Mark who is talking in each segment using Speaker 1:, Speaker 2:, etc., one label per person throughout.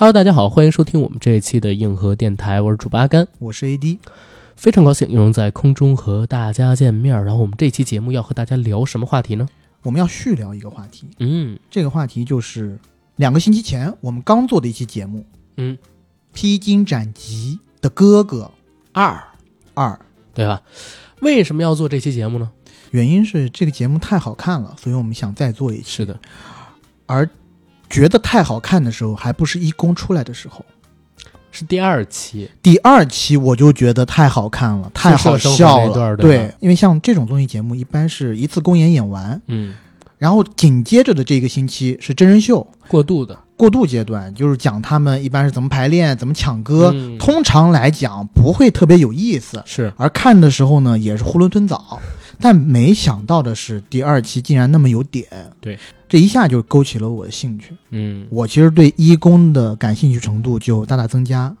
Speaker 1: Hello，大家好，欢迎收听我们这一期的硬核电台，我是主播阿甘，
Speaker 2: 我是 AD。
Speaker 1: 非常高兴又能在空中和大家见面。然后我们这期节目要和大家聊什么话题呢？
Speaker 2: 我们要续聊一个话题，
Speaker 1: 嗯
Speaker 2: 这个话题就是两个星期前我们刚做的一期节目
Speaker 1: 嗯，
Speaker 2: 《披荆斩棘的哥哥
Speaker 1: 二
Speaker 2: 二》，
Speaker 1: 对吧？为什么要做这期节目呢？
Speaker 2: 原因是这个节目太好看了，所以我们想再做一期。
Speaker 1: 是的，
Speaker 2: 而觉得太好看的时候，还不是一公出来的时候。
Speaker 1: 是第二期，
Speaker 2: 第二期我就觉得太好看了，太好
Speaker 1: 生活
Speaker 2: 笑
Speaker 1: 那段儿
Speaker 2: 了。
Speaker 1: 对吧
Speaker 2: 对，因为像这种综艺节目，一般是一次公演演完，
Speaker 1: 嗯，
Speaker 2: 然后紧接着的这个星期是真人秀，
Speaker 1: 过渡的
Speaker 2: 过渡阶段，就是讲他们一般是怎么排练、怎么抢歌。
Speaker 1: 嗯
Speaker 2: 通常来讲不会特别有意思，
Speaker 1: 是
Speaker 2: 而看的时候呢也是囫囵吞枣。但没想到的是，第二期竟然那么有点，
Speaker 1: 对，
Speaker 2: 这一下就勾起了我的兴趣。
Speaker 1: 嗯
Speaker 2: 我其实对一公的感兴趣程度就大大增加。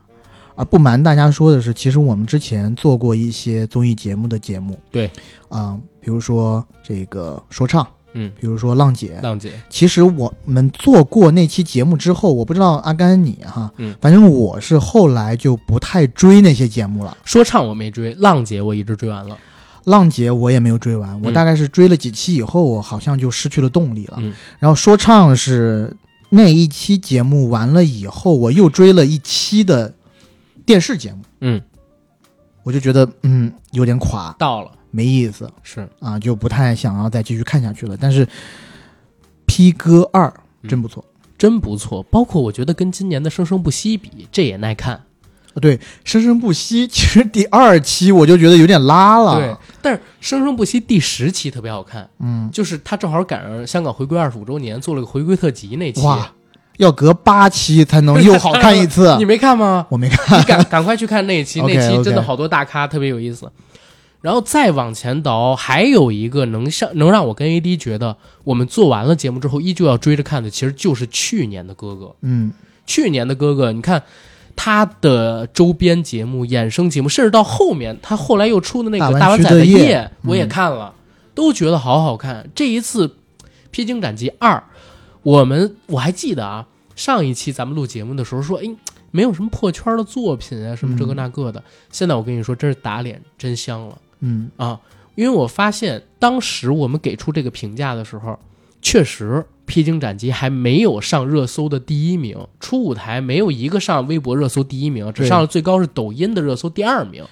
Speaker 2: 而不瞒大家说的是，其实我们之前做过一些综艺节目的节目，
Speaker 1: 对，
Speaker 2: 啊、比如说这个说唱，
Speaker 1: 嗯，
Speaker 2: 比如说浪姐，
Speaker 1: 浪姐，
Speaker 2: 其实我们做过那期节目之后，我不知道阿甘你哈，
Speaker 1: 嗯
Speaker 2: 反正我是后来就不太追那些节目了。
Speaker 1: 说唱我没追，浪姐我一直追完了，
Speaker 2: 浪姐我也没有追完，我
Speaker 1: 嗯
Speaker 2: 大概是追了几期以后，我好像就失去了动力了。
Speaker 1: 嗯
Speaker 2: 然后说唱是那一期节目完了以后，我又追了一期的电视节目，
Speaker 1: 嗯，
Speaker 2: 我就觉得嗯有点垮，
Speaker 1: 到了，
Speaker 2: 没意思
Speaker 1: 是
Speaker 2: 啊，就不太想要再继续看下去了。但是《P 哥二》
Speaker 1: 嗯
Speaker 2: 真不错。
Speaker 1: 真不错。包括我觉得跟今年的《生生不息》比，这也耐看。
Speaker 2: 对，生生不息，其实第二期我就觉得有点拉了。
Speaker 1: 对，，但是《生生不息》第十期特别好看，
Speaker 2: 嗯，
Speaker 1: 就是他正好赶上香港回归二十五周年，做了个回归特辑那期。
Speaker 2: 哇，要隔八期才能又好看一次
Speaker 1: 你。没看吗？
Speaker 2: 我没看，
Speaker 1: 你赶赶快去看那一期，那
Speaker 2: OK，
Speaker 1: 期真的
Speaker 2: OK
Speaker 1: 好多大咖，特别有意思。然后再往前倒，还有一个能像能让我跟 AD 觉得我们做完了节目之后依旧要追着看的，其实就是去年的哥哥。
Speaker 2: 嗯，
Speaker 1: 去年的哥哥，你看他的周边节目、衍生节目，甚至到后面他后来又出的那个《
Speaker 2: 大
Speaker 1: 大
Speaker 2: 湾
Speaker 1: 湾
Speaker 2: 区
Speaker 1: 仔的
Speaker 2: 的夜嗯
Speaker 1: 夜》，我也看了，都觉得好好看。这一次《披荆斩棘二》，我们我还记得啊，上一期咱们录节目的时候说，哎，没有什么破圈的作品啊，什么这个那个的。现在我跟你说，真是打脸真香了
Speaker 2: 嗯，
Speaker 1: 啊！因为我发现当时我们给出这个评价的时候，确实《披荆斩棘》还没有上热搜的第一名，初舞台没有一个上微博热搜第一名，只
Speaker 2: 对
Speaker 1: 上了最高是抖音的热搜第二名。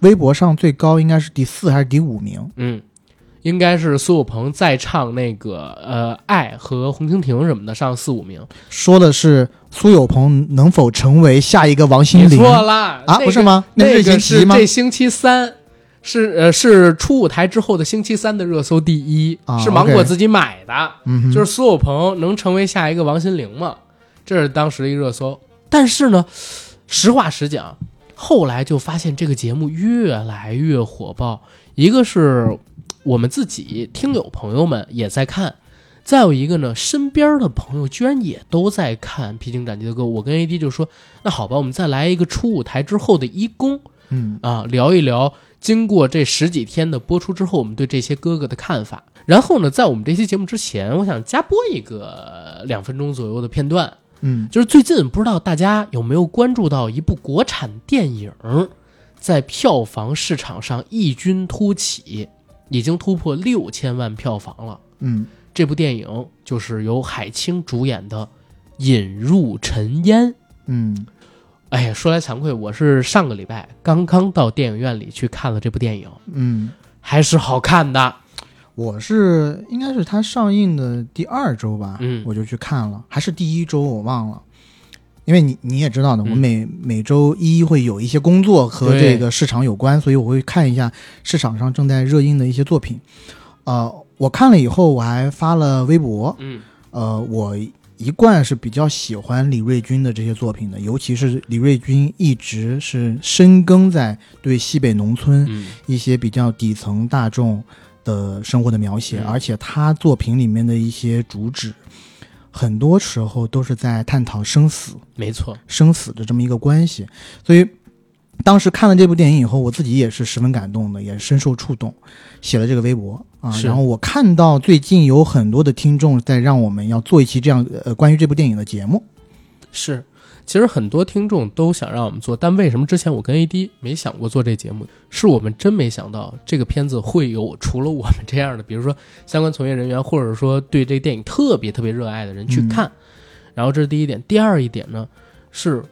Speaker 2: 微博上最高应该是第四还是第五名？
Speaker 1: 嗯，应该是苏有朋在唱那个呃《爱》和《红蜻蜓》什么的，上四五名。
Speaker 2: 说的是苏有朋能否成为下一个王心
Speaker 1: 你
Speaker 2: 凌
Speaker 1: 错啦，
Speaker 2: 啊？
Speaker 1: 那
Speaker 2: 不是
Speaker 1: 个？
Speaker 2: 吗？
Speaker 1: 那
Speaker 2: 是
Speaker 1: 个
Speaker 2: 任贤齐
Speaker 1: 是
Speaker 2: 吗？
Speaker 1: 这星期三。是呃，是初舞台之后的星期三的热搜第一，
Speaker 2: 啊
Speaker 1: 是芒果
Speaker 2: OK
Speaker 1: 自己买的，
Speaker 2: 嗯哼，
Speaker 1: 就是苏有朋能成为下一个王心凌吗？这是当时的一个热搜。但是呢，实话实讲，后来就发现这个节目越来越火爆。一个是我们自己听友朋友们也在看，再有一个呢，身边的朋友居然也都在看《披荆斩棘的歌》。我跟 AD 就说，那好吧，我们再来一个初舞台之后的一公
Speaker 2: 嗯
Speaker 1: 啊，聊一聊经过这十几天的播出之后，我们对这些哥哥的看法。然后呢，在我们这期节目之前，我想加播一个呃两分钟左右的片段，
Speaker 2: 嗯，
Speaker 1: 就是最近不知道大家有没有关注到一部国产电影在票房市场上异军突起，已经突破六千万票房了。
Speaker 2: 嗯
Speaker 1: 这部电影就是由海清主演的《引入尘烟》。
Speaker 2: 嗯
Speaker 1: 哎呀，说来惭愧，我是上个礼拜刚刚到电影院里去看了这部电影，
Speaker 2: 嗯，
Speaker 1: 还是好看的。
Speaker 2: 我是应该是它上映的第二周吧，
Speaker 1: 嗯
Speaker 2: 我就去看了，还是第一周我忘了，因为你你也知道的，
Speaker 1: 嗯
Speaker 2: 我每、每周一会有一些工作和
Speaker 1: 对
Speaker 2: 这个市场有关，所以我会看一下市场上正在热映的一些作品。呃，我看了以后，我还发了微博。
Speaker 1: 嗯
Speaker 2: 呃，我一贯是比较喜欢李瑞军的这些作品的，尤其是李瑞军一直是深耕在对西北农村
Speaker 1: 嗯
Speaker 2: 一些比较底层大众的生活的描写，
Speaker 1: 嗯
Speaker 2: 而且他作品里面的一些主旨，很多时候都是在探讨生死、
Speaker 1: 没错，
Speaker 2: 生死的这么一个关系。所以当时看了这部电影以后，我自己也是十分感动的，也深受触动，写了这个微博啊。
Speaker 1: 是
Speaker 2: 然后我看到最近有很多的听众在让我们要做一期这样呃关于这部电影的节目，
Speaker 1: 是其实很多听众都想让我们做，但为什么之前我跟 AD 没想过做这节目？是我们真没想到这个片子会有除了我们这样的，比如说相关从业人员，或者说对这电影特别特别热爱的人去看。然后这是第一点，第二一点呢是。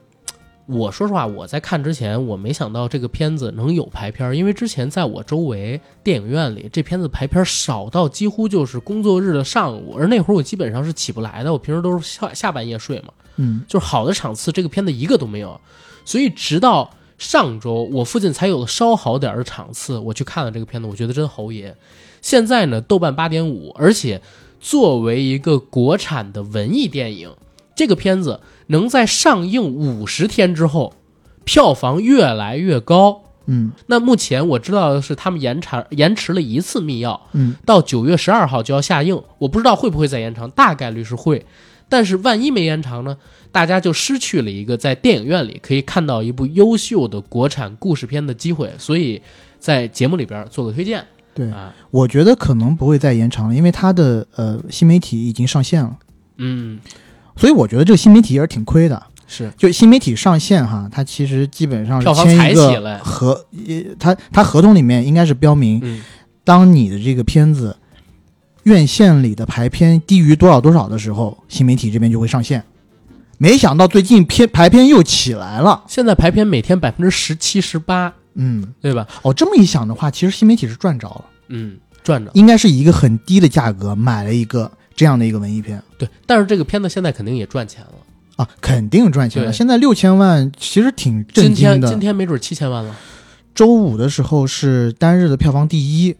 Speaker 1: 我说实话，我在看之前，我没想到这个片子能有排片儿，因为之前在我周围电影院里，这片子排片儿少到几乎就是工作日的上午，而那会儿我基本上是起不来的，我平时都是下下半夜睡嘛，
Speaker 2: 嗯
Speaker 1: 就是好的场次，这个片子一个都没有，所以直到上周，我附近才有了稍好点儿的场次，我去看了这个片子，我觉得真侯爷。现在呢，豆瓣八点五，而且作为一个国产的文艺电影，这个片子能在上映五十天之后，票房越来越高。
Speaker 2: 嗯
Speaker 1: 那目前我知道的是，他们延长延迟了一次密钥，
Speaker 2: 嗯，
Speaker 1: 到九月十二号就要下映，我不知道会不会再延长，大概率是会。但是万一没延长呢？大家就失去了一个在电影院里可以看到一部优秀的国产故事片的机会，所以在节目里边做个推荐
Speaker 2: 对，
Speaker 1: 啊，
Speaker 2: 我觉得可能不会再延长了，因为它的呃新媒体已经上线了，
Speaker 1: 嗯，
Speaker 2: 所以我觉得这个新媒体也是挺亏的。
Speaker 1: 是
Speaker 2: 就新媒体上线哈，它其实基本上
Speaker 1: 票
Speaker 2: 是
Speaker 1: 房
Speaker 2: 签
Speaker 1: 才
Speaker 2: 一
Speaker 1: 起来
Speaker 2: 个合，呃它它合同里面应该是标明，
Speaker 1: 嗯
Speaker 2: 当你的这个片子院线里的排片低于多少多少的时候，新媒体这边就会上线。没想到最近片排片又起来了，
Speaker 1: 现在排片每天百分之十七十八，
Speaker 2: 嗯，
Speaker 1: 对吧？
Speaker 2: 哦，这么一想的话，其实新媒体是赚着了，
Speaker 1: 嗯，赚着
Speaker 2: 应该是以一个很低的价格买了一个这样的一个文艺片
Speaker 1: 对，但是这个片子现在肯定也赚钱了，
Speaker 2: 啊，肯定赚钱了。
Speaker 1: 对
Speaker 2: 现在六千万其实挺
Speaker 1: 今
Speaker 2: 震惊
Speaker 1: 天
Speaker 2: 的。
Speaker 1: 今天没准七千万了，
Speaker 2: 周五的时候是单日的票房第一，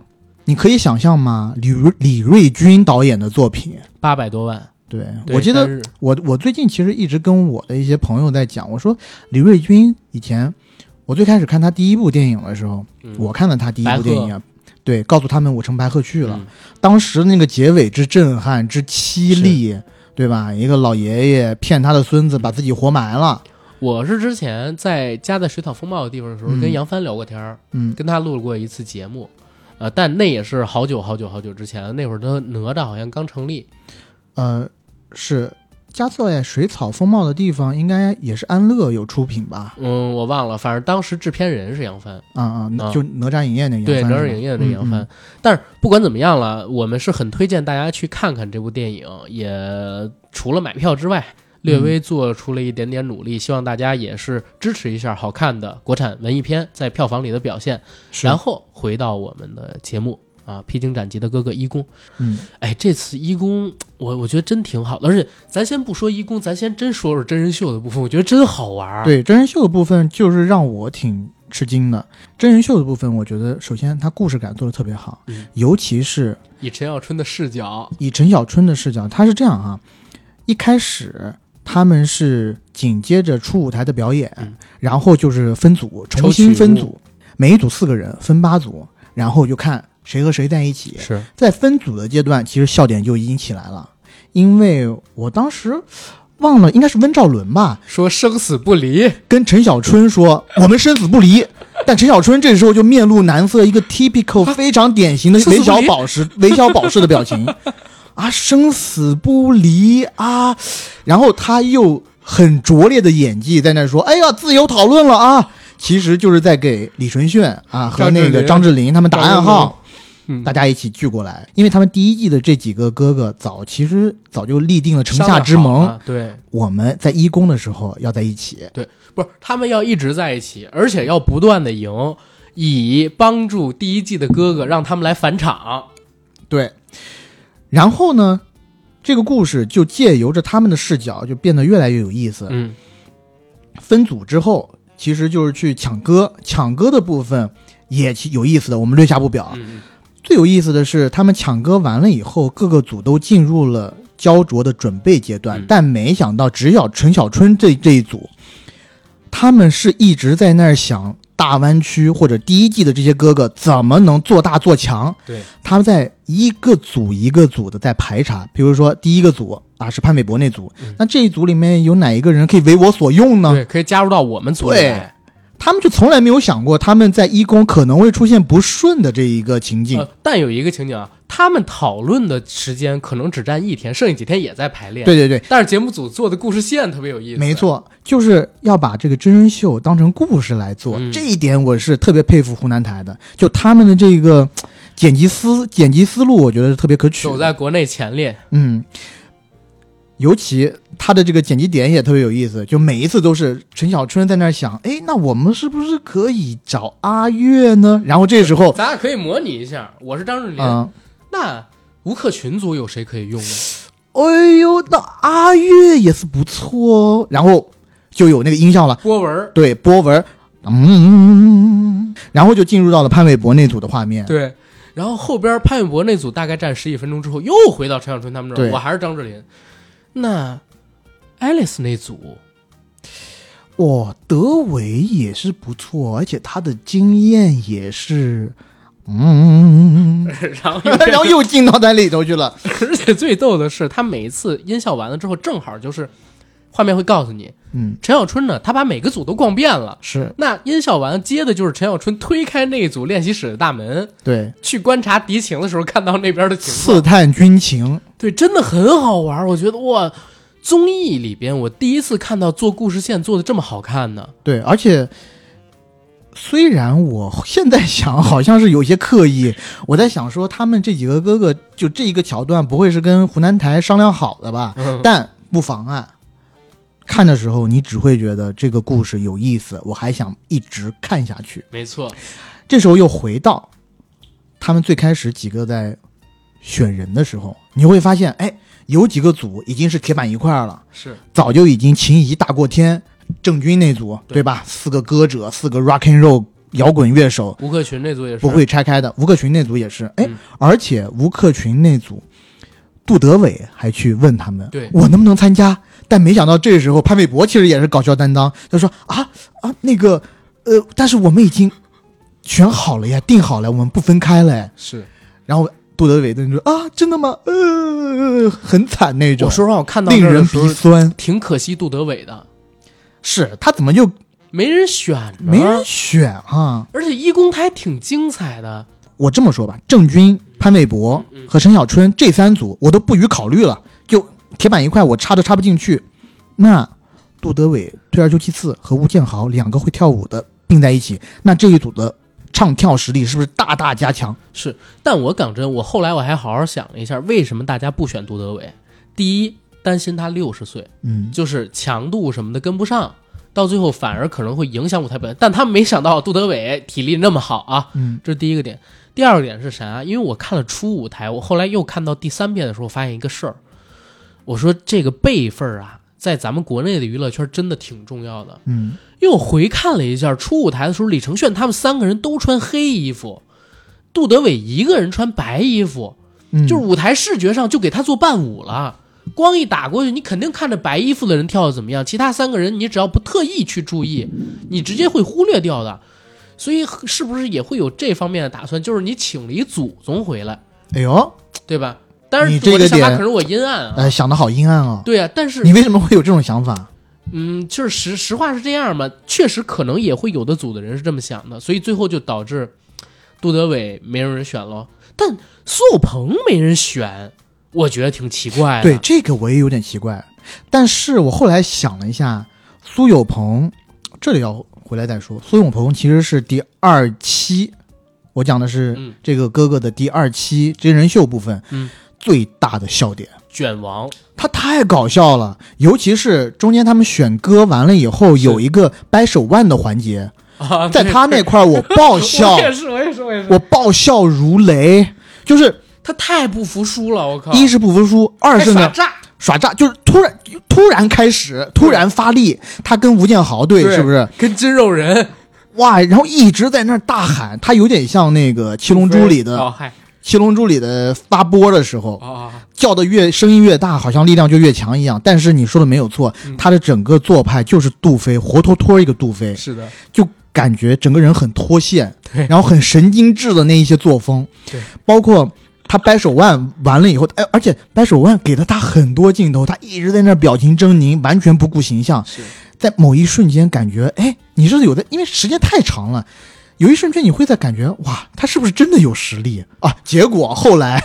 Speaker 2: 你可以想象吗？李瑞李瑞军导演的作品，
Speaker 1: 八百多万，
Speaker 2: 对
Speaker 1: 对
Speaker 2: 我记得
Speaker 1: 单日
Speaker 2: 我我最近其实一直跟我的一些朋友在讲，我说李瑞军以前我最开始看他第一部电影的时候，
Speaker 1: 嗯
Speaker 2: 我看了他第一
Speaker 1: 白
Speaker 2: 部
Speaker 1: 鹤
Speaker 2: 电影啊，对，告诉他们我乘白鹤去了，
Speaker 1: 嗯
Speaker 2: 当时那个结尾之震撼之凄厉，对吧？一个老爷爷骗他的孙子把自己活埋了，
Speaker 1: 我是之前在家在水草风暴的地方的时候，
Speaker 2: 嗯
Speaker 1: 跟杨帆聊过天儿，
Speaker 2: 嗯
Speaker 1: 跟他录过一次节目，呃，但那也是好久好久好久之前了，那会儿他哪吒好像刚成立，
Speaker 2: 呃，是加特在水草风貌的地方，应该也是安乐有出品吧？
Speaker 1: 嗯，我忘了，反正当时制片人是杨帆，
Speaker 2: 啊啊，
Speaker 1: 啊
Speaker 2: 就哪吒影业那个
Speaker 1: 对，
Speaker 2: 杨
Speaker 1: 哪
Speaker 2: 帆
Speaker 1: 吒
Speaker 2: 是吧
Speaker 1: 影业的那杨
Speaker 2: 嗯
Speaker 1: 帆。
Speaker 2: 嗯
Speaker 1: 但是不管怎么样了，我们是很推荐大家去看看这部电影，也除了买票之外。略
Speaker 2: 嗯
Speaker 1: 微做出了一点点努力，希望大家也是支持一下好看的国产文艺片在票房里的表现，
Speaker 2: 是
Speaker 1: 然后回到我们的节目啊，《披荆斩棘的哥哥》一公。
Speaker 2: 嗯，
Speaker 1: 哎，这次一公，我我觉得真挺好的，而且咱先不说一公，咱先真说说真人秀的部分，我觉得真好玩儿。，
Speaker 2: 对真人秀的部分，就是让我挺吃惊的。真人秀的部分，我觉得首先它故事感做的特别好，
Speaker 1: 嗯
Speaker 2: 尤其是
Speaker 1: 以陈小春的视角，
Speaker 2: 以陈小春的视角，他是这样啊，一开始。他们是紧接着初舞台的表演，
Speaker 1: 嗯
Speaker 2: 然后就是分组，重新分组，每一组四个人，分八组，然后就看谁和谁在一起。
Speaker 1: 是
Speaker 2: 在分组的阶段，其实笑点就已经起来了，因为我当时忘了，应该是温兆伦吧，
Speaker 1: 说生死不离，
Speaker 2: 跟陈小春说我们生死不离，但陈小春这时候就面露难色，一个 typical 非常典型的
Speaker 1: 生死
Speaker 2: 韦
Speaker 1: 不离
Speaker 2: 小宝式韦小宝式的表情啊，生死不离啊，然后他又很拙劣的演技在那说，哎呀，自由讨论了啊。其实就是在给李承铉啊和
Speaker 1: 张智
Speaker 2: 那个
Speaker 1: 霖
Speaker 2: 张智霖他们打暗号，
Speaker 1: 嗯
Speaker 2: 大家一起聚过来，因为他们第一季的这几个哥哥早其实早就立定了城下之
Speaker 1: 商量好
Speaker 2: 盟，
Speaker 1: 了对
Speaker 2: 我们在一公的时候要在一起。
Speaker 1: 对，不是他们要一直在一起，而且要不断的赢，以帮助第一季的哥哥让他们来返场。
Speaker 2: 对，然后呢，这个故事就借由着他们的视角，就变得越来越有意思。
Speaker 1: 嗯，
Speaker 2: 分组之后，其实就是去抢歌，抢歌的部分也其有意思的，我们略下不表。啊
Speaker 1: 嗯嗯
Speaker 2: 最有意思的是，他们抢歌完了以后，各个组都进入了焦灼的准备阶段，
Speaker 1: 嗯
Speaker 2: 但没想到只有陈小春这这一组，他们是一直在那儿想大湾区或者第一季的这些哥哥怎么能做大做强。
Speaker 1: 对，
Speaker 2: 他们在一个组一个组的在排查，比如说第一个组啊是潘玮柏那组，
Speaker 1: 嗯
Speaker 2: 那这一组里面有哪一个人可以为我所用呢？
Speaker 1: 对，可以加入到我们组里来。
Speaker 2: 他们就从来没有想过他们在一公可能会出现不顺的这一个情境。
Speaker 1: 呃呃，但有一个情景啊，他们讨论的时间可能只占一天，剩下几天也在排练。
Speaker 2: 对对对，
Speaker 1: 但是节目组做的故事线特别有意思，
Speaker 2: 没，错，就是要把这个真人秀当成故事来做，
Speaker 1: 嗯
Speaker 2: 这一点我是特别佩服湖南台的，就他们的这个嘖剪辑思剪辑思路，我觉得是特别可取的。
Speaker 1: 走在国内前列。
Speaker 2: 嗯，尤其他的这个剪辑点也特别有意思，就每一次都是陈小春在那儿想，哎，那我们是不是可以找阿月呢？然后这时候，
Speaker 1: 咱俩可以模拟一下，我是张智霖，
Speaker 2: 嗯，
Speaker 1: 那吴克群组有谁可以用 呢？
Speaker 2: 哎呦，那阿月也是不错哦。然后就有那个音效了，
Speaker 1: 郭文儿，
Speaker 2: 对，波纹，嗯，然后就进入到了潘玮柏那组的画面。
Speaker 1: 对。然后后边潘玮柏那组大概站十几分钟之后，又回到陈小春他们这儿，
Speaker 2: 对
Speaker 1: 我还是张智霖。那 Alice 那组，
Speaker 2: 哇、德伟也是不错，而且他的经验也是，嗯，
Speaker 1: 然后又
Speaker 2: 然后又进到那里头去了。
Speaker 1: 而且最逗的是，他每一次音效完了之后，正好就是画面会告诉你，
Speaker 2: 嗯，
Speaker 1: 陈小春呢，他把每个组都逛遍了。
Speaker 2: 是
Speaker 1: 那音效完了，接的就是陈小春推开那一组练习室的大门，
Speaker 2: 对，
Speaker 1: 去观察敌情的时候，看到那边的情况。
Speaker 2: 刺探军情，
Speaker 1: 对，真的很好玩。我觉得哇，综艺里边我第一次看到做故事线做的这么好看呢。
Speaker 2: 对，而且。虽然我现在想好像是有些刻意，我在想说他们这几个哥哥就这一个桥段不会是跟湖南台商量好的吧？
Speaker 1: 嗯，
Speaker 2: 但不妨碍。看的时候，你只会觉得这个故事有意思，我还想一直看下去。
Speaker 1: 没错，
Speaker 2: 这时候又回到他们最开始几个在选人的时候，你会发现，哎，有几个组已经是铁板一块了，
Speaker 1: 是
Speaker 2: 早就已经秦怡大过天，郑钧那组
Speaker 1: 对
Speaker 2: 对吧？四个歌者，四个 rock and roll 摇滚乐手，
Speaker 1: 吴克群那组也是
Speaker 2: 不会拆开的。吴克群那组也是，哎，
Speaker 1: 嗯
Speaker 2: 而且吴克群那组，杜德伟还去问他们，
Speaker 1: 对
Speaker 2: 我能不能参加？但没想到这时候潘玮柏其实也是搞笑担当，他说啊啊那个呃，但是我们已经选好了呀，定好了，我们不分开了呀。
Speaker 1: 是。
Speaker 2: 然后杜德伟就说啊，真的吗？呃，很惨那种
Speaker 1: 我，说实话，我看到
Speaker 2: 令
Speaker 1: 那儿
Speaker 2: 人
Speaker 1: 的时候
Speaker 2: 鼻酸。
Speaker 1: 挺可惜杜德伟的，
Speaker 2: 是他怎么就
Speaker 1: 没人选呢，
Speaker 2: 没人选啊？
Speaker 1: 而且一公台挺精彩的，
Speaker 2: 我这么说吧，郑钧、潘玮柏
Speaker 1: 嗯
Speaker 2: 和陈小春这三组我都不予考虑了，就铁板一块，我插都插不进去。那杜德伟、退而求其次和吴建豪两个会跳舞的并在一起，那这一组的唱跳实力是不是大大加强？
Speaker 1: 是，但我讲真，我后来我还好好想了一下，为什么大家不选杜德伟？第一，担心他六十岁，
Speaker 2: 嗯，
Speaker 1: 就是强度什么的跟不上，到最后反而可能会影响舞台表现。但他们没想到杜德伟体力那么好啊，
Speaker 2: 嗯，
Speaker 1: 这是第一个点。第二个点是啥、啊因为我看了初舞台，我后来又看到第三遍的时候，发现一个事儿，我说这个辈分儿啊，在咱们国内的娱乐圈真的挺重要的。
Speaker 2: 嗯，
Speaker 1: 因为我回看了一下初舞台的时候，李承铉他们三个人都穿黑衣服，杜德伟一个人穿白衣服，
Speaker 2: 嗯
Speaker 1: 就是舞台视觉上就给他做伴舞了。光一打过去，你肯定看着白衣服的人跳的怎么样，其他三个人你只要不特意去注意，你直接会忽略掉的。所以是不是也会有这方面的打算？就是你请了一祖宗回来，
Speaker 2: 哎呦，
Speaker 1: 对吧？当然，
Speaker 2: 你这个
Speaker 1: 我的想法
Speaker 2: 点
Speaker 1: 可能我阴暗啊。
Speaker 2: 呃，想的好阴暗哦。
Speaker 1: 对啊，但是
Speaker 2: 你为什么会有这种想法？
Speaker 1: 嗯，就是实实话是这样嘛，确实可能也会有的组的人是这么想的，所以最后就导致杜德伟没有人选咯。但苏有朋没人选，我觉得挺奇怪的。
Speaker 2: 对，这个我也有点奇怪，但是我后来想了一下，苏有朋，这里要回来再说。苏有朋其实是第二期，我讲的
Speaker 1: 嗯
Speaker 2: 是这个哥哥的第二期真人秀部分，
Speaker 1: 嗯
Speaker 2: 最大的笑点，
Speaker 1: 卷王
Speaker 2: 他太搞笑了，尤其是中间他们选歌完了以后，
Speaker 1: 是
Speaker 2: 有一个掰手腕的环节，
Speaker 1: 啊，
Speaker 2: 在
Speaker 1: 对
Speaker 2: 他那块儿我爆笑
Speaker 1: 我，也是，我也是，我也是，
Speaker 2: 我爆笑如雷，就是
Speaker 1: 他太不服输了，我靠！
Speaker 2: 一是不服输，二
Speaker 1: 还
Speaker 2: 是呢
Speaker 1: 耍。诈，
Speaker 2: 耍诈，就是突然突然开始，突然发力，他跟吴建豪对
Speaker 1: 对
Speaker 2: 是不是？
Speaker 1: 跟筋肉人
Speaker 2: 哇，然后一直在那儿大喊，他有点像那个《七龙珠》里的《
Speaker 1: 哦嗨
Speaker 2: 七龙珠》里的发波的时候，
Speaker 1: 哦，
Speaker 2: 叫的越声音越大，好像力量就越强一样。但是你说的没有错，
Speaker 1: 嗯
Speaker 2: 他的整个做派就是杜飞，活脱脱一个杜飞，
Speaker 1: 是的，
Speaker 2: 就感觉整个人很脱线
Speaker 1: 对，
Speaker 2: 然后很神经质的那一些作风，
Speaker 1: 对，
Speaker 2: 包括他掰手腕完了以后，哎，而且掰手腕给了他很多镜头，他一直在那儿表情狰狞，完全不顾形象，
Speaker 1: 是
Speaker 2: 在某一瞬间感觉，哎，你是有的，因为时间太长了，有一瞬间你会在感觉哇，他是不是真的有实力啊？结果后来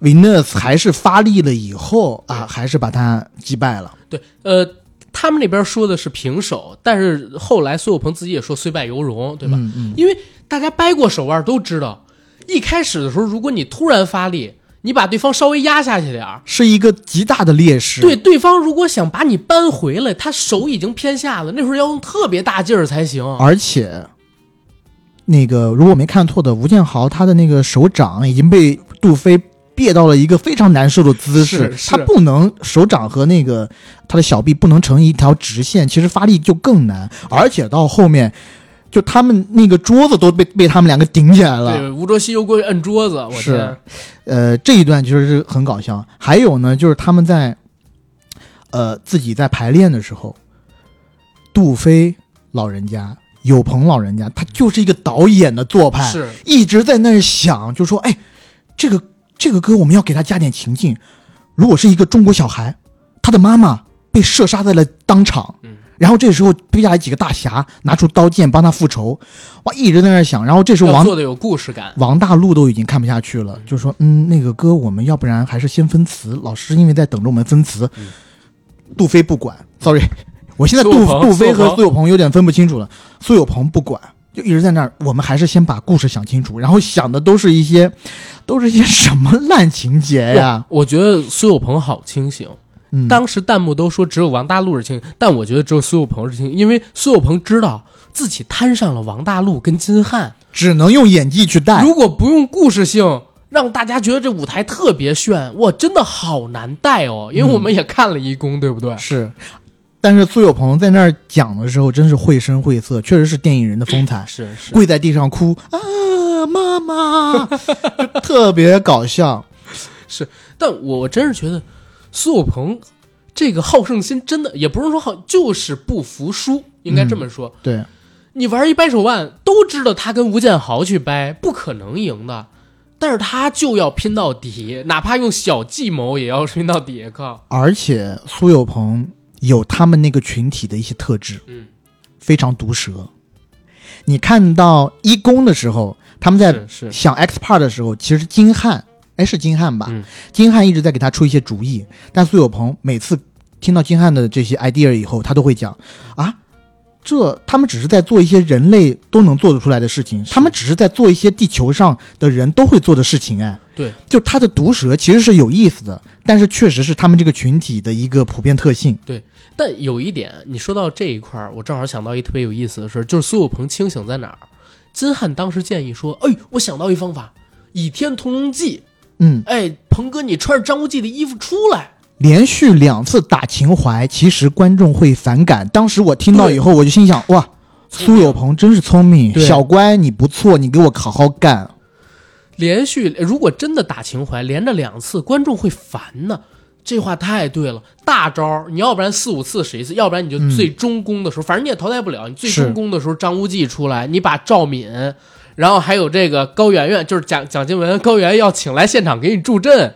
Speaker 2: 维纳斯还是发力了以后啊，还是把他击败了。
Speaker 1: 对，呃，他们那边说的是平手，但是后来苏有朋自己也说虽败犹荣，对吧？
Speaker 2: 嗯嗯
Speaker 1: 因为大家掰过手腕都知道，一开始的时候，如果你突然发力，你把对方稍微压下去点儿，
Speaker 2: 是一个极大的劣势。
Speaker 1: 对，对方如果想把你扳回来，他手已经偏下了，那时候要用特别大劲儿才行。
Speaker 2: 而且那个如果我没看错的，吴建豪他的那个手掌已经被杜飞别到了一个非常难受的姿势
Speaker 1: 是，是
Speaker 2: 他不能手掌和那个他的小臂不能成一条直线，其实发力就更难。而且到后面，就他们那个桌子都被被他们两个顶起来了。
Speaker 1: 对，吴卓羲又过去摁桌子，我
Speaker 2: 是
Speaker 1: 天，
Speaker 2: 呃，这一段其实是很搞笑。还有呢，就是他们在呃自己在排练的时候，杜飞老人家、有朋老人家，他就是一个导演的做派，
Speaker 1: 是
Speaker 2: 一直在那儿想，就说：“哎，这个这个歌我们要给他加点情境。如果是一个中国小孩，他的妈妈被射杀在了当场，
Speaker 1: 嗯
Speaker 2: 然后这时候追下来几个大侠拿出刀剑帮他复仇，哇，一直在那儿想。然后这时候
Speaker 1: 要
Speaker 2: 王
Speaker 1: 做的有故事感。
Speaker 2: 王大陆都已经看不下去了，就说：“嗯，那个歌我们要不然还是先分词，老师因为在等着我们分词。
Speaker 1: 嗯
Speaker 2: 杜飞不管，sorry，我现在
Speaker 1: 苏
Speaker 2: 杜
Speaker 1: 有朋
Speaker 2: 杜飞
Speaker 1: 苏有
Speaker 2: 和
Speaker 1: 朋
Speaker 2: 苏有朋有点分不清楚了。苏有朋不管，就一直在那儿。我们还是先把故事想清楚，然后想的都是一些，都是一些什么烂情节哎呀？
Speaker 1: 我觉得苏有朋好清醒，
Speaker 2: 嗯，
Speaker 1: 当时弹幕都说只有王大陆是清醒，但我觉得只有苏有朋是清醒，因为苏有朋知道自己摊上了王大陆跟金瀚，
Speaker 2: 只能用演技去带。
Speaker 1: 如果不用故事性。让大家觉得这舞台特别炫，哇，真的好难带哦！因为我们也看了一公，对不对？
Speaker 2: 是，但是苏有朋在那儿讲的时候，真是绘声绘色，确实是电影人的风采。
Speaker 1: 是是，
Speaker 2: 跪在地上哭啊，妈妈，就特别搞笑。
Speaker 1: 但我真是觉得苏有朋这个好胜心真的也不是说好，就是不服输，应该这么说。
Speaker 2: 对，
Speaker 1: 你玩一掰手腕，都知道他跟吴建豪去掰不可能赢的，但是他就要拼到底，哪怕用小计谋也要拼到底。 靠，
Speaker 2: 而且苏有朋有他们那个群体的一些特质，
Speaker 1: 嗯，
Speaker 2: 非常毒舌。你看到一公的时候，他们在
Speaker 1: 是是
Speaker 2: 想 X part 的时候，其实金瀚，哎，是金瀚吧？
Speaker 1: 嗯
Speaker 2: 金瀚一直在给他出一些主意，但苏有朋每次听到金瀚的这些 idea 以后，他都会讲啊。这他们只是在做一些人类都能做得出来的事情，他们只是在做一些地球上的人都会做的事情。哎，
Speaker 1: 对，
Speaker 2: 就他的毒舌其实是有意思的，但是确实是他们这个群体的一个普遍特性。
Speaker 1: 但有一点，你说到这一块儿，我正好想到一特别有意思的事儿，就是苏有朋清醒在哪儿？金瀚当时建议说：“哎，我想到一方法，《倚天屠龙记》，
Speaker 2: 嗯，
Speaker 1: 哎，鹏哥你穿着张无忌的衣服出来。”
Speaker 2: 连续两次打情怀，其实观众会反感。当时我听到以后，我就心想：哇，苏有朋真是聪明，
Speaker 1: 对
Speaker 2: 小乖你不错，你给我好好干。
Speaker 1: 连续呃如果真的打情怀，连着两次，观众会烦呢。这话太对了，大招儿你要不然四五次使一次，要不然你
Speaker 2: 嗯
Speaker 1: 就最终攻的时候，反正你也淘汰不了。你最终攻的时候，张无忌出来，你把赵敏，然后还有这个高圆圆，就是蒋蒋经文、高圆圆要请来现场给你助阵，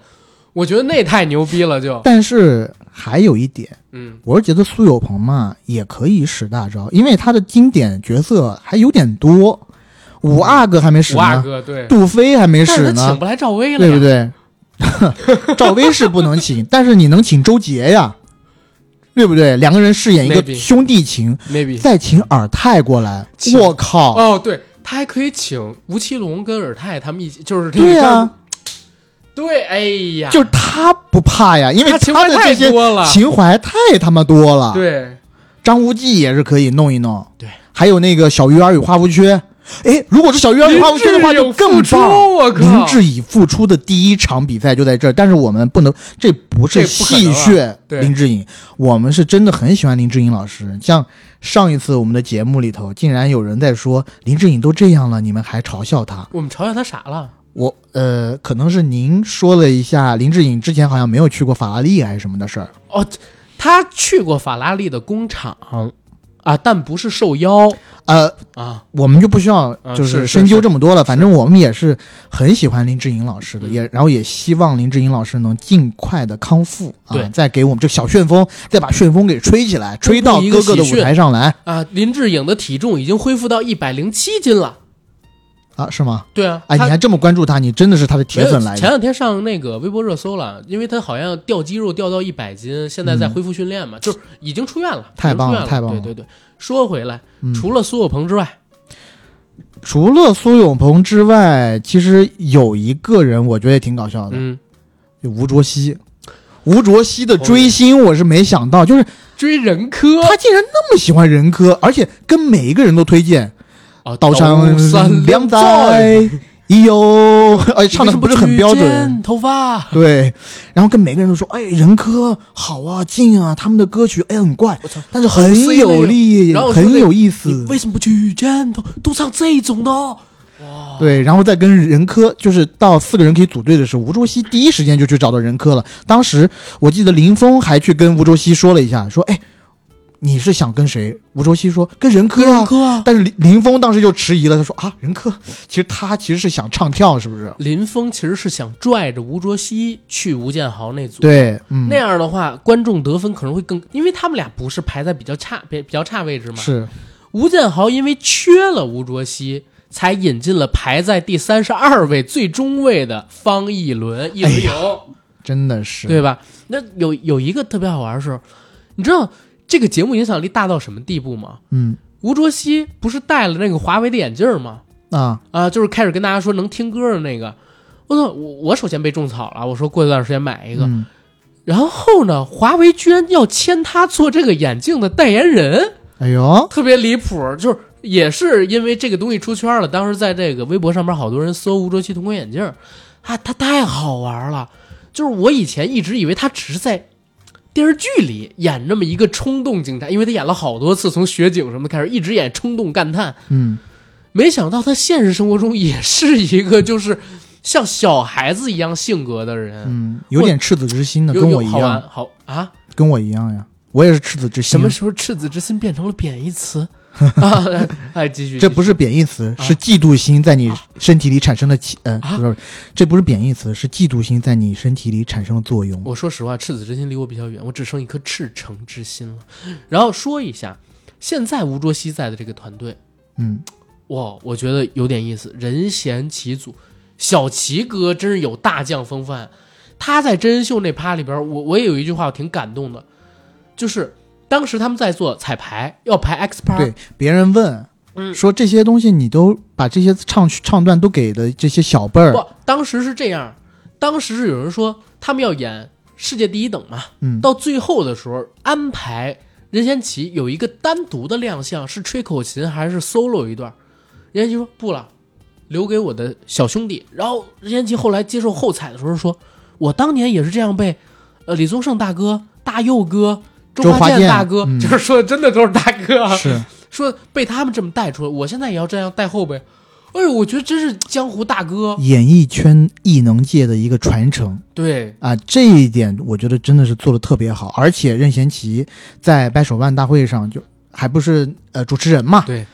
Speaker 1: 我觉得那太牛逼了就，
Speaker 2: 但是还有一点，
Speaker 1: 嗯，
Speaker 2: 我是觉得苏有朋嘛也可以使大招，因为他的经典角色还有点多，五阿哥还没使
Speaker 1: 五阿
Speaker 2: 呢，
Speaker 1: 哥对，
Speaker 2: 杜飞还没
Speaker 1: 但
Speaker 2: 使
Speaker 1: 是他
Speaker 2: 呢
Speaker 1: 请，不来赵薇了
Speaker 2: 对
Speaker 1: 呀，
Speaker 2: 不对？ 赵薇是不能请，但是你能请周杰呀，对不对？两个人饰演一个
Speaker 1: Maybe
Speaker 2: 兄弟情，
Speaker 1: ？maybe
Speaker 2: 再请尔泰过来，
Speaker 1: 请
Speaker 2: 我靠！
Speaker 1: 哦，对他还可以请吴奇隆跟尔泰他们一起，就是这个
Speaker 2: 对啊呀、
Speaker 1: 对，哎呀，
Speaker 2: 就是他不怕呀，因为
Speaker 1: 他情
Speaker 2: 他
Speaker 1: 怀
Speaker 2: 的
Speaker 1: 太
Speaker 2: 这些
Speaker 1: 多了，
Speaker 2: 情啊怀太他妈多了。，
Speaker 1: 对，
Speaker 2: 张无忌也是可以弄一弄。
Speaker 1: 对，
Speaker 2: 还有那个小鱼儿与花无缺。哎，如果是小鱼儿与花无缺的话，就更棒。
Speaker 1: 我
Speaker 2: 林
Speaker 1: 靠，
Speaker 2: 志颖复出的第一场比赛就在这儿，但是我们不能，这不是
Speaker 1: 这不可
Speaker 2: 戏
Speaker 1: 能啊
Speaker 2: 谑
Speaker 1: 对
Speaker 2: 林志颖，我们是真的很喜欢林志颖老师。像上一次我们的节目里头，竟然有人在说林志颖都这样了，你们还嘲笑他。
Speaker 1: 我们嘲笑他傻了，
Speaker 2: 我呃，可能是您说了一下林志颖之前好像没有去过法拉利还是什么的事儿。
Speaker 1: 他去过法拉利的工厂啊，但不是受邀
Speaker 2: 呃，
Speaker 1: 啊，
Speaker 2: 我们就不需要
Speaker 1: 啊
Speaker 2: 就是
Speaker 1: 是
Speaker 2: 深究
Speaker 1: 是嗯
Speaker 2: 这么多了，反正我们也是很喜欢林志颖老师的，也然后也希望林志颖老师能尽快的康复啊
Speaker 1: 对，
Speaker 2: 再给我们这小旋风，再把旋风给吹起来，吹到
Speaker 1: 公布一个
Speaker 2: 哥哥的
Speaker 1: 喜
Speaker 2: 舞
Speaker 1: 讯
Speaker 2: 台上来。
Speaker 1: 啊，林志颖的体重已经恢复到一百零七斤了，
Speaker 2: 啊，是吗？
Speaker 1: 对啊，
Speaker 2: 哎，你
Speaker 1: 他
Speaker 2: 还这么关注他，你真的是他的铁粉
Speaker 1: 没有
Speaker 2: 来
Speaker 1: 前
Speaker 2: 着。
Speaker 1: 两天上那个微博热搜了，因为他好像掉肌肉掉到一百斤，现在在恢复训练嘛，就是已经出院了，
Speaker 2: 嗯
Speaker 1: 已
Speaker 2: 太
Speaker 1: 经出
Speaker 2: 棒了
Speaker 1: 院了，
Speaker 2: 太棒了
Speaker 1: 对对对，说回来，
Speaker 2: 嗯
Speaker 1: 除了苏有朋之外，
Speaker 2: 除了苏有朋之外，其实有一个人我觉得也挺搞笑的，
Speaker 1: 嗯，
Speaker 2: 就吴卓羲。吴卓羲
Speaker 1: 哦
Speaker 2: 的追星我是没想到，就是
Speaker 1: 追人科
Speaker 2: 他竟然那么喜欢人科，而且跟每一个人都推荐
Speaker 1: 啊，
Speaker 2: “刀山
Speaker 1: 山
Speaker 2: 两
Speaker 1: 在，
Speaker 2: 载”，哟，而哎且唱的不是很标
Speaker 1: 你为什么不去
Speaker 2: 准。
Speaker 1: 剪头发，
Speaker 2: 对，然后跟每个人都说：“哎，人科好啊，劲啊，他们的歌曲哎很怪
Speaker 1: 我操，
Speaker 2: 但是很有力，
Speaker 1: 然后说那
Speaker 2: 很有意
Speaker 1: 你
Speaker 2: 思。
Speaker 1: 为什么不去剪头？都唱这种的哦，”
Speaker 2: 啊对，然后再跟人科，就是到四个人可以组队的时候，吴卓羲第一时间就去找到人科了。当时我记得林峰还去跟吴卓羲说了一下，说：“哎，你是想跟谁？”吴卓羲说：“跟人科啊。
Speaker 1: 人科啊。
Speaker 2: 但是林林峰当时就迟疑了，他说：“啊，任科，其实他其实是想唱跳，是不是
Speaker 1: 林峰其实是想拽着吴卓羲去吴建豪那？”组，
Speaker 2: 对，嗯，
Speaker 1: 那样的话，观众得分可能会更，因为他们俩不是排在比较差、比比较差位置嘛。
Speaker 2: 嗯是
Speaker 1: 吴建豪因为缺了吴卓羲，才引进了排在第三十二位最中位的方逸伦，一轮游，
Speaker 2: 真的哎是
Speaker 1: 对吧？那有有一个特别好玩的是，你知道这个节目影响力大到什么地步吗？
Speaker 2: 嗯
Speaker 1: 吴卓羲不是戴了那个华为的眼镜吗？
Speaker 2: 啊，
Speaker 1: 啊，就是开始跟大家说能听歌的那个。我操，我我首先被种草了，我说过一段时间买一个。
Speaker 2: 嗯，
Speaker 1: 然后呢，华为居然要签他做这个眼镜的代言人，
Speaker 2: 哎呦，
Speaker 1: 特别离谱。就是也是因为这个东西出圈了，当时在这个微博上面，好多人搜吴卓羲同款眼镜儿，啊，他太好玩了。就是我以前一直以为他只是在电视剧里演这么一个冲动警察，因为他演了好多次，从雪警什么的开始，一直演冲动干探。
Speaker 2: 嗯，
Speaker 1: 没想到他现实生活中也是一个就是像小孩子一样性格的人，
Speaker 2: 嗯，有点赤子之心的，
Speaker 1: 又
Speaker 2: 跟
Speaker 1: 又
Speaker 2: 我一
Speaker 1: 好玩
Speaker 2: 样，
Speaker 1: 好啊！
Speaker 2: 跟我一样呀，我也是赤子之心。
Speaker 1: 什么时候赤子之心变成了贬义 词？啊，哎，继续，
Speaker 2: 这不
Speaker 1: 是
Speaker 2: 是贬义词，
Speaker 1: 啊
Speaker 2: 是嫉妒心在你身体里产生的起，呃，
Speaker 1: 啊
Speaker 2: 不是，这不是贬义词，是嫉妒心在你身体里产生的作用。
Speaker 1: 我说实话，赤子之心离我比较远，我只剩一颗赤诚之心了。然后说一下，现在吴卓羲在的这个团队，
Speaker 2: 嗯，
Speaker 1: 哇，我觉得有点意思，人贤其祖。小齐哥真是有大将风范，他在真人秀那趴里边，我我也有一句话我挺感动的，就是当时他们在做彩排，要排 X 趴，
Speaker 2: 对，别人问。
Speaker 1: 啊嗯
Speaker 2: 说这些东西，你都把这些唱曲唱段都给的这些小辈儿，
Speaker 1: 不，当时是这样，当时是有人说他们要演世界第一等嘛，
Speaker 2: 嗯
Speaker 1: 到最后的时候安排任贤齐有一个单独的亮相，是吹口琴还是 solo 一段？任贤齐说不了，留给我的小兄弟。然后任贤齐后来接受后采的时候说，我当年也是这样被，呃，李宗盛大哥、大佑哥、周
Speaker 2: 周
Speaker 1: 华
Speaker 2: 华
Speaker 1: 健
Speaker 2: 健
Speaker 1: 大哥，
Speaker 2: 嗯
Speaker 1: 就是说的真的都是大哥啊，
Speaker 2: 是
Speaker 1: 说被他们这么带出来，我现在也要这样带后辈。哎呦，我觉得真是江湖大哥，
Speaker 2: 演艺圈艺能界的一个传承
Speaker 1: 对，
Speaker 2: 啊，这一点我觉得真的是做的特别好。而且任贤齐在掰手腕大会上就还不是呃主持人嘛，
Speaker 1: 对，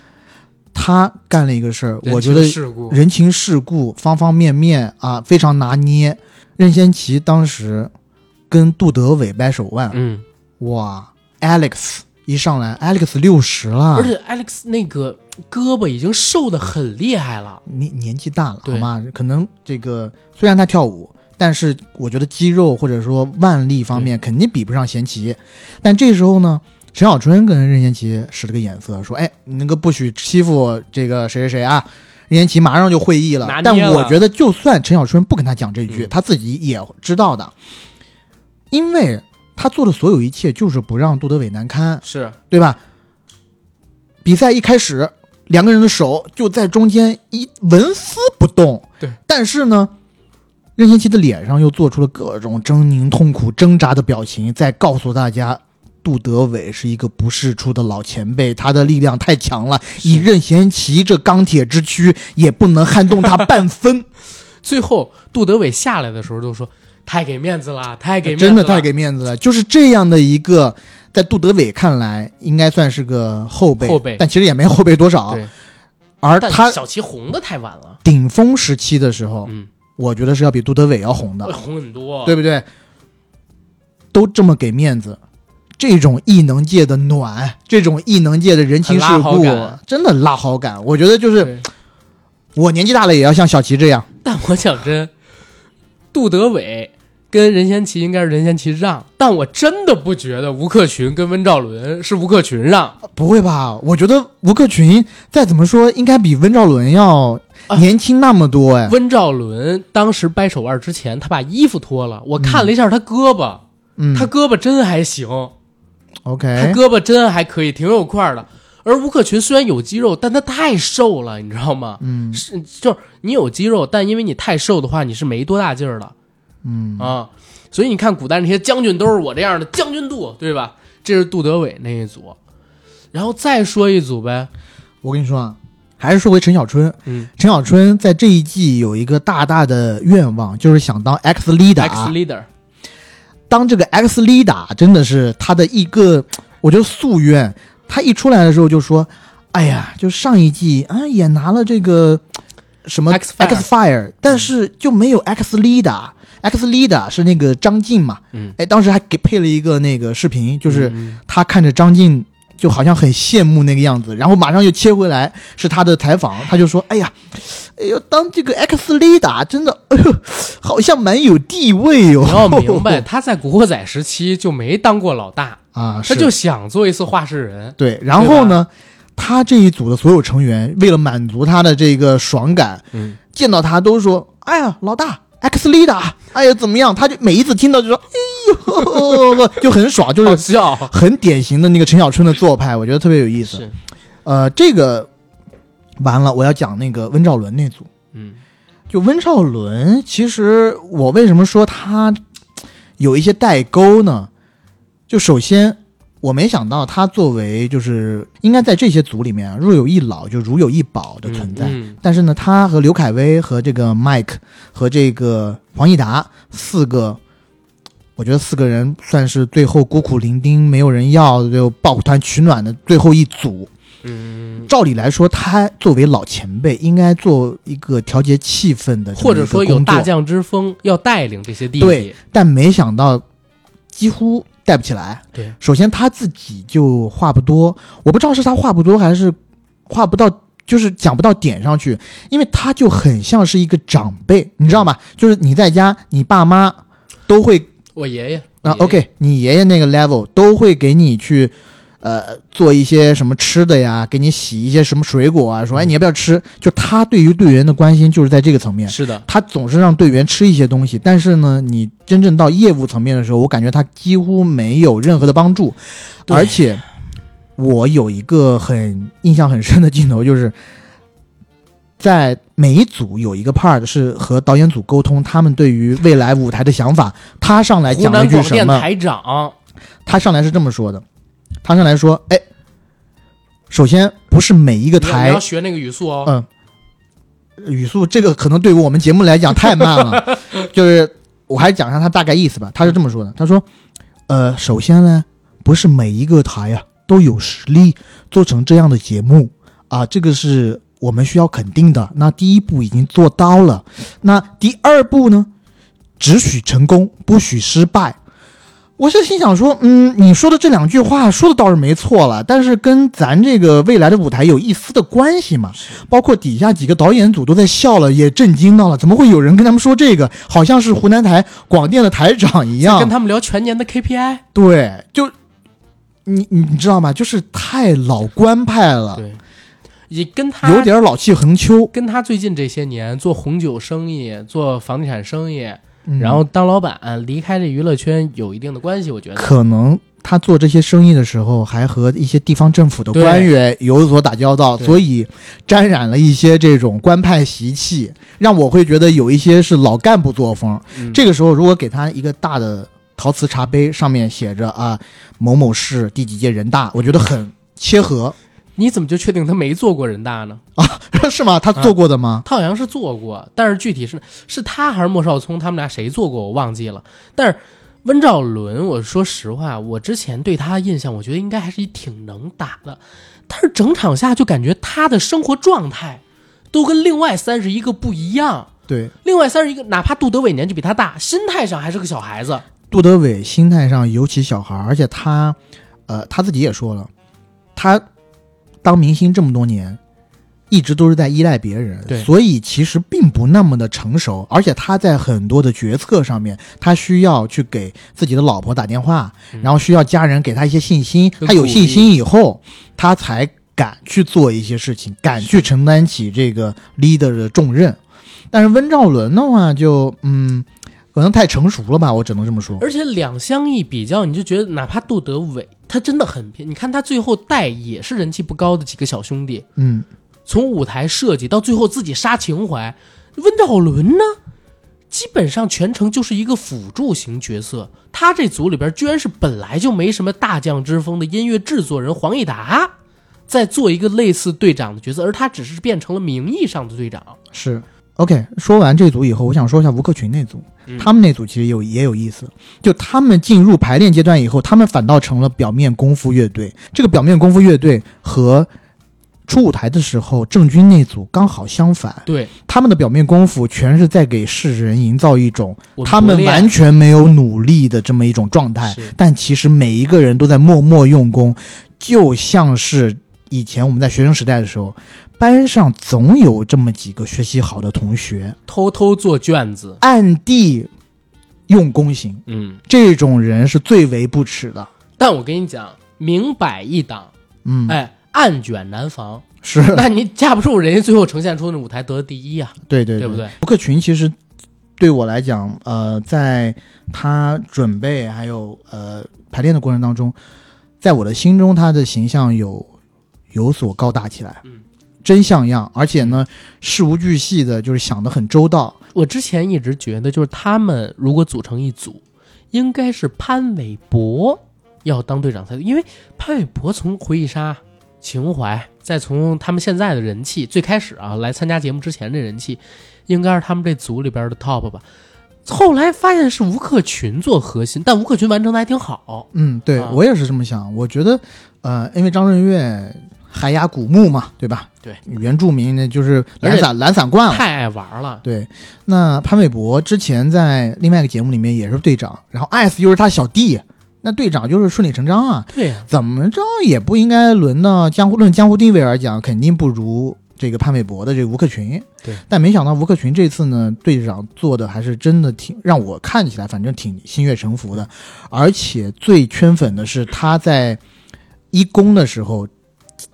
Speaker 2: 他干了一个事儿，我觉
Speaker 1: 人
Speaker 2: 得
Speaker 1: 情世故
Speaker 2: 人情世故方方面面啊非常拿捏。任贤齐当时跟杜德伟掰手腕，
Speaker 1: 嗯，
Speaker 2: 哇，Alex 一上来，Alex 六十了，
Speaker 1: 而且 Alex 那个胳膊已经瘦的很厉害了，
Speaker 2: 年年纪大了，好
Speaker 1: 对
Speaker 2: 吗？可能这个虽然他跳舞，但是我觉得肌肉或者说腕力方面肯定比不上贤齐。但这时候呢，陈小春跟任贤齐使了个眼色，说：“哎，你那个不许欺负这个谁谁谁啊！”任贤齐马上就会意了
Speaker 1: 拿。捏
Speaker 2: 但
Speaker 1: 了
Speaker 2: 我觉得，就算陈小春不跟他讲这句，
Speaker 1: 嗯
Speaker 2: 他自己也知道的，因为他做的所有一切就是不让杜德伟难堪。
Speaker 1: 是
Speaker 2: 对吧？比赛一开始，两个人的手就在中间一纹丝不动。
Speaker 1: 对，
Speaker 2: 但是呢，任贤齐的脸上又做出了各种狰狞、痛苦、挣扎的表情，在告诉大家。杜德伟是一个不世出的老前辈，他的力量太强了，以任贤齐这钢铁之躯也不能撼动他半分。
Speaker 1: 最后杜德伟下来的时候都说太给面子了，太 给面子了，
Speaker 2: 真的太给面子了。就是这样的一个，在杜德伟看来应该算是个后辈，
Speaker 1: 后辈
Speaker 2: 但其实也没后辈多少
Speaker 1: 对。
Speaker 2: 啊而
Speaker 1: 但
Speaker 2: 他
Speaker 1: 小齐红的太晚了，
Speaker 2: 顶峰时期的时候，
Speaker 1: 嗯，哦
Speaker 2: 我觉得是要比杜德伟要红的，
Speaker 1: 红很多，
Speaker 2: 对不对？都这么给面子，这种异能界的暖，这种异能界的人情世
Speaker 1: 很
Speaker 2: 故
Speaker 1: 拉好感，
Speaker 2: 真的拉好感。我觉得就是
Speaker 1: 对
Speaker 2: 我年纪大了也要像小齐这样，
Speaker 1: 但我讲真，杜德伟跟任贤齐应该是任贤齐让，但我真的不觉得吴克群跟温兆伦是吴克群让。
Speaker 2: 啊不会吧？我觉得吴克群再怎么说应该比温兆伦要
Speaker 1: 啊
Speaker 2: 年轻那么多哎。
Speaker 1: 温兆伦当时掰手腕之前，他把衣服脱了，我看了一下他胳膊，
Speaker 2: 嗯，哎
Speaker 1: 他胳膊真还行，他
Speaker 2: OK，
Speaker 1: 胳膊真还可以，挺有块儿的。而吴克群虽然有肌肉，但他太瘦了，你知道吗？
Speaker 2: 嗯
Speaker 1: 是就是你有肌肉，但因为你太瘦的话，你是没多大劲儿的。
Speaker 2: 嗯，
Speaker 1: 啊，所以你看古代那些将军都是我这样的将军肚，对吧？这是杜德伟那一组，然后再说一组呗，
Speaker 2: 我跟你说啊，还是说回陈小春。
Speaker 1: 嗯
Speaker 2: 陈小春在这一季有一个大大的愿望，就是想当 X leader
Speaker 1: ，X
Speaker 2: 啊。
Speaker 1: leader，
Speaker 2: 当这个 X leader 啊真的是他的一个，我觉得夙愿。他一出来的时候就说：“哎呀，就上一季啊也拿了这个什么
Speaker 1: X-Fire
Speaker 2: Fire，但是就没有 X leader。X 啊 leader 是那个张晋嘛？
Speaker 1: 嗯，
Speaker 2: 哎，当时还给配了一个那个视频，就是
Speaker 1: 嗯
Speaker 2: 他看着张晋就好像很羡慕那个样子，然后马上又切回来是他的采访，他就说：“哎呀，哎呦，当这个 X leader 真的，哎呦，好像蛮有地位哦。”
Speaker 1: 你要嗯明白，他在《古惑仔》时期就没当过老大，
Speaker 2: 啊，
Speaker 1: 他
Speaker 2: 是
Speaker 1: 就想做一次画事人，
Speaker 2: 对。然后呢，他这一组的所有成员为了满足他的这个爽感，
Speaker 1: 嗯，
Speaker 2: 见到他都说：“哎呀，老大。” X leader，哎呀，怎么样？他就每一次听到就说，哎呦， 就很爽，就
Speaker 1: 好
Speaker 2: 是
Speaker 1: 笑，
Speaker 2: 很典型的那个陈小春的做派，我觉得特别有意思。
Speaker 1: 是，
Speaker 2: 呃，这个完了，我要讲那个温兆伦那组。
Speaker 1: 嗯
Speaker 2: 就温兆伦，其实我为什么说他有一些代沟呢？就首先，我没想到他作为就是应该在这些组里面啊若有一老，就如有一宝的存在。
Speaker 1: 嗯
Speaker 2: 但是呢，他和刘恺威和这个 Mike 和这个黄义达四个，我觉得四个人算是最后孤苦伶仃，没有人要，就抱团取暖的最后一组。
Speaker 1: 嗯，
Speaker 2: 照理来说，他作为老前辈，应该做一个调节气氛的这么
Speaker 1: 或者
Speaker 2: 一个
Speaker 1: 说有
Speaker 2: 工作
Speaker 1: 大，将之风要带领这些弟弟
Speaker 2: 对，但没想到几乎带不起来。
Speaker 1: 对，
Speaker 2: 首先他自己就话不多，我不知道是他话不多还是话不到。就是讲不到点上去，因为他就很像是一个长辈，你知道吗？就是你在家，你爸妈都会
Speaker 1: 我爷爷我
Speaker 2: 啊
Speaker 1: 爷爷
Speaker 2: ，OK，你爷爷那个 level 都会给你去，呃，做一些什么吃的呀，给你洗一些什么水果啊，
Speaker 1: 嗯
Speaker 2: 说哎你要不要吃？就他对于队员的关心就是在这个层面，
Speaker 1: 是的，
Speaker 2: 他总是让队员吃一些东西，但是呢，你真正到业务层面的时候，我感觉他几乎没有任何的帮助，
Speaker 1: 对
Speaker 2: 而且我有一个很印象很深的镜头，就是在每一组有一个 part 是和导演组沟通他们对于未来舞台的想法，他上来
Speaker 1: 湖
Speaker 2: 讲了
Speaker 1: 南
Speaker 2: 一句
Speaker 1: 广
Speaker 2: 什
Speaker 1: 电
Speaker 2: 么？
Speaker 1: 台长，
Speaker 2: 他上来是这么说的，他上来说，哎，首先不是每一个
Speaker 1: 你要你
Speaker 2: 台
Speaker 1: 要学那个语速哦，
Speaker 2: 嗯语速，这个可能对于我们节目来讲太慢了，就是我还是讲一下他大概意思吧。他是这么说的，他说，呃，首先呢，不是每一个台啊都有实力做成这样的节目啊，这个是我们需要肯定的。那第一步已经做到了，那第二步呢，只许成功，不许失败。我是心想说，嗯，你说的这两句话说的倒是没错了，但是跟咱这个未来的舞台有一丝的关系吗？包括底下几个导演组都在笑了，也震惊到了，怎么会有人跟他们说这个？好像是湖南台广电的台长一样
Speaker 1: 跟，他们聊全年的 KPI，
Speaker 2: 对，就你你你知道吗？就是太老官派了，
Speaker 1: 对，也跟他
Speaker 2: 啊有点老气横秋。
Speaker 1: 跟他最近这些年做红酒生意、做房地产生意，
Speaker 2: 嗯
Speaker 1: 然后当老板，离开这娱乐圈有一定的关系，我觉得。
Speaker 2: 可能他做这些生意的时候，还和一些地方政府的官员有所打交道，
Speaker 1: 对
Speaker 2: 所以沾染了一些这种官派习气，让我会觉得有一些是老干部作风。
Speaker 1: 嗯
Speaker 2: 这个时候，如果给他一个大的陶瓷茶杯，上面写着啊某某市第几届人大，我觉得很切合，
Speaker 1: 你怎么就确定他没做过人大呢？
Speaker 2: 是吗？
Speaker 1: 啊
Speaker 2: 他做过的吗？
Speaker 1: 他好像是做过，但是具体是是他还是莫少聪，他们俩谁做过我忘记了。但是温兆伦，我说实话，我之前对他的印象，我觉得应该还是一挺能打的，但是整场下就感觉他的生活状态都跟另外三十一个不一样。
Speaker 2: 对，
Speaker 1: 另外三十一个，哪怕杜德伟年纪比他大，心态上还是个小孩子。
Speaker 2: 杜德伟心态上尤其小孩儿，而且他，呃，他自己也说了，他当明星这么多年，一直都是在依赖别人，
Speaker 1: 对
Speaker 2: 所以其实并不那么的成熟，而且他在很多的决策上面，他需要去给自己的老婆打电话，然后需要家人给他一些信心，
Speaker 1: 嗯跟
Speaker 2: 他有
Speaker 1: 鼓
Speaker 2: 信
Speaker 1: 励
Speaker 2: 心以后，他才敢去做一些事情，敢去承担起这个 leader 的重任。但是温兆伦的话就，嗯，可能太成熟了吧，我只能这么说。
Speaker 1: 而且两相一比较，你就觉得哪怕杜德伟，他真的很拼。你看他最后带也是人气不高的几个小兄弟，
Speaker 2: 嗯，
Speaker 1: 从舞台设计到最后自己杀情怀，温兆伦呢，基本上全程就是一个辅助型角色。他这组里边居然是本来就没什么大将之风的音乐制作人黄义达，在做一个类似队长的角色，而他只是变成了名义上的队长。
Speaker 2: 是。OK，说完这组以后，我想说一下吴克群那组，
Speaker 1: 嗯
Speaker 2: 他们那组其实也有也有意思。就他们进入排练阶段以后，他们反倒成了表面功夫乐队。这个表面功夫乐队和出舞台的时候郑钧那组刚好相反，
Speaker 1: 对，
Speaker 2: 他们的表面功夫全是在给世人营造一种
Speaker 1: 我
Speaker 2: 他们
Speaker 1: 不练
Speaker 2: 完全没有努力的这么一种状态
Speaker 1: 是，
Speaker 2: 但其实每一个人都在默默用功，就像是以前我们在学生时代的时候，班上总有这么几个学习好的同学，
Speaker 1: 偷偷做卷子，
Speaker 2: 暗地用功型，
Speaker 1: 嗯。
Speaker 2: 这种人是最为不耻的。
Speaker 1: 但我跟你讲，明摆一档，
Speaker 2: 嗯，
Speaker 1: 哎，暗卷难防。
Speaker 2: 是
Speaker 1: 那你架不住人家最后呈现出那舞台得第一啊，
Speaker 2: 对对
Speaker 1: 对不对？
Speaker 2: 吴克群其实对我来讲，呃，在他准备还有呃排练的过程当中，在我的心中，他的形象有有所高大起来，
Speaker 1: 嗯，
Speaker 2: 真像样，而且呢，事无巨细的，就是想得很周到，
Speaker 1: 我之前一直觉得，就是他们如果组成一组，应该是潘玮柏要当队长才对，因为潘玮柏从回忆杀、情怀，再从他们现在的人气，最开始啊来参加节目之前的人气，应该是他们这组里边的 top 吧。后来发现是吴克群做核心，但吴克群完成的还挺好。
Speaker 2: 嗯，对、
Speaker 1: 啊
Speaker 2: 我也是这么想，我觉得，呃，因为张震岳。海牙古墓嘛，对吧？
Speaker 1: 对，
Speaker 2: 原住民那就是懒
Speaker 1: 而且
Speaker 2: 散懒散惯了，
Speaker 1: 太爱玩了，
Speaker 2: 对，那潘玮柏之前在另外一个节目里面也是队长，然后艾斯又是他小弟，那队长就是顺理成章啊，
Speaker 1: 对呀、
Speaker 2: 怎么着也不应该轮到江湖论江湖地位而讲，肯定不如这个潘玮柏的这个吴克群。
Speaker 1: 对，
Speaker 2: 但没想到吴克群这次呢，队长做的还是真的挺让我看起来反正挺心悦诚服的，而且最圈粉的是他在一公的时候。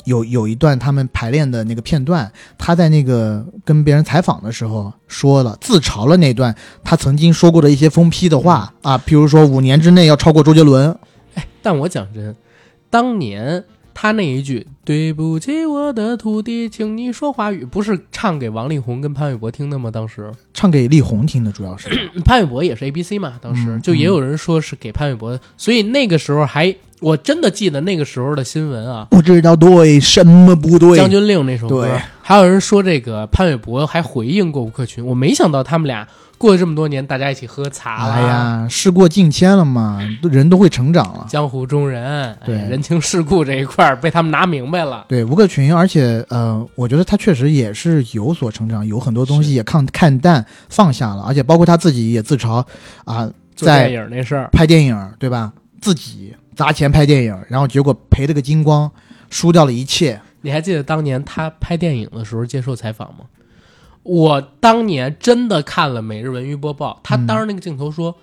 Speaker 2: 有有一段他们排练的那个片段，他在那个跟别人采访的时候说了自嘲了那段他曾经说过的一些疯批的话啊，譬如说五年之内要超过周杰伦，
Speaker 1: 但我讲真，当年他那一句“对不起，我的土地，请你说华语”，不是唱给王力宏跟潘玮柏听的吗？当时
Speaker 2: 唱给力宏听的，主要是
Speaker 1: 嗯潘玮柏也是 A B C 嘛，当时、
Speaker 2: 嗯
Speaker 1: 就也有人说是给潘玮柏，所以那个时候还我真的记得那个时候的新闻啊，
Speaker 2: 不知道对什么不对。
Speaker 1: 《将军令》那首歌，
Speaker 2: 对
Speaker 1: 还有人说这个潘玮柏还回应过吴克群，我没想到他们俩过了这么多年，大家一起喝茶了啊
Speaker 2: 哎，呀，事过境迁了嘛，都人都会成长啊了。
Speaker 1: 江湖中人，
Speaker 2: 对
Speaker 1: 哎人情世故这一块儿被他们拿明白了。
Speaker 2: 对吴克群，而且呃，我觉得他确实也是有所成长，有很多东西
Speaker 1: 是
Speaker 2: 也看看淡放下了，而且包括他自己也自嘲啊、
Speaker 1: 做电
Speaker 2: 在
Speaker 1: 影那事儿，
Speaker 2: 拍电影，对吧？自己砸钱拍电影，然后结果赔了个精光，输掉了一切。
Speaker 1: 你还记得当年他拍电影的时候接受采访吗？我当年真的看了《每日文娱播报》，他当时那个镜头说，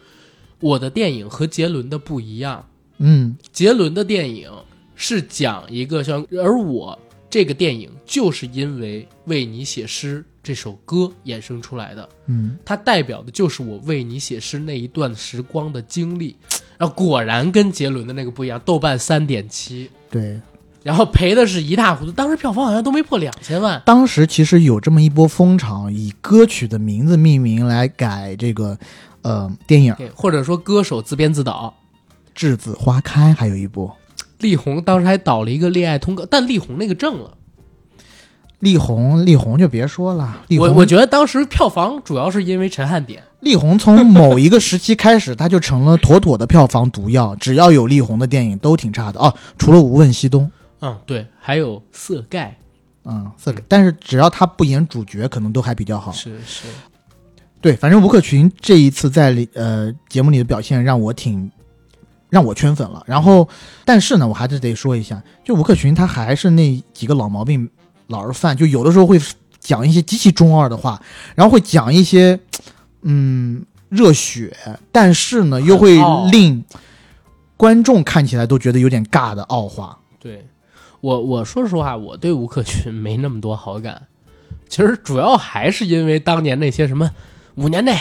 Speaker 1: 我的电影和杰伦的不一样，
Speaker 2: 嗯，
Speaker 1: 杰伦的电影是讲一个像，而我这个电影就是因为为你写诗这首歌衍生出来的，
Speaker 2: 嗯，
Speaker 1: 它代表的就是我为你写诗那一段时光的经历。然后果然跟杰伦的那个不一样，豆瓣三点七。
Speaker 2: 对，
Speaker 1: 然后赔的是一塌糊涂，当时票房好像都没破两千万。
Speaker 2: 当时其实有这么一波风潮，以歌曲的名字命名来改这个呃电影。
Speaker 1: 对，或者说歌手自编自导。
Speaker 2: 栀子花开，还有一部
Speaker 1: 力宏当时还导了一个《恋爱通告》，但力宏那个挣了。
Speaker 2: 力宏，力宏就别说了，力
Speaker 1: 我
Speaker 2: 宏，
Speaker 1: 我觉得当时票房主要是因为陈汉典，
Speaker 2: 力宏从某一个时期开始，他就成了妥妥的票房毒药，只要有力宏的电影都挺差的哦，除了《无问西东》
Speaker 1: 嗯，对，还有色盖，
Speaker 2: 嗯，四个，但是只要他不演主角，可能都还比较好。
Speaker 1: 是是，
Speaker 2: 对，反正吴克群这一次在里呃节目里的表现让我挺让我圈
Speaker 1: 嗯
Speaker 2: 粉了。然后，但是呢，我还是得说一下，就吴克群他还是那几个老毛病老是犯，就有的时候会讲一些极其中二的话，然后会讲一些嗯热血，但是呢又会
Speaker 1: 傲啊
Speaker 2: 令观众看起来都觉得有点尬的傲话。
Speaker 1: 对我，我说实话，我对吴克群没那么多好感。其实主要还是因为当年那些什么五年内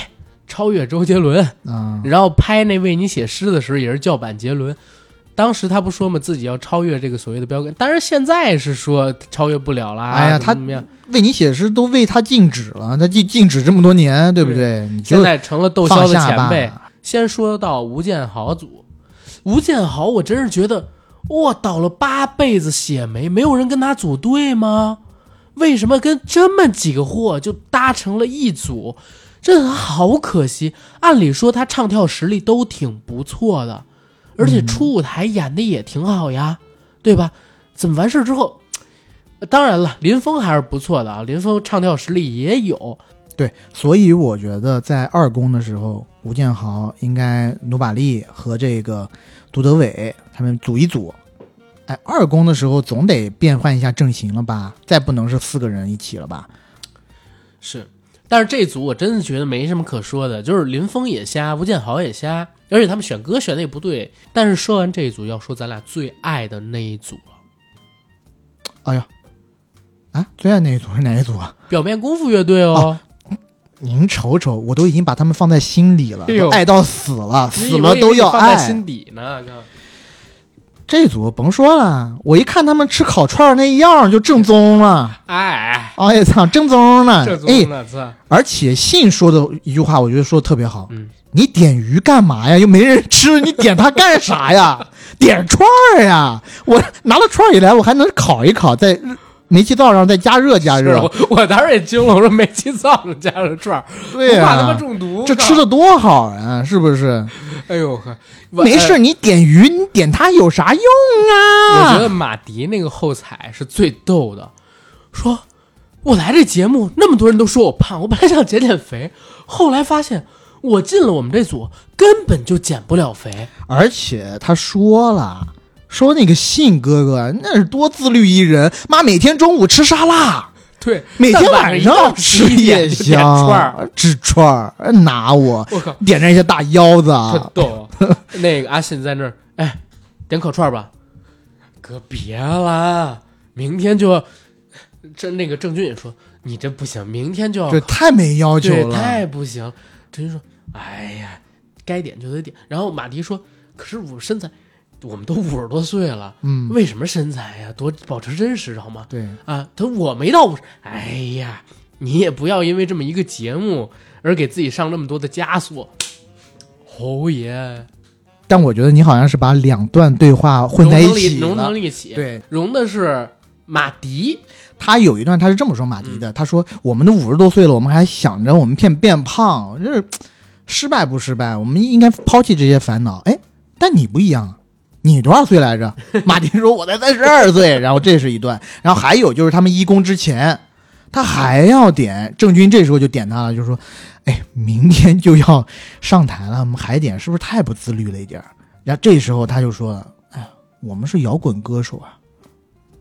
Speaker 1: 超越周杰伦，
Speaker 2: 嗯，
Speaker 1: 然后拍那为你写诗的时候也是叫板杰伦。当时他不说嘛，自己要超越这个所谓的标杆，当然现在是说超越不了啦。
Speaker 2: 哎呀
Speaker 1: 啊怎么
Speaker 2: 他
Speaker 1: 怎么样，
Speaker 2: 为你写诗都为他禁止了，他禁禁止这么多年，对不对？你
Speaker 1: 现
Speaker 2: 就
Speaker 1: 在成了窦骁
Speaker 2: 放
Speaker 1: 的
Speaker 2: 下
Speaker 1: 前
Speaker 2: 吧。
Speaker 1: 辈。先说到吴建豪组，吴建豪，我真是觉得哇，倒了八辈子血霉，没有人跟他组队吗？为什么跟这么几个货就搭成了一组？这好可惜。按理说他唱跳实力都挺不错的，而且初舞台演的也挺好呀，对吧？怎么完事之后？呃当然了，林峰还是不错的啊，林峰唱跳实力也有，
Speaker 2: 对，所以我觉得在二公的时候，吴建豪应该努把力和这个杜德伟他们组一组。哎，二公的时候总得变换一下阵型了吧？再不能是四个人一起了吧？
Speaker 1: 是，但是这组我真的觉得没什么可说的，就是林峰也瞎，吴建豪也瞎，而且他们选歌选的也不对。但是说完这一组，要说咱俩最爱的那一组了，
Speaker 2: 哎呀，啊，最爱那一组是哪一组啊？
Speaker 1: 表面功夫乐队哦，
Speaker 2: 您瞅瞅，我都已经把他们放在心里了，
Speaker 1: 哎呦
Speaker 2: 都爱到死了，
Speaker 1: 你以
Speaker 2: 死
Speaker 1: 为
Speaker 2: 了都要
Speaker 1: 放在
Speaker 2: 爱。
Speaker 1: 心底呢。哥
Speaker 2: 这组甭说了，我一看他们吃烤串儿那样儿就正宗了。
Speaker 1: 哎，
Speaker 2: 哎呀操，正宗了！
Speaker 1: 这组
Speaker 2: 哎，
Speaker 1: 呢，这
Speaker 2: 而且信说的一句话，我觉得说的特别好。
Speaker 1: 嗯，
Speaker 2: 你点鱼干嘛呀？又没人吃，你点它干啥呀？ 点串儿呀！我拿了串儿以来，我还能烤一烤，在煤气灶上再加热加
Speaker 1: 是
Speaker 2: 热
Speaker 1: 我。我当时也惊了，我说煤气灶上加了串儿，
Speaker 2: 对
Speaker 1: 不怕他妈
Speaker 2: 呀、
Speaker 1: 中毒。
Speaker 2: 这
Speaker 1: 靠
Speaker 2: 吃的，多好啊，是不是？
Speaker 1: 哎呦呵，我
Speaker 2: 没事，。你点鱼，你点它有啥用
Speaker 1: 呃我
Speaker 2: 啊？
Speaker 1: 觉得马迪那个后采是最逗的，说我来这节目，那么多人都说我胖，我本来想减减肥，后来发现我进了我们这组，根本就减不了肥。
Speaker 2: 而且他说了，说那个信哥哥那是多自律一人，妈每天中午吃沙拉，
Speaker 1: 对，
Speaker 2: 每天
Speaker 1: 但
Speaker 2: 晚
Speaker 1: 上
Speaker 2: 上
Speaker 1: 一吃
Speaker 2: 夜
Speaker 1: 香
Speaker 2: 宵，
Speaker 1: 串儿，
Speaker 2: 吃串儿，哎拿我
Speaker 1: 我靠，
Speaker 2: 点燃一些大腰子
Speaker 1: 特
Speaker 2: 啊！
Speaker 1: 逗。那个阿信在那儿，哎，点烤串吧，哥别啦，明天就要。这那个郑钧也说你这不行，明天就要
Speaker 2: 这太没要求
Speaker 1: 哦对，
Speaker 2: 了。
Speaker 1: 太不行。陈云说：“哎呀，该点就得点。”然后马迪说：“可是我身材，我们都五十多岁了，
Speaker 2: 嗯，
Speaker 1: 为什么身材呀？多保持真实好吗？
Speaker 2: 对，
Speaker 1: 啊，他说我没到五十，哎呀，你也不要因为这么一个节目而给自己上那么多的枷锁。”侯爷
Speaker 2: 但我觉得你好像是把两段对话混在一起
Speaker 1: 融
Speaker 2: 了
Speaker 1: 成。一起，，
Speaker 2: 对
Speaker 1: 融的是马迪，
Speaker 2: 他有一段他是这么说马迪的，他说：“我们都五十多岁了，我们还想着我们变变胖，这是失败不失败？我们应该抛弃这些烦恼。”哎，但你不一样啊，你多少岁来着？马迪说：“我才三十二岁。”啊然后这是一段，然后还有就是他们一公之前，他还要点郑钧，这时候就点他了，就说：“哎，明天就要上台了，我们还点，是不是太不自律了一点儿？”然后这时候他就说了：“哎呀，我们是摇滚歌手啊，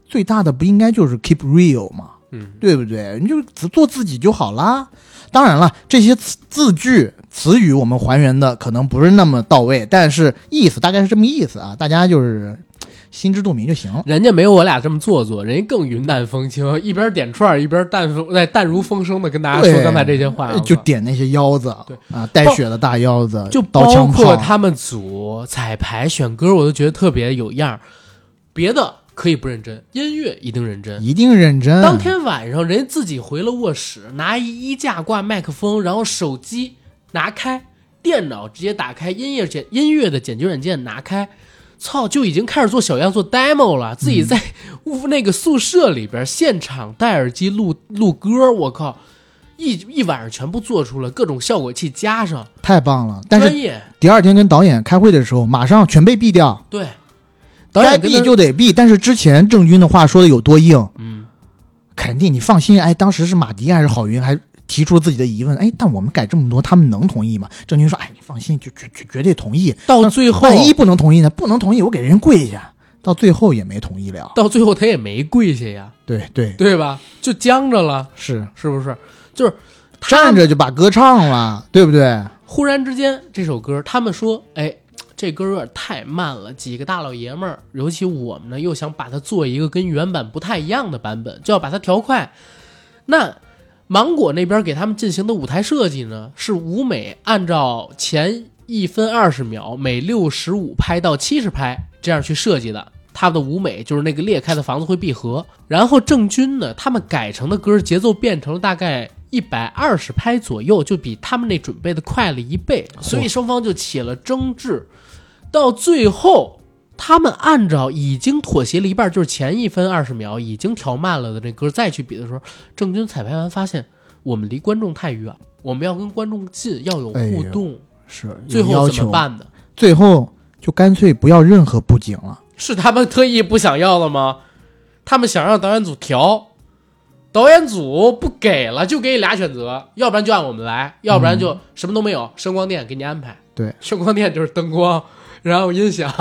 Speaker 2: 最大的不应该就是 keep real 吗？”
Speaker 1: 嗯，
Speaker 2: 对不对？你就只做自己就好啦。当然了，这些词字句词语我们还原的可能不是那么到位，但是意思大概是这么意思啊，大家就是心知肚明就行。
Speaker 1: 人家没有我俩这么做作，人家更云淡风轻，一边点串儿一边淡风哎淡如风声的跟大家说
Speaker 2: 对
Speaker 1: 刚才这些话，我
Speaker 2: 呃就
Speaker 1: 靠
Speaker 2: 点那些腰子，
Speaker 1: 对
Speaker 2: 啊，带血的大腰子，
Speaker 1: 就
Speaker 2: 刀
Speaker 1: 包
Speaker 2: 枪
Speaker 1: 括
Speaker 2: 炮，
Speaker 1: 他们组彩排选歌，我都觉得特别有样儿。别的可以不认真，音乐一定认真。
Speaker 2: 一定认真。
Speaker 1: 当天晚上，人家自己回了卧室，拿一衣架挂麦克风，然后手机拿开，电脑直接打开音乐剪音乐的剪辑软件拿开，操，就已经开始做小样做 demo 了，自己在屋那个宿舍里边现场戴耳机录录歌，我靠，一一晚上全部做出了，各种效果器加上，
Speaker 2: 太棒了。但
Speaker 1: 专
Speaker 2: 是
Speaker 1: 业
Speaker 2: 第二天跟导演开会的时候，马上全被毙掉，
Speaker 1: 对。导
Speaker 2: 该
Speaker 1: 演跟他
Speaker 2: 毙就得毙。但是之前郑钧的话说的有多硬，
Speaker 1: 嗯，
Speaker 2: 肯定你放心，哎，当时是马迪还是郝云还提出自己的疑问，哎，但我们改这么多，他们能同意吗？郑钧说，哎，你放心，绝绝绝绝对同意。
Speaker 1: 到最后
Speaker 2: 万一不能同意呢？不能同意，我给人跪下。到最后也没同意了。
Speaker 1: 到最后他也没跪下呀，
Speaker 2: 对对，
Speaker 1: 对吧？就僵着了，
Speaker 2: 是
Speaker 1: 是不是？就是他
Speaker 2: 站着就把歌唱了，对不对？
Speaker 1: 忽然之间，这首歌他们说，哎，这歌有点太慢了，几个大老爷们儿，尤其我们呢，又想把它做一个跟原版不太一样的版本，就要把它调快。那芒果那边给他们进行的舞台设计呢，是舞美按照前一分二十秒每六十五拍到七十拍这样去设计的。他们的舞美就是那个裂开的房子会闭合，然后郑钧呢，他们改成的歌节奏变成了大概一百二十拍左右，就比他们那准备的快了一倍，所以双方就起了争执。到最后，他们按照已经妥协了一半，就是前一分二十秒已经调慢了的那歌再去比的时候，郑钧彩排完发现我们离观众太远，我们要跟观众近，要有
Speaker 2: 哎
Speaker 1: 互
Speaker 2: 呦
Speaker 1: 动，
Speaker 2: 是有
Speaker 1: 最后
Speaker 2: 要
Speaker 1: 怎
Speaker 2: 求
Speaker 1: 么，办呢？
Speaker 2: 最后就干脆不要任何布景了。
Speaker 1: 是他们特意不想要了吗？他们想让导演组调，导演组不给了，就给你俩选择，要不然就按我们来，要不然就什么都没有，声光电给你安排。
Speaker 2: 对，
Speaker 1: 声光电就是灯光，然后音响，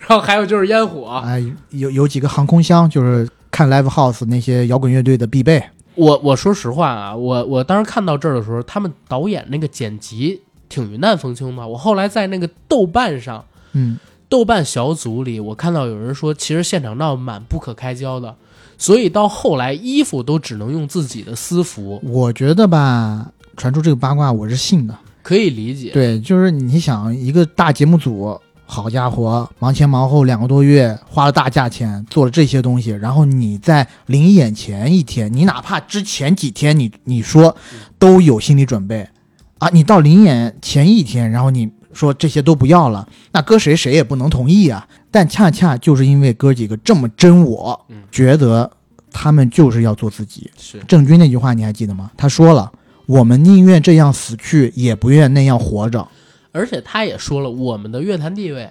Speaker 1: 然后还有就是烟火。
Speaker 2: 哎，有有几个航空箱，就是看 live house 那些摇滚乐队的必备。
Speaker 1: 我我说实话啊，我我当时看到这儿的时候，他们导演那个剪辑挺云淡风轻的。我后来在那个豆瓣上
Speaker 2: 嗯，
Speaker 1: 豆瓣小组里，我看到有人说，其实现场闹蛮不可开交的，所以到后来衣服都只能用自己的私服，
Speaker 2: 我觉得吧，传出这个八卦我是信的。
Speaker 1: 可以理解。
Speaker 2: 对，就是你想一个大节目组，好家伙，忙前忙后两个多月，花了大价钱做了这些东西，然后你在临演前一天，你哪怕之前几天你你说都有心理准备啊，你到临演前一天，然后你说这些都不要了，那搁谁谁也不能同意啊。但恰恰就是因为哥几个这么真我
Speaker 1: 嗯，
Speaker 2: 觉得他们就是要做自己，
Speaker 1: 是
Speaker 2: 郑钧那句话你还记得吗？他说了：“我们宁愿这样死去，也不愿那样活着。
Speaker 1: 而且他也说了，我们的乐坛地位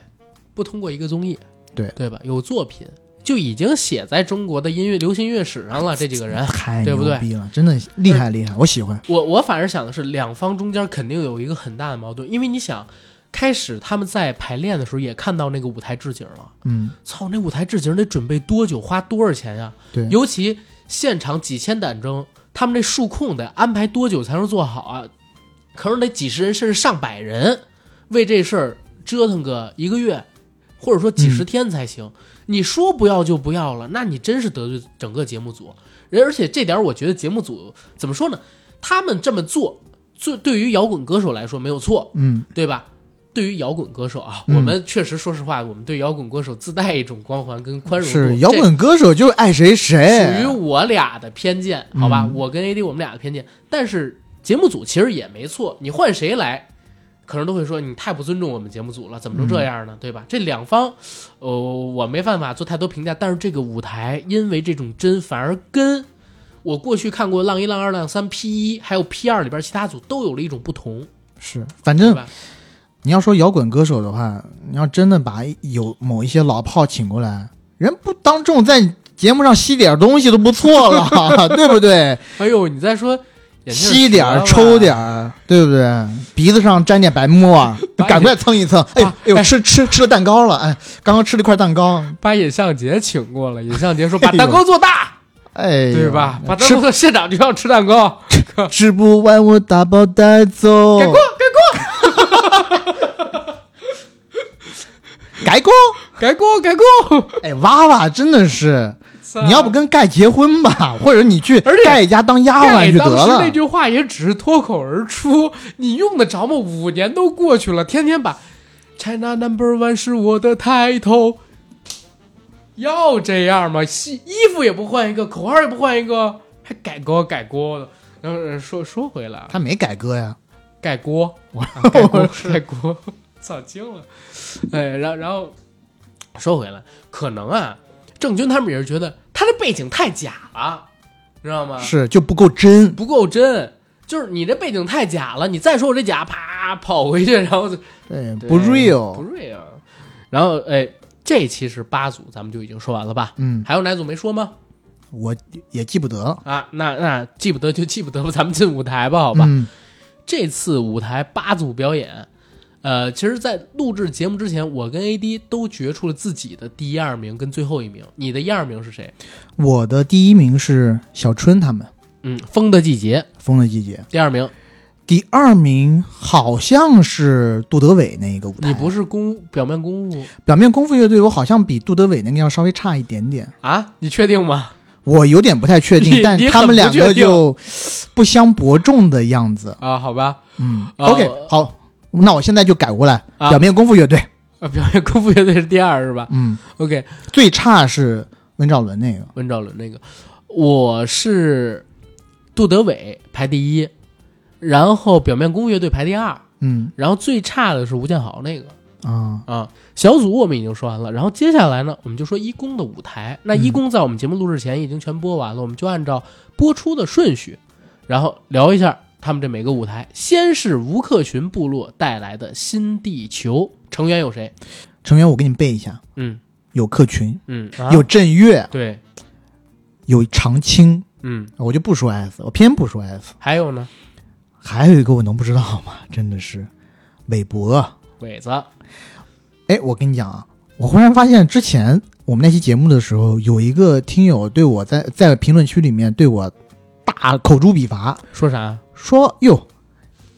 Speaker 1: 不通过一个综艺，
Speaker 2: 对
Speaker 1: 对吧？有作品就已经写在中国的音乐流行音乐史上了。这几个”人，
Speaker 2: 太
Speaker 1: 哎对
Speaker 2: 牛
Speaker 1: 不对
Speaker 2: 逼了，真的厉害厉害，我喜欢。
Speaker 1: 我我反而想的是，两方中间肯定有一个很大的矛盾，因为你想，开始他们在排练的时候也看到那个舞台置景了，
Speaker 2: 嗯，
Speaker 1: 操，那舞台置景得准备多久，花多少钱呀、
Speaker 2: 对，
Speaker 1: 尤其现场几千胆争，他们这数控得安排多久才能做好啊？可能得几十人甚至上百人为这事儿折腾个一个月，或者说几十天才行。你说不要就不要了，那你真是得罪整个节目组。人而且这点儿我觉得节目组怎么说呢？他们这么做，最对于摇滚歌手来说没有错，
Speaker 2: 嗯，
Speaker 1: 对吧？对于摇滚歌手啊，
Speaker 2: 嗯
Speaker 1: 我们确实说实话，我们对摇滚歌手自带一种光环跟宽容度。
Speaker 2: 是摇
Speaker 1: 这
Speaker 2: 滚歌手就爱谁
Speaker 1: 属于
Speaker 2: 谁。
Speaker 1: 我俩的偏见，好吧？
Speaker 2: 哎嗯
Speaker 1: 我跟 AD 我们俩的偏见，但是节目组其实也没错，你换谁来，可能都会说你太不尊重我们节目组了，怎么能这样呢？对
Speaker 2: 嗯
Speaker 1: 吧？这两方，呃，我没办法做太多评价，但是这个舞台因为这种真，反而跟我过去看过浪一、浪二、浪三、P 一还有 P 二里边其他组都有了一种不同，
Speaker 2: 是，反
Speaker 1: 对
Speaker 2: 正
Speaker 1: 吧？
Speaker 2: 你要说摇滚歌手的话，你要真的把有某一些老炮请过来，人不当众在节目上吸点东西都不错了， 对不对？
Speaker 1: 哎呦，你再说眼镜
Speaker 2: 吸点
Speaker 1: 折
Speaker 2: 儿，
Speaker 1: 了
Speaker 2: 抽点儿，对不对？鼻子上沾点白沫儿，
Speaker 1: 把你
Speaker 2: 赶快蹭一蹭。哎呦，
Speaker 1: 啊
Speaker 2: 哎呦，
Speaker 1: 哎
Speaker 2: 吃吃吃了蛋糕了，哎，刚刚吃了一块蛋糕，
Speaker 1: 把尹相杰请过来，尹相杰说把
Speaker 2: 哎呦
Speaker 1: 蛋糕做大。
Speaker 2: 哎呦，
Speaker 1: 对吧？把
Speaker 2: 吃
Speaker 1: 当做现场就要吃蛋糕，
Speaker 2: 吃不完我打包带走。
Speaker 1: 改过
Speaker 2: 改过，
Speaker 1: 改过改过。
Speaker 2: 哎，娃娃真的是，你要不跟盖结婚吧，或者你去
Speaker 1: 啊而且
Speaker 2: 盖家当丫鬟
Speaker 1: 盖
Speaker 2: 去
Speaker 1: 当
Speaker 2: 得
Speaker 1: 时
Speaker 2: 了
Speaker 1: 那。句话也只是脱口而出，你用得着吗？五年都过去了，天天把 China Number One 是我的 title，要这样吗？西衣服也不换一个，口号也不换一个，还改锅改锅的。然后呃说说回来啊，
Speaker 2: 他没改歌呀，
Speaker 1: 盖锅， 啊盖锅，盖锅，早惊了。 哎，然后然后说回来，可能啊，郑钧他们也是觉得他的背景太假了，知道吗？
Speaker 2: 是就不够真。
Speaker 1: 不够真，就是你这背景太假了。你再说我这假，啪跑回去，然后就
Speaker 2: 对，哎不
Speaker 1: 不
Speaker 2: real。
Speaker 1: real。然后哎，这期是八组，咱们就已经说完了吧？
Speaker 2: 嗯，
Speaker 1: 还有哪组没说吗？
Speaker 2: 我也记不得了。
Speaker 1: 啊，那那记不得就记不得了，咱们进舞台吧，好吧？
Speaker 2: 嗯
Speaker 1: 这次舞台八组表演，呃，其实，在录制节目之前，我跟 AD 都决出了自己的第一二名跟最后一名。你的一二名是谁？
Speaker 2: 我的第一名是小春他们，《
Speaker 1: 嗯，《风的季节》
Speaker 2: 风的季节》，
Speaker 1: 第二名。
Speaker 2: 第二名好像是杜德伟那一个舞台。
Speaker 1: 你不是功表面功夫
Speaker 2: 表面功夫乐队，我好像比杜德伟那个要稍微差一点点，
Speaker 1: 啊？你确定吗？
Speaker 2: 我有点不太确定
Speaker 1: 你，
Speaker 2: 但
Speaker 1: 你
Speaker 2: 他
Speaker 1: 很
Speaker 2: 们
Speaker 1: 不
Speaker 2: 两
Speaker 1: 确
Speaker 2: 个
Speaker 1: 定
Speaker 2: 就不相伯仲的样子。
Speaker 1: 啊，好吧，
Speaker 2: 嗯、
Speaker 1: 啊
Speaker 2: o k
Speaker 1: 我
Speaker 2: 好，那我现在就改过来，
Speaker 1: 啊
Speaker 2: 表面功夫乐队，
Speaker 1: 呃，表面功夫乐队是第二是吧
Speaker 2: 嗯，
Speaker 1: ？OK，
Speaker 2: 最差是温兆伦那个，
Speaker 1: 温兆伦那个，我是杜德伟排第一，然后表面功夫乐队排第二，
Speaker 2: 嗯
Speaker 1: 然后最差的是吴建豪那个
Speaker 2: 啊，
Speaker 1: 啊。小组我们已经说完了，然后接下来呢，我们就说一公的舞台。那一公在我们节目录制前已经全播完了，我们就按照播出的顺序，然后聊一下他们这每个舞台。先是吴克群部落带来的新地球成员有谁？
Speaker 2: 成员我给你背一下，
Speaker 1: 嗯
Speaker 2: 有克群，
Speaker 1: 嗯，
Speaker 2: 有震岳，
Speaker 1: 对，
Speaker 2: 有常青，
Speaker 1: 嗯，
Speaker 2: 我就不说 S，我偏不说 S，
Speaker 1: 还有呢，
Speaker 2: 还有一个我能不知道吗？真的是韦伯。
Speaker 1: 伟子，
Speaker 2: 哎，我跟你讲啊，我忽然发现之前我们那期节目的时候，有一个听友对我在在评论区里面对我大口诛笔伐，
Speaker 1: 说啥？
Speaker 2: 说哟，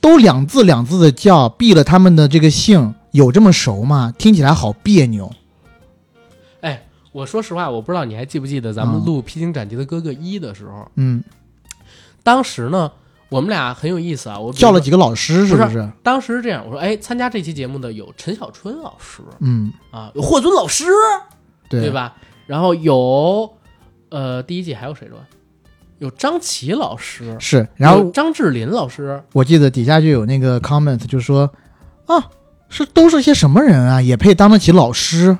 Speaker 2: 都两字两字的叫，避了他们的这个姓，有这么熟吗？听起来好别扭。
Speaker 1: 哎，我说实话，我不知道你还记不记得咱们
Speaker 2: 嗯
Speaker 1: 录《披荆斩棘的哥哥一》的时候，
Speaker 2: 嗯，
Speaker 1: 当时呢，我们俩很有意思啊，我比如
Speaker 2: 叫了
Speaker 1: 说
Speaker 2: 几个老师是
Speaker 1: 不是
Speaker 2: 是？
Speaker 1: 当时是这样，我说，哎，参加这期节目的有陈小春老师
Speaker 2: 嗯，
Speaker 1: 啊，有霍尊老师，
Speaker 2: 对
Speaker 1: 对？吧？然后有，呃，第一季还有谁说？有张琪老师，
Speaker 2: 是，然后
Speaker 1: 有张智霖老师，
Speaker 2: 我记得底下就有那个 comment 就说啊，是都是些什么人啊，也配当得起老师？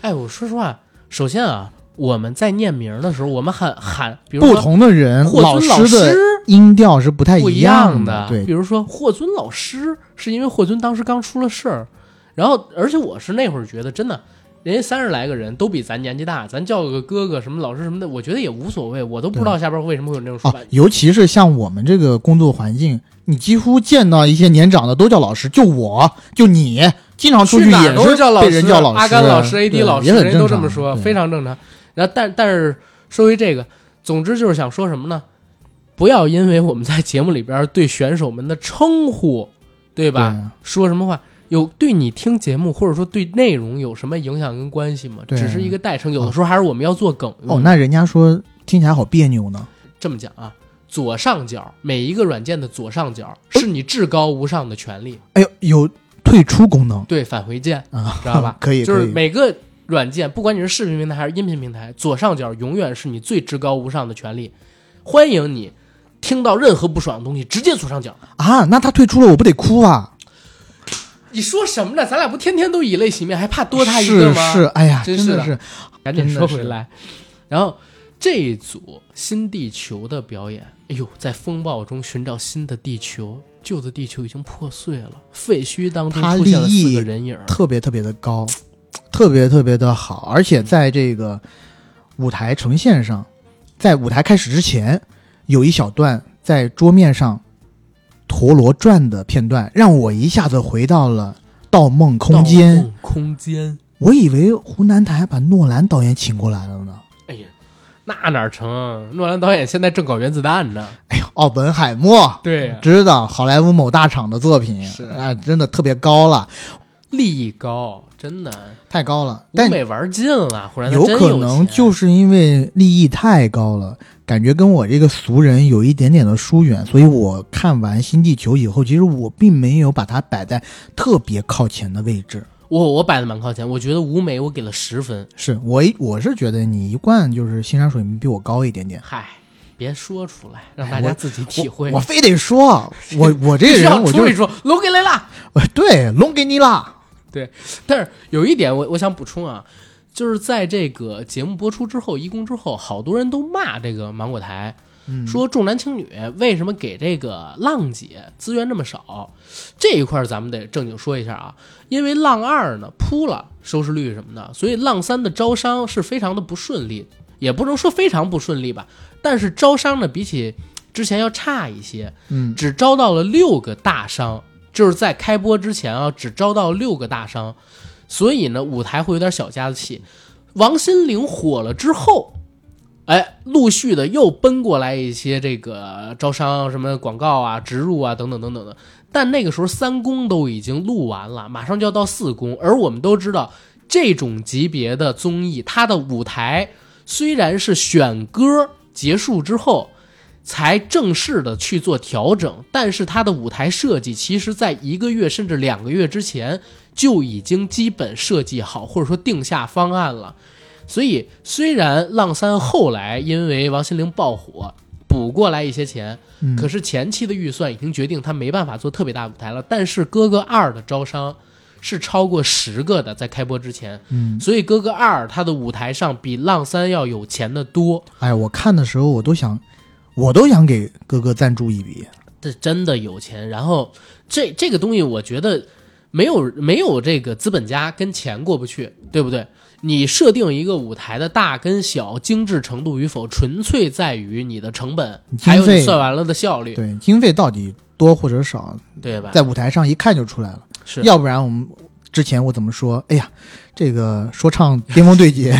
Speaker 1: 哎，我说实话，首先啊，我们在念名的时候，我们喊喊，比如
Speaker 2: 不
Speaker 1: 说
Speaker 2: 同的人，
Speaker 1: 霍尊老
Speaker 2: 师的音调是不太
Speaker 1: 不一
Speaker 2: 样
Speaker 1: 的。比
Speaker 2: 对，
Speaker 1: 如说霍尊老师，是因为霍尊当时刚出了事儿，然后而且我是那会儿觉得真的。人家三十来个人都比咱年纪大，咱叫个哥哥什么老师什么的，我觉得也无所谓，我都不知道下边为什么会有这种说
Speaker 2: 啊
Speaker 1: 法。，
Speaker 2: 尤其是像我们这个工作环境，你几乎见到一些年长的都叫老师，就我就你经常出
Speaker 1: 去哪
Speaker 2: 也
Speaker 1: 儿都
Speaker 2: 是
Speaker 1: 叫老
Speaker 2: 被
Speaker 1: 师，啊
Speaker 2: 人叫啊
Speaker 1: 阿甘老师、
Speaker 2: 对
Speaker 1: AD 老师，
Speaker 2: 也很
Speaker 1: 人
Speaker 2: 正
Speaker 1: 都
Speaker 2: 常，
Speaker 1: 这么说，
Speaker 2: 对
Speaker 1: 非常正常。然后但但是说回这个，总之就是想说什么呢？不要因为我们在节目里边对选手们的称呼，对吧？
Speaker 2: 对
Speaker 1: 说什么话有对你听节目或者说对内容有什么影响跟关系吗？
Speaker 2: 对
Speaker 1: 只是一个代称，有的时候还是我们要做梗用
Speaker 2: 哦，那人家说听起来好别扭呢。
Speaker 1: 这么讲啊，左上角每一个软件的左上角是你至高无上的权利，
Speaker 2: 哎呦，有退出功能
Speaker 1: 对返回 键，
Speaker 2: 啊，
Speaker 1: 知道吧
Speaker 2: 可以，
Speaker 1: 就是
Speaker 2: 可以
Speaker 1: 每个软件，不管你是视频平台还是音频平台，左上角永远是你最至高无上的权利。欢迎你听到任何不爽的东西，直接左上角。
Speaker 2: 啊，那他退出了，我不得哭啊？
Speaker 1: 你说什么呢？咱俩不天天都以泪洗面，还怕多他一个
Speaker 2: 是
Speaker 1: 吗？
Speaker 2: 是，哎呀，
Speaker 1: 真
Speaker 2: 真
Speaker 1: 是的
Speaker 2: 的是
Speaker 1: 赶紧
Speaker 2: 真的
Speaker 1: 说
Speaker 2: 是
Speaker 1: 回来。然后这一组新地球的表演，哎呦，在风暴中寻找新的地球，旧的地球已经破碎了，废墟当中
Speaker 2: 他
Speaker 1: 出现了
Speaker 2: 立
Speaker 1: 四
Speaker 2: 意
Speaker 1: 个人影儿。
Speaker 2: 特别特别的高，特别特别的好，而且在这个舞台呈现上，在舞台开始之前，有一小段在桌面上陀螺转的片段，让我一下子回到了《盗梦空间》
Speaker 1: 盗梦空间。
Speaker 2: 我以为湖南台把诺兰导演请过来了呢。
Speaker 1: 哎呀，那哪成啊？诺兰导演现在正搞原子弹呢。
Speaker 2: 哎呀，奥本海默，
Speaker 1: 对呀
Speaker 2: 知道好莱坞某大厂的作品
Speaker 1: 是
Speaker 2: 啊，真的特别高了，
Speaker 1: 利益高，真的，
Speaker 2: 太高了。
Speaker 1: 欧
Speaker 2: 但
Speaker 1: 美玩尽了，忽然
Speaker 2: 有可能就是因为利益太高了，感觉跟我这个俗人有一点点的疏远，所以我看完《新地球》以后，其实我并没有把它摆在特别靠前的位置。
Speaker 1: 我我摆的蛮靠前，我觉得舞美我给了十分。
Speaker 2: 是我一我是觉得你一贯就是欣赏水平比我高一点点，
Speaker 1: 嗨，别说出来，让
Speaker 2: 哎
Speaker 1: 大家
Speaker 2: 我
Speaker 1: 自己体会。
Speaker 2: 我我非得说，啊 我我这个
Speaker 1: 必须要
Speaker 2: 人我就
Speaker 1: 说一说，龙给雷啦。
Speaker 2: 我 对龙给你啦。
Speaker 1: 但是有一点我，我想补充啊，就是在这个节目播出之后，一公之后，好多人都骂这个芒果台，
Speaker 2: 嗯
Speaker 1: 说重男轻女为什么给这个浪姐资源这么少？这一块儿咱们得正经说一下啊，因为浪二呢扑了收视率什么的，所以浪三的招商是非常的不顺利，也不能说非常不顺利吧，但是招商呢比起之前要差一些，
Speaker 2: 嗯
Speaker 1: 只招到了六个大商，就是在开播之前啊，只招到六个大商，所以呢，舞台会有点小家子气。王心凌火了之后，哎，陆续的又奔过来一些这个招商、什么广告啊、植入啊等等等等的。但那个时候三公都已经录完了，马上就要到四公，而我们都知道这种级别的综艺，它的舞台虽然是选歌结束之后才正式的去做调整，但是它的舞台设计其实在一个月甚至两个月之前就已经基本设计好，或者说定下方案了。所以，虽然浪三后来因为王心凌爆火补过来一些钱，
Speaker 2: 嗯
Speaker 1: 可是前期的预算已经决定他没办法做特别大舞台了。但是《哥哥二》的招商是超过十个的，在开播之前，
Speaker 2: 嗯，
Speaker 1: 所以《哥哥二》它的舞台上比《浪三》要有钱的多，
Speaker 2: 哎，我看的时候我都想，我都想给哥哥赞助一笔。
Speaker 1: 这真的有钱。然后这这个东西，我觉得没有没有这个资本家跟钱过不去，对不对？你设定一个舞台的大跟小、精致程度与否，纯粹在于你的成本，
Speaker 2: 经费
Speaker 1: 还有你算完了的效率，
Speaker 2: 对，经费到底多或者少，
Speaker 1: 对吧？
Speaker 2: 在舞台上一看就出来了。
Speaker 1: 是
Speaker 2: 要不然我们之前我怎么说？哎呀，这个说唱巅峰对 决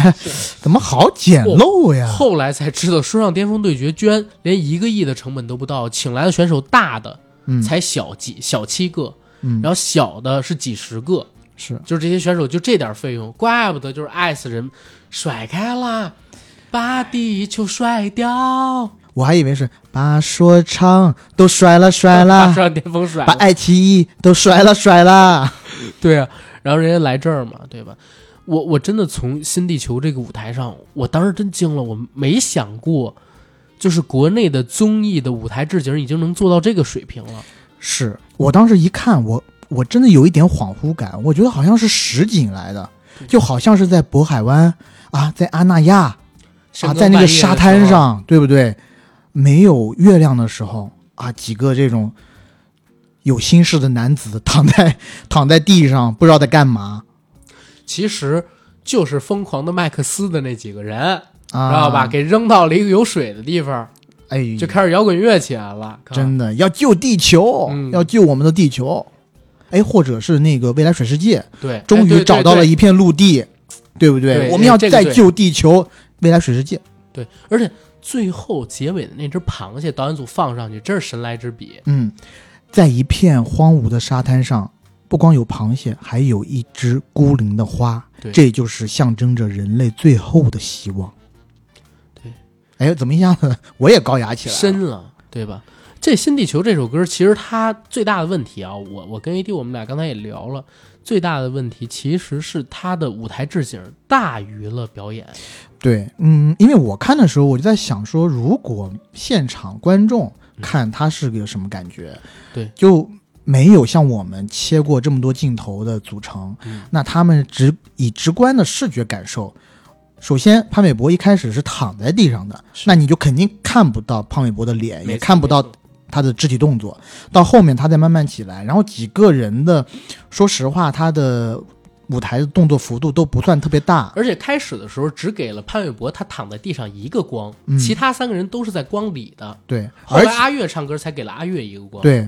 Speaker 2: 怎么好简陋呀？
Speaker 1: 后来才知道，说唱巅峰对决居然连一个亿的成本都不到，请来的选手大的
Speaker 2: 嗯，
Speaker 1: 才小几小七个，
Speaker 2: 嗯
Speaker 1: 然后小的是几十个，
Speaker 2: 是
Speaker 1: 就是这些选手就这点费用，怪不得就是爱死人，甩开啦，把地球甩掉，
Speaker 2: 我还以为是把说唱都甩了甩
Speaker 1: 把
Speaker 2: 了，
Speaker 1: 说唱巅峰甩
Speaker 2: 把
Speaker 1: 了，
Speaker 2: 爱奇艺都甩了甩了。
Speaker 1: 对啊，然后人家来这儿嘛，对吧？我我真的从新地球这个舞台上，我当时真惊了，我没想过，就是国内的综艺的舞台置景已经能做到这个水平了。
Speaker 2: 是我当时一看，我我真的有一点恍惚感，我觉得好像是实景来的，就好像是在渤海湾啊，在阿那亚啊，
Speaker 1: 深更
Speaker 2: 在那
Speaker 1: 半夜
Speaker 2: 个
Speaker 1: 的
Speaker 2: 沙滩
Speaker 1: 时候，
Speaker 2: 上，对不对？没有月亮的时候啊，几个这种有心事的男子躺在躺在地上，不知道在干嘛
Speaker 1: 其实就是疯狂的麦克斯的那几个人，
Speaker 2: 啊，
Speaker 1: 知道吧？？给扔到了一个有水的地方，
Speaker 2: 哎，
Speaker 1: 就开始摇滚乐起来了。
Speaker 2: 真的要救地球，
Speaker 1: 嗯
Speaker 2: 要救我们的地球。哎，或者是那个未来水世界，
Speaker 1: 对，
Speaker 2: 终
Speaker 1: 哎
Speaker 2: 于找到了。一片陆地，对不
Speaker 1: 对
Speaker 2: 我们要
Speaker 1: 这个
Speaker 2: 再
Speaker 1: 对
Speaker 2: 救地球，未来水世界。
Speaker 1: 对对对对，而且最后结尾的那只螃蟹，导演组放上去，真是神来之笔。
Speaker 2: 嗯，在一片荒芜的沙滩上，不光有螃蟹，还有一只孤零的花
Speaker 1: 对，
Speaker 2: 这就是象征着人类最后的希望。
Speaker 1: 对，
Speaker 2: 哎，怎么一下子我也高雅起来了？
Speaker 1: 深了，对吧？这《新地球》这首歌，其实它最大的问题啊，我我跟 AD 我们俩刚才也聊了，最大的问题其实是它的舞台置景大于了表演。
Speaker 2: 对，嗯，因为我看的时候，我就在想说，如果现场观众看他是个什么感觉，
Speaker 1: 嗯对，
Speaker 2: 就没有像我们切过这么多镜头的组成，
Speaker 1: 嗯
Speaker 2: 那他们直以直观的视觉感受。首先，潘玮柏一开始是躺在地上的，
Speaker 1: 是
Speaker 2: 那你就肯定看不到潘玮柏的脸，也
Speaker 1: 没错
Speaker 2: 看不到
Speaker 1: 没错
Speaker 2: 他的肢体动作，到后面他再慢慢起来，然后几个人的，说实话，他的舞台的动作幅度都不算特别大，
Speaker 1: 而且开始的时候只给了潘玮柏他躺在地上一个光，
Speaker 2: 嗯
Speaker 1: 其他三个人都是在光里的。
Speaker 2: 对，
Speaker 1: 后
Speaker 2: 而
Speaker 1: 来
Speaker 2: 且
Speaker 1: 阿月唱歌才给了阿月一个光。
Speaker 2: 对，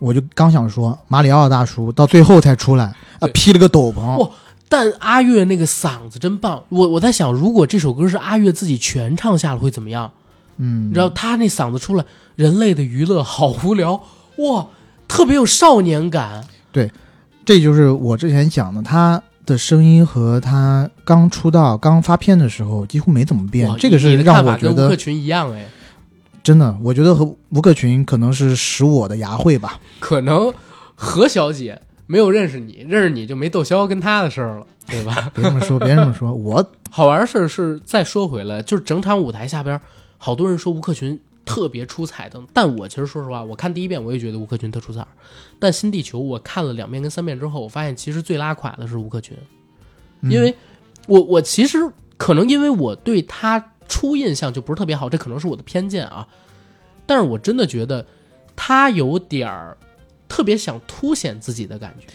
Speaker 2: 我就刚想说马里奥大叔到最后才出来，啊，
Speaker 1: 对
Speaker 2: 披了个斗篷，
Speaker 1: 哇但阿月那个嗓子真棒，我我在想，如果这首歌是阿月自己全唱下了会怎么样？
Speaker 2: 嗯
Speaker 1: 你知道他那嗓子出来，人类的娱乐好无聊，哇，特别有少年感。
Speaker 2: 这就是我之前讲的，他的声音和他刚出道、刚发片的时候几乎没怎么变
Speaker 1: 哇，
Speaker 2: 哎这个是
Speaker 1: 你的
Speaker 2: 让
Speaker 1: 看
Speaker 2: 我
Speaker 1: 法
Speaker 2: 觉
Speaker 1: 跟吴克
Speaker 2: 得
Speaker 1: 群一样哎，
Speaker 2: 真的，我觉得和吴克群可能是使我的牙慧吧。
Speaker 1: 可能何小姐没有认识你，认识你就没窦骁跟她的事儿了，对吧？
Speaker 2: 别这么说，别这么说，我
Speaker 1: 好玩的事儿是，再说回来，就是整场舞台下边，好多人说吴克群特别出彩的，但我其实说实话，我看第一遍我也觉得吴克群特出彩，但《新地球》我看了两遍跟三遍之后，我发现其实最拉垮的是吴克群，
Speaker 2: 嗯
Speaker 1: 因为我我其实可能因为我对他初印象就不是特别好，这可能是我的偏见啊，但是我真的觉得他有点儿特别想凸显自己的感觉，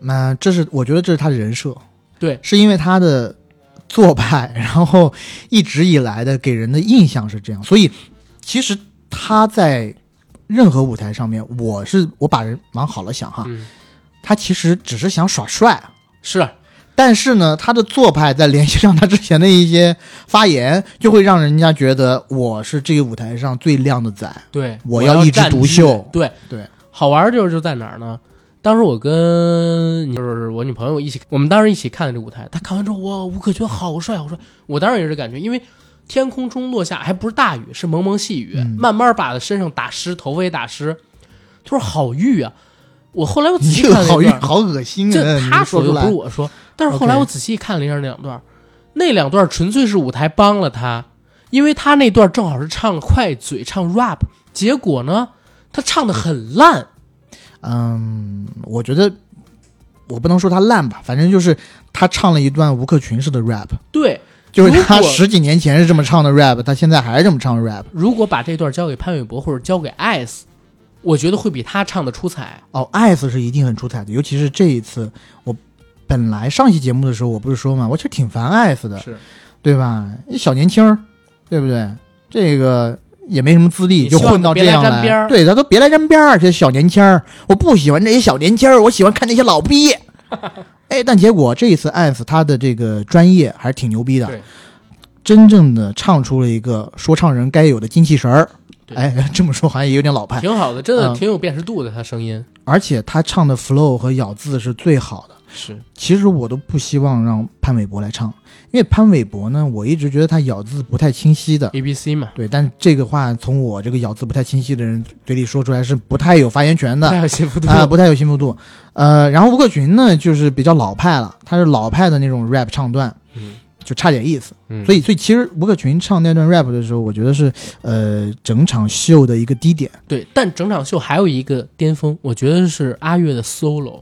Speaker 2: 那、这是我觉得这是他的人设，
Speaker 1: 对，
Speaker 2: 是因为他的做派， 然后一直以来的给人的印象是这样，所以其实他在任何舞台上面，我是我把人往好了想哈，
Speaker 1: 嗯，
Speaker 2: 他其实只是想耍帅，
Speaker 1: 是
Speaker 2: 但是啊呢，他的做派在联系上他之前的一些发言，就会让人家觉得我是这个舞台上最靓的仔。
Speaker 1: 对，
Speaker 2: 我要
Speaker 1: 要
Speaker 2: 一枝
Speaker 1: 占
Speaker 2: 独
Speaker 1: 据
Speaker 2: 秀
Speaker 1: 对
Speaker 2: 对，
Speaker 1: 好玩儿就是就在哪儿呢？当时我跟就是我女朋友一起，我们当时一起看的这舞台，她看完之后，哇，吴克群好帅好帅！我当时也是这感觉，因为天空中落下还不是大雨，是蒙蒙细雨，
Speaker 2: 嗯
Speaker 1: 慢慢把她身上打湿，头发也打湿。她说好玉啊！我后来我仔
Speaker 2: 你
Speaker 1: 细
Speaker 2: 这
Speaker 1: 看了
Speaker 2: 个
Speaker 1: 一
Speaker 2: 好运
Speaker 1: 段，
Speaker 2: 好恶心啊！
Speaker 1: 这
Speaker 2: 你
Speaker 1: 他
Speaker 2: 说
Speaker 1: 又
Speaker 2: 出
Speaker 1: 不
Speaker 2: 来
Speaker 1: 是，我说，但是后来
Speaker 2: OK
Speaker 1: 我仔细看了一下那两段儿，那两段儿纯粹是舞台帮了他，因为他那段儿正好是唱快嘴唱 rap，结果呢，他唱的很烂，
Speaker 2: 嗯，我觉得我不能说他烂吧，反正就是他唱了一段吴克群式的 rap，
Speaker 1: 对。
Speaker 2: 就是他
Speaker 1: 如果
Speaker 2: 十几年前是这么唱的 rap，他现在还是这么唱 rap。
Speaker 1: 如果把这段交给潘玮柏或者交给 Ice，我觉得会比他唱的出彩。
Speaker 2: 哦，ice 是一定很出彩的，尤其是这一次，我本来上期节目的时候我不是说嘛，我其实挺烦 ice 的，
Speaker 1: 是，
Speaker 2: 对吧？一小年轻儿，对不对？这个也没什么资历，
Speaker 1: 你
Speaker 2: 就
Speaker 1: 希望
Speaker 2: 混到这样
Speaker 1: 别来沾边儿
Speaker 2: 对，他都别来沾边儿，这些小年轻儿，我不喜欢这些小年轻儿，我喜欢看那些 老逼。哎，但结果这一次艾斯他的这个专业还是挺牛逼的
Speaker 1: 对，
Speaker 2: 真正的唱出了一个说唱人该有的精气神儿。
Speaker 1: 对
Speaker 2: 哎，这么说好像也有点老派，
Speaker 1: 挺好的，真的
Speaker 2: 嗯
Speaker 1: 挺有辨识度的，他声音
Speaker 2: 而且他唱的 flow 和咬字是最好的。
Speaker 1: 是
Speaker 2: 其实我都不希望让潘玮柏来唱，因为潘玮柏呢，我一直觉得他咬字不太清晰的。
Speaker 1: A B C 嘛，
Speaker 2: 对，但是这个话从我这个咬字不太清晰的人嘴里说出来是不太有发言权的
Speaker 1: 太
Speaker 2: 啊、
Speaker 1: 有幸福度。
Speaker 2: 不太有信服度。呃，然后吴克群呢，就是比较老派了，他是老派的那种 rap 唱段，
Speaker 1: 嗯
Speaker 2: 就差点意思。
Speaker 1: 嗯，
Speaker 2: 所以，所以其实吴克群唱那段 rap 的时候，我觉得是呃整场秀的一个低点。
Speaker 1: 对，但整场秀还有一个巅峰，我觉得是阿月的 solo。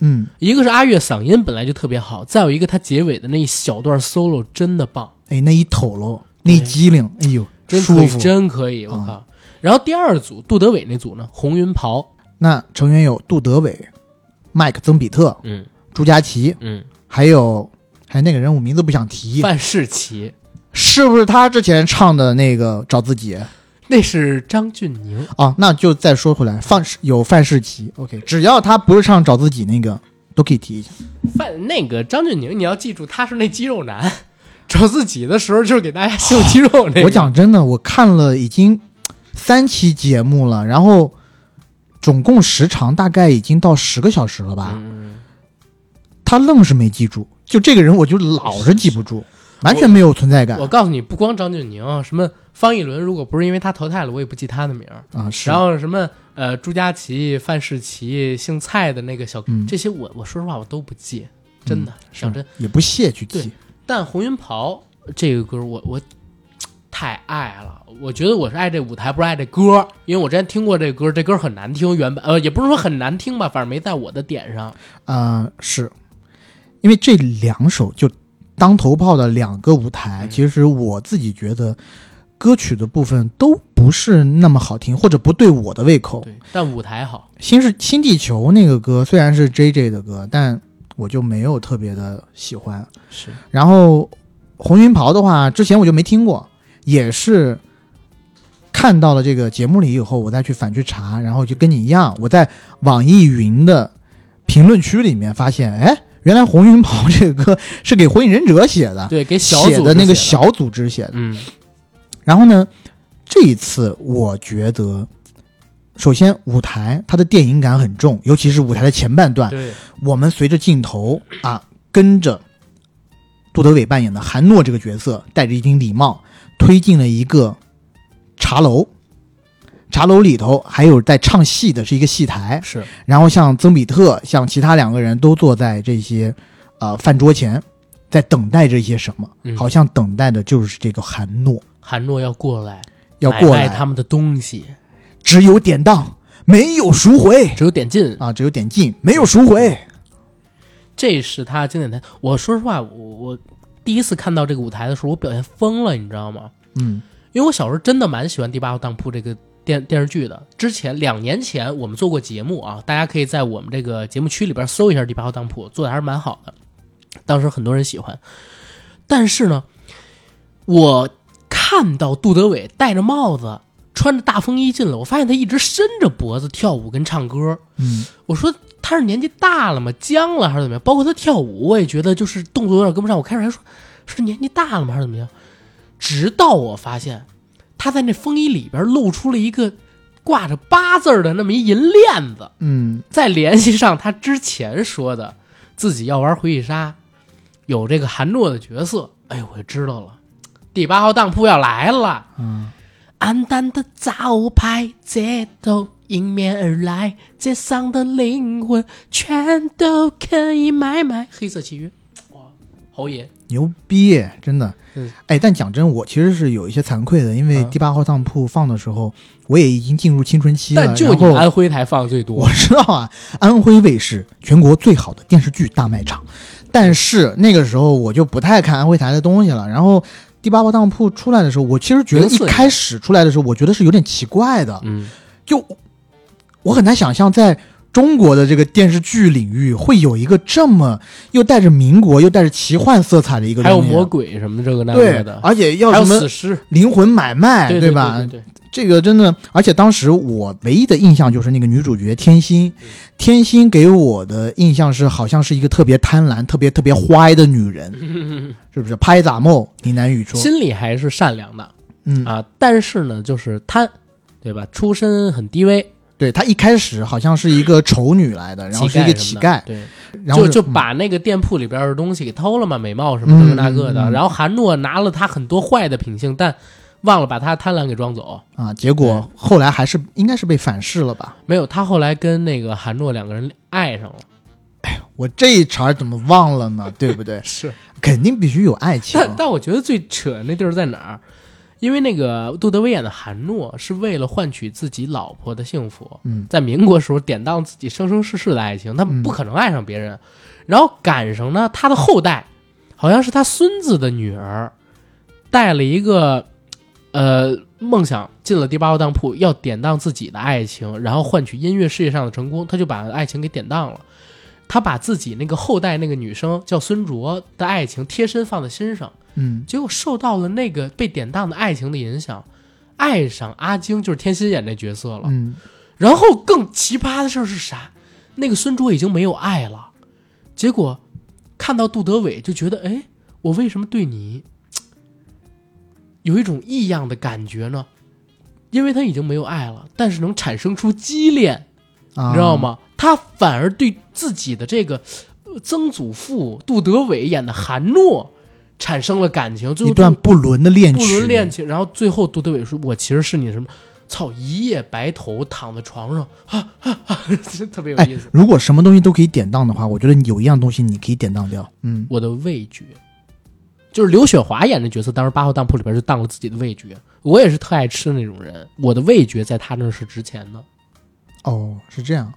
Speaker 2: 嗯，
Speaker 1: 一个是阿月嗓音本来就特别好，再有一个他结尾的那一小段 solo 真的棒，
Speaker 2: 哎，那一抖喽，那一
Speaker 1: 对
Speaker 2: 机灵，哎呦，
Speaker 1: 真可
Speaker 2: 舒
Speaker 1: 以，
Speaker 2: 服。嗯
Speaker 1: 真可以，我靠！然后第二组杜德伟那组呢，红云袍，
Speaker 2: 那成员有杜德伟、麦克曾比特、
Speaker 1: 嗯
Speaker 2: 朱佳琪，
Speaker 1: 嗯，
Speaker 2: 还有还有那个人我名字不想提，
Speaker 1: 范世琦，
Speaker 2: 是不是他之前唱的那个找自己
Speaker 1: 那是张峻宁，
Speaker 2: 啊？那就再说回来，范世有范世琦，OK，只要他不是唱找自己那个，都可以提一下。
Speaker 1: 范那个张峻宁，你要记住，他是那肌肉男，找自己的时候就是给大家秀肌肉那个。
Speaker 2: 我讲真的，我看了已经三期节目了，然后总共时长大概已经到十个小时了吧，
Speaker 1: 嗯，
Speaker 2: 他愣是没记住，就这个人我就老是记不住，完全没有存在感
Speaker 1: 我告诉你，不光张峻宁，什么方逸伦，如果不是因为他淘汰了，我也不记他的名儿。
Speaker 2: 啊。是
Speaker 1: 然，后什么呃，朱佳琪、范世琦、姓蔡的那个小，
Speaker 2: 嗯
Speaker 1: 这些我我说实话我都不记，真的，讲真。
Speaker 2: 也不屑去记
Speaker 1: 对。但红云袍这个歌我我太爱了，我觉得我是爱这舞台，不是爱这歌，因为我之前听过这歌，这歌很难听，原版呃也不是说很难听吧，反正没在我的点上。
Speaker 2: 啊，是因为这两首就当头炮的两个舞台，
Speaker 1: 嗯
Speaker 2: 其实我自己觉得歌曲的部分都不是那么好听，或者不对我的胃口。
Speaker 1: 对，但舞台好，
Speaker 2: 新是新地球那个歌虽然是 J J 的歌，但我就没有特别的喜欢。
Speaker 1: 是
Speaker 2: 然后红云袍的话，之前我就没听过，也是。看到了这个节目里以后，我再去反去查，然后就跟你一样，我在网易云的评论区里面发现，哎，原来《红云袍》这个 歌是给《火影忍者》写的，
Speaker 1: 对，给小组
Speaker 2: 写的
Speaker 1: 织
Speaker 2: 那个
Speaker 1: 的，
Speaker 2: 小组织写的。
Speaker 1: 嗯
Speaker 2: 然后呢，这一次我觉得，首先舞台它的电影感很重，尤其是舞台的前半段，
Speaker 1: 对，
Speaker 2: 我们随着镜头啊，跟着杜德伟扮演的韩诺这个角色，戴着一顶礼帽，推进了一个茶楼。茶楼里头还有在唱戏的，是一个戏台。
Speaker 1: 是
Speaker 2: 然后像曾比特，像其他两个人都坐在这些呃饭桌前，在等待着一些什么，
Speaker 1: 嗯
Speaker 2: 好像等待的就是这个韩诺
Speaker 1: 韩诺要过来
Speaker 2: 要过
Speaker 1: 买卖
Speaker 2: 来，
Speaker 1: 他们的东西，
Speaker 2: 只有典当，没有赎回
Speaker 1: 只有点进，
Speaker 2: 啊，只有点进，没有赎回。
Speaker 1: 这是他经典台。我说实话，我我第一次看到这个舞台的时候，我表现疯了，你知道吗？
Speaker 2: 嗯
Speaker 1: 因为我小时候真的蛮喜欢《第八号当铺》这个电电视剧的。之前两年前我们做过节目啊，大家可以在我们这个节目区里边搜一下《第八号当铺》，做的还是蛮好的，当时很多人喜欢。但是呢，我看到杜德伟戴着帽子穿着大风衣进来，我发现他一直伸着脖子跳舞跟唱歌。
Speaker 2: 嗯，
Speaker 1: 我说他是年纪大了吗？僵了还是怎么样？包括他跳舞，我也觉得就是动作有点跟不上。我开始还说是年纪大了吗还是怎么样？直到我发现他在那风衣里边露出了一个挂着八字儿的那么一银链子，
Speaker 2: 嗯，
Speaker 1: 再联系上他之前说的自己要玩回忆杀，有这个韩诺的角色，哎呦，我就知道了，第八号当铺要来了。
Speaker 2: 嗯，
Speaker 1: 暗淡的招牌街头迎面而来，街上的灵魂全都可以买卖。黑色契约，哇，侯爷，
Speaker 2: 牛逼，真的
Speaker 1: 嗯。
Speaker 2: 哎，但讲真，我其实是有一些惭愧的，因为
Speaker 1: 嗯
Speaker 2: 第八号当铺放的时候，我也已经进入青春期了。
Speaker 1: 但就
Speaker 2: 然
Speaker 1: 你
Speaker 2: 后
Speaker 1: 安徽台放最多
Speaker 2: 我，知道啊，安徽卫视全国最好的电视剧大卖场，但是那个时候我就不太看安徽台的东西了。然后第八号当铺出来的时候，我其实觉得
Speaker 1: 04
Speaker 2: 一
Speaker 1: 年
Speaker 2: 开始出来的时候，我觉得是有点奇怪的，
Speaker 1: 嗯，
Speaker 2: 就我很难想象在。中国的这个电视剧领域会有一个这么又带着民国又带着奇幻色彩的一个
Speaker 1: 还有
Speaker 2: 东西啊
Speaker 1: 魔鬼什么这个那
Speaker 2: 对
Speaker 1: 个，的，啊
Speaker 2: 而且要
Speaker 1: 还有
Speaker 2: 什
Speaker 1: 死
Speaker 2: 么
Speaker 1: 尸，
Speaker 2: 灵魂买卖，
Speaker 1: 对
Speaker 2: 吧？
Speaker 1: 对对对
Speaker 2: 这个真的，而且当时我唯一的印象就是那个女主角天心，
Speaker 1: 嗯
Speaker 2: 天心给我的印象是好像是一个特别贪婪、特别特别坏的女人，
Speaker 1: 嗯
Speaker 2: 是不是？拍咋梦？呢喃语说，
Speaker 1: 心里还是善良的
Speaker 2: 嗯，
Speaker 1: 啊，但是呢，就是贪，对吧？出身很低微，
Speaker 2: 对她一开始好像是一个丑女来的，然后是一个乞
Speaker 1: 什么的
Speaker 2: 丐，
Speaker 1: 对。
Speaker 2: 然后
Speaker 1: 就就是
Speaker 2: 嗯
Speaker 1: 把那个店铺里边的东西给偷了嘛，美貌什么这个那个的。
Speaker 2: 嗯嗯嗯
Speaker 1: 然后韩诺拿了他很多坏的品性，但忘了把他贪婪给装走。
Speaker 2: 啊，结果后来还是应该是被反噬了吧？
Speaker 1: 没有，他后来跟那个韩诺两个人爱上了，
Speaker 2: 我这一茬儿怎么忘了呢？对不对？
Speaker 1: 是。
Speaker 2: 肯定必须有爱 情。
Speaker 1: 但但我觉得最扯的那地儿在哪儿？因为那个杜德威演的韩诺是为了换取自己老婆的幸福，
Speaker 2: 嗯
Speaker 1: 在民国时候典当自己生生世世的爱情，他
Speaker 2: 嗯
Speaker 1: 不可能爱上别人。然后赶上呢，他的后代好像是他孙子的女儿，带了一个呃梦想进了第八号当铺，要典当自己的爱情，然后换取音乐事业上的成功，他就把爱情给典当了。他把自己那个后代那个女生叫孙卓的爱情贴身放在身上，
Speaker 2: 嗯
Speaker 1: 结果受到了那个被典当的爱情的影响，爱上阿晶就是天心演这角色了。
Speaker 2: 嗯，
Speaker 1: 然后更奇葩的事儿是啥？那个孙卓已经没有爱了，结果看到杜德伟就觉得，哎，我为什么对你嘖有一种异样的感觉呢？因为他已经没有爱了，但是能产生出畸恋，
Speaker 2: 啊
Speaker 1: 你知道？吗？他反而对自己的这个呃曾祖父杜德伟演的韩诺产生了感情，最后
Speaker 2: 一段不伦的恋曲，
Speaker 1: 不伦恋情，然后最后杜德伟说：“我其实是你什么？”操，一夜白头躺在床上，啊啊 啊，这特别有
Speaker 2: 哎
Speaker 1: 意思。，
Speaker 2: 如果什么东西都可以典当的话，我觉得有一样东西你可以典当掉，嗯，
Speaker 1: 我的味觉，就是刘雪华演的角色，当时八号当铺里边就当了自己的味觉。我也是特爱吃的那种人，我的味觉在他那儿是值钱的。
Speaker 2: 哦，是这样，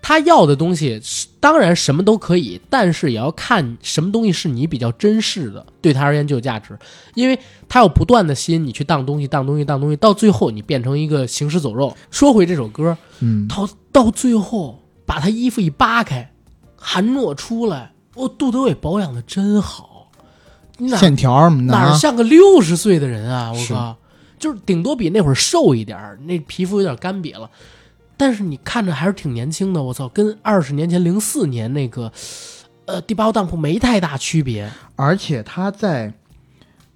Speaker 1: 他要的东西是当然什么都可以，但是也要看什么东西是你比较珍视的，对他而言就有价值，因为他要不断的吸引你去当东西、当东西、当东西，到最后你变成一个行尸走肉。说回这首歌，
Speaker 2: 嗯，
Speaker 1: 到到最后，把他衣服一扒开，韩诺出来，哦，杜德伟保养的真好，你哪
Speaker 2: 线条什么的
Speaker 1: 哪儿
Speaker 2: 啊，
Speaker 1: 像个六十岁的人啊！我
Speaker 2: 是
Speaker 1: 靠，就是顶多比那会儿瘦一点儿，那皮肤有点干瘪了，但是你看着还是挺年轻的。我操，跟二十年前零四年那个呃第八号当铺没太大区别。
Speaker 2: 而且他在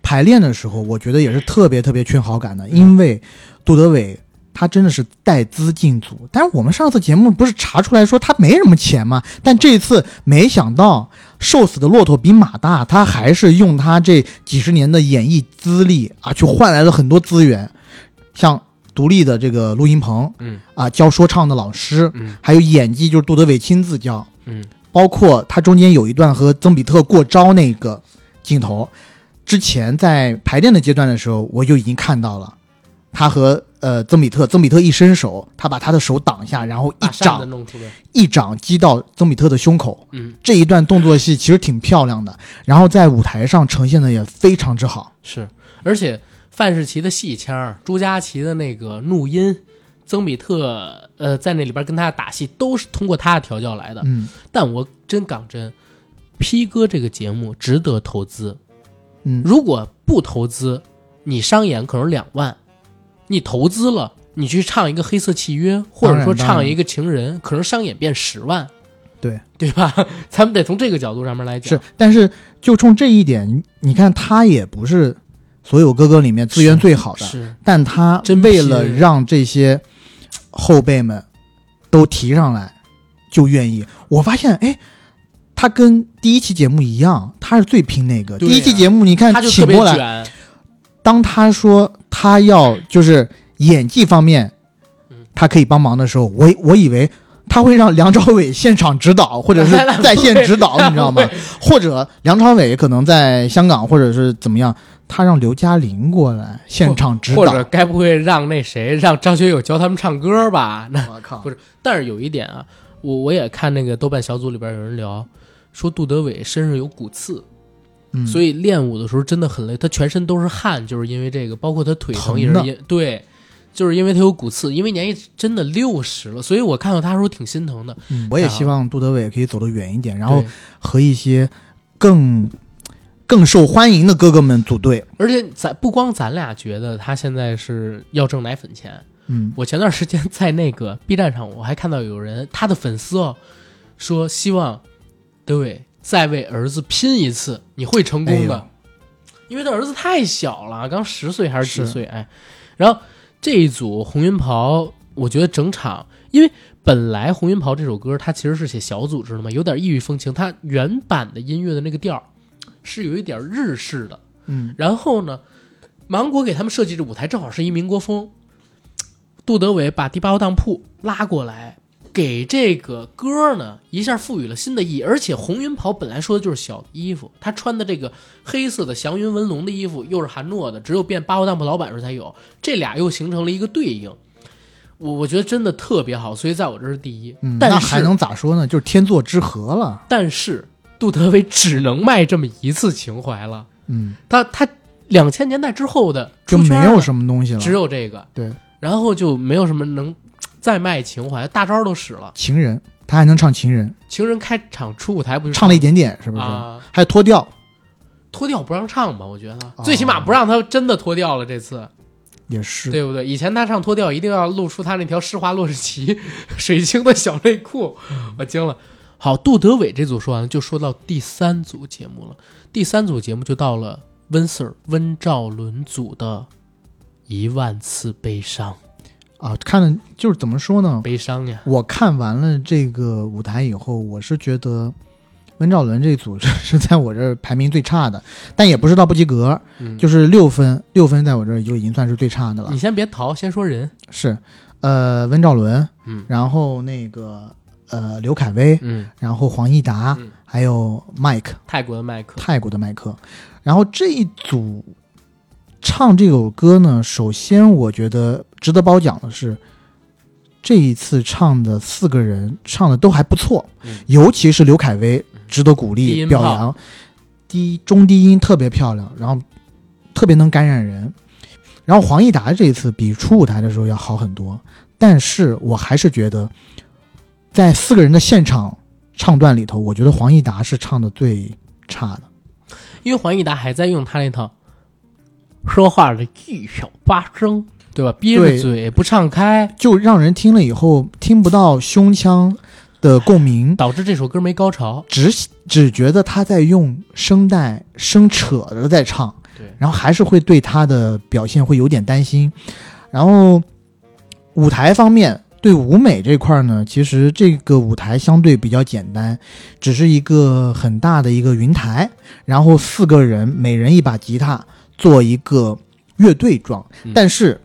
Speaker 2: 排练的时候，我觉得也是特别特别缺好
Speaker 1: 嗯
Speaker 2: 感的，因为杜德伟。他真的是带资进组，但是我们上次节目不是查出来说他没什么钱吗？但这一次没想到瘦死的骆驼比马大，他还是用他这几十年的演艺资历啊，去换来了很多资源，像独立的这个录音棚，
Speaker 1: 嗯
Speaker 2: 啊，教说唱的老师，
Speaker 1: 嗯
Speaker 2: 还有演技就是杜德伟亲自教，
Speaker 1: 嗯，
Speaker 2: 包括他中间有一段和曾比特过招那个镜头，之前在排练的阶段的时候，我就已经看到了，他和呃曾比特，曾比特一伸手，他把他的手挡下，然后一
Speaker 1: 把扇子
Speaker 2: 掌
Speaker 1: 弄出来。
Speaker 2: 一掌击到曾比特的胸口，
Speaker 1: 嗯，
Speaker 2: 这一段动作戏其实挺漂亮的，然后在舞台上呈现的也非常之好，
Speaker 1: 是，而且范世琦的戏腔儿，朱佳琪的那个怒音，曾比特呃在那里边跟他打戏，都是通过他的调教来的。
Speaker 2: 嗯
Speaker 1: 但我真讲真，P 哥这个节目值得投资。
Speaker 2: 嗯
Speaker 1: 如果不投资，你商演可能两万，你投资了，你去唱一个黑色契约，或者说唱一个情人，可能商演变十万，
Speaker 2: 对
Speaker 1: 对吧？ 咱们得从这个角度上面来讲，
Speaker 2: 是，但是就冲这一点，你看他也不是所有哥哥里面资源最好的，
Speaker 1: 是
Speaker 2: 但他
Speaker 1: 真
Speaker 2: 为
Speaker 1: 拼
Speaker 2: 了让这些后辈们都提上来，就愿意。我发现，哎，他跟第一期节目一样，他是最拼那个。
Speaker 1: 对
Speaker 2: 第
Speaker 1: 呀
Speaker 2: 一期节目，你看
Speaker 1: 他就特
Speaker 2: 请
Speaker 1: 别
Speaker 2: 过来，
Speaker 1: 卷，
Speaker 2: 当他说他要就是演技方面
Speaker 1: 嗯，
Speaker 2: 他可以帮忙的时候，我我以为他会让梁朝伟现场 指导，或者是在线指导，你知道吗？或者梁朝伟可能在香港或者是怎么样，他让刘嘉玲过来现场指导。
Speaker 1: 或者该不会让那谁让张学友教他们唱歌吧？ 那
Speaker 2: 我靠
Speaker 1: 不是，但是有一点啊，我我也看那个豆瓣小组里边有人聊，说杜德伟身上有骨刺，
Speaker 2: 嗯，
Speaker 1: 所
Speaker 2: 以
Speaker 1: 以练舞的时候真的很累，他全身都是汗，就是因为这个，包括他腿疼
Speaker 2: 疼
Speaker 1: 也是
Speaker 2: 的
Speaker 1: 因对，就是因为他有骨刺，因为年纪真的六十了，所以我看到他的时候挺心疼的。
Speaker 2: 我也希望杜德伟可以走得远一点，然后和一些更更受欢迎的哥哥们组队。
Speaker 1: 对，而且咱不光咱俩觉得他现在是要挣奶粉钱，
Speaker 2: 嗯，
Speaker 1: 我前段时间在那个 B 站上，我还看到有人他的粉丝哦，说希望德伟再为儿子拼一次，你会成功的，
Speaker 2: 哎
Speaker 1: 因为他儿子太小了，刚十岁还是几岁？哎，然后这一组红云袍，我觉得整场，因为本来红云袍这首歌它其实是写小组织的嘛，有点异域风情，它原版的音乐的那个调儿是有一点日式的，
Speaker 2: 嗯，
Speaker 1: 然后呢，芒果给他们设计的舞台正好是一民国风。杜德伟把第八号当铺拉过来，给这个歌呢一下赋予了新的意义。而且红云袍本来说的就是小衣服，他穿的这个黑色的祥云纹龙的衣服又是韩诺的，只有变八号当铺老板时候才有，这俩又形成了一个对应。我我觉得真的特别好，所以在我这是第一。
Speaker 2: 嗯
Speaker 1: 但
Speaker 2: 那
Speaker 1: 是
Speaker 2: 还能咋说呢？就是天作之合了。
Speaker 1: 但是杜德伟只能卖这么一次情怀了。
Speaker 2: 嗯，
Speaker 1: 他他两千年代之后的
Speaker 2: 就没有
Speaker 1: 么，
Speaker 2: 什么东西了。
Speaker 1: 只有这个，
Speaker 2: 对
Speaker 1: 然后就没有什么能再卖情怀，大招都使了。
Speaker 2: 情人，他还能唱情人，
Speaker 1: 情人开场初舞台不就
Speaker 2: 唱了一点点，是不是？
Speaker 1: 啊？
Speaker 2: 还脱掉
Speaker 1: 脱掉不让唱吧，我觉得、
Speaker 2: 哦
Speaker 1: 最起码不让他真的脱掉了，这次
Speaker 2: 也是。
Speaker 1: 对不对？以前他唱脱掉一定要露出他那条施华洛世奇 水晶的小内裤，
Speaker 2: 嗯
Speaker 1: 我惊了。好，杜德伟这组说完了，就说到第三组节目了。第三组节目就到了温 Sir 温兆伦组的一万次悲伤，
Speaker 2: 啊，看了就是怎么说呢？
Speaker 1: 悲伤呀，
Speaker 2: 我看完了这个舞台以后，我是觉得温兆伦这组是是在我这儿排名最差的，但也不是到不及格，
Speaker 1: 嗯，
Speaker 2: 就是六分，六分在我这儿就已经算是最差的了
Speaker 1: 你。先别逃，先说人，
Speaker 2: 是，呃，温兆伦，
Speaker 1: 嗯
Speaker 2: 然后那个呃刘恺威，
Speaker 1: 嗯，
Speaker 2: 然后黄义达
Speaker 1: 嗯，
Speaker 2: 还有麦克，
Speaker 1: 泰国的麦克，
Speaker 2: 泰国的麦克。然后这一组唱这首歌呢，首先我觉得值得褒奖的是，这一次唱的四个人唱的都还不错，
Speaker 1: 嗯
Speaker 2: 尤其是刘恺威，值得鼓
Speaker 1: 低
Speaker 2: 励
Speaker 1: 音
Speaker 2: 表
Speaker 1: 炮
Speaker 2: 扬。低中低音特别漂亮，然后特别能感染人。然后黄义达这一次比初舞台的时候要好很多，但是我还是觉得，在四个人的现场唱段里头，我觉得黄义达是唱的最差的。
Speaker 1: 因为黄义达还在用他那套说话的技巧发声，对吧？憋着
Speaker 2: 对
Speaker 1: 嘴不唱开，
Speaker 2: 就让人听了以后听不到胸腔的共鸣，
Speaker 1: 导致这首歌没高潮。
Speaker 2: 只只觉得他在用声带生扯着在唱，
Speaker 1: 对
Speaker 2: 然后还是会对他的表现会有点担心。然后舞台方面，对舞美这块儿呢，其实这个舞台相对比较简单，只是一个很大的一个云台，然后四个人每人一把吉他，做一个乐队状
Speaker 1: 嗯。
Speaker 2: 但是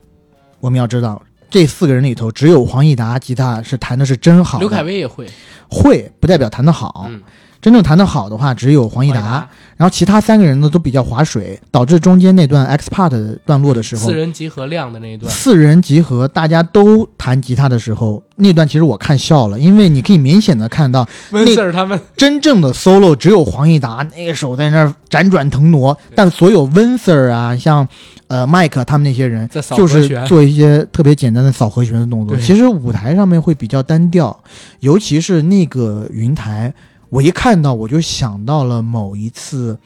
Speaker 2: 我们要知道。这四个人里头，只有黄义达吉他是弹的是真好的，
Speaker 1: 刘恺威也会，
Speaker 2: 会不代表弹得好，
Speaker 1: 嗯，
Speaker 2: 真正弹得好的话，只有黄义
Speaker 1: 义
Speaker 2: 达，然后其他三个人呢都比较划水，导致中间那段 X part 的段落的时候，
Speaker 1: 四人集合量的那一 段，
Speaker 2: 四人集合，大家都弹吉他的时候，那段其实我看笑了，因为你可以明显的看到，
Speaker 1: 温 Sir 他们
Speaker 2: 真正的 solo 只有黄义达那个手在那儿辗转腾挪，但所有温 Sir 啊，像呃麦克他们那些人，
Speaker 1: 在扫
Speaker 2: 就
Speaker 1: 和
Speaker 2: 是
Speaker 1: 弦，
Speaker 2: 做一些特别简单的扫和弦的动作。
Speaker 1: 对
Speaker 2: 其实舞台上面会比较单调，尤其是那个云台，我一看到我就想到了某一次，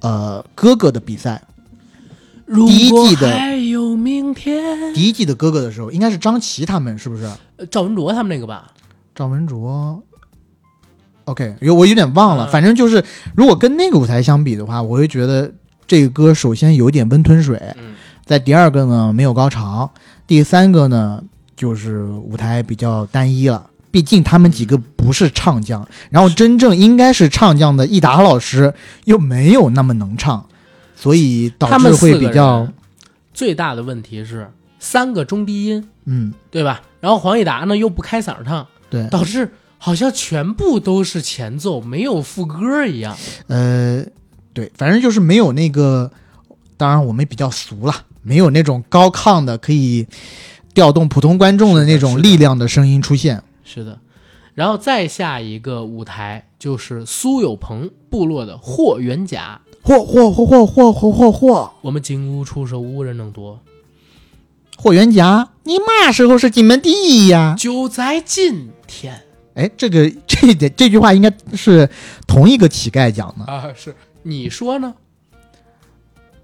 Speaker 2: 呃，哥哥的比赛，
Speaker 1: 如
Speaker 2: 第一
Speaker 1: 果
Speaker 2: 季的
Speaker 1: 还有明天。
Speaker 2: 第一季的哥哥的时候，应该是张琪他们是不是？
Speaker 1: 呃赵文卓他们那个吧，
Speaker 2: 赵文卓，OK，有我有点忘了，
Speaker 1: 嗯
Speaker 2: 反正就是如果跟那个舞台相比的话，我会觉得这个歌首先有点温吞水，
Speaker 1: 嗯
Speaker 2: 在第二个呢没有高潮，第三个呢就是舞台比较单一了。毕竟他们几个
Speaker 1: 嗯
Speaker 2: 不是唱将，然后真正应该是唱将的益达老师又没有那么能唱，所以导
Speaker 1: 他
Speaker 2: 致
Speaker 1: 们四
Speaker 2: 会
Speaker 1: 个
Speaker 2: 比
Speaker 1: 人
Speaker 2: 较
Speaker 1: 最大的问题是三个中低音，
Speaker 2: 嗯
Speaker 1: 对吧？然后黄义达呢又不开嗓唱，
Speaker 2: 对
Speaker 1: 导致好像全部都是前奏，没有副歌一样。
Speaker 2: 呃对，反正就是没有那个，当然我们比较俗了，没有那种高亢的可以调动普通观众的那
Speaker 1: 是
Speaker 2: 种
Speaker 1: 的
Speaker 2: 力量的声音出现。
Speaker 1: 是的，然后再下一个舞台就是苏有朋部落的霍元甲。
Speaker 2: 嚯嚯嚯嚯嚯嚯嚯嚯！
Speaker 1: 我们金屋出手，无人能夺，
Speaker 2: 霍元甲，你嘛时候是进门第一呀、
Speaker 1: 就在今天
Speaker 2: 哎，这个这一点这句话应该是同一个乞丐讲的
Speaker 1: 啊！是你说呢？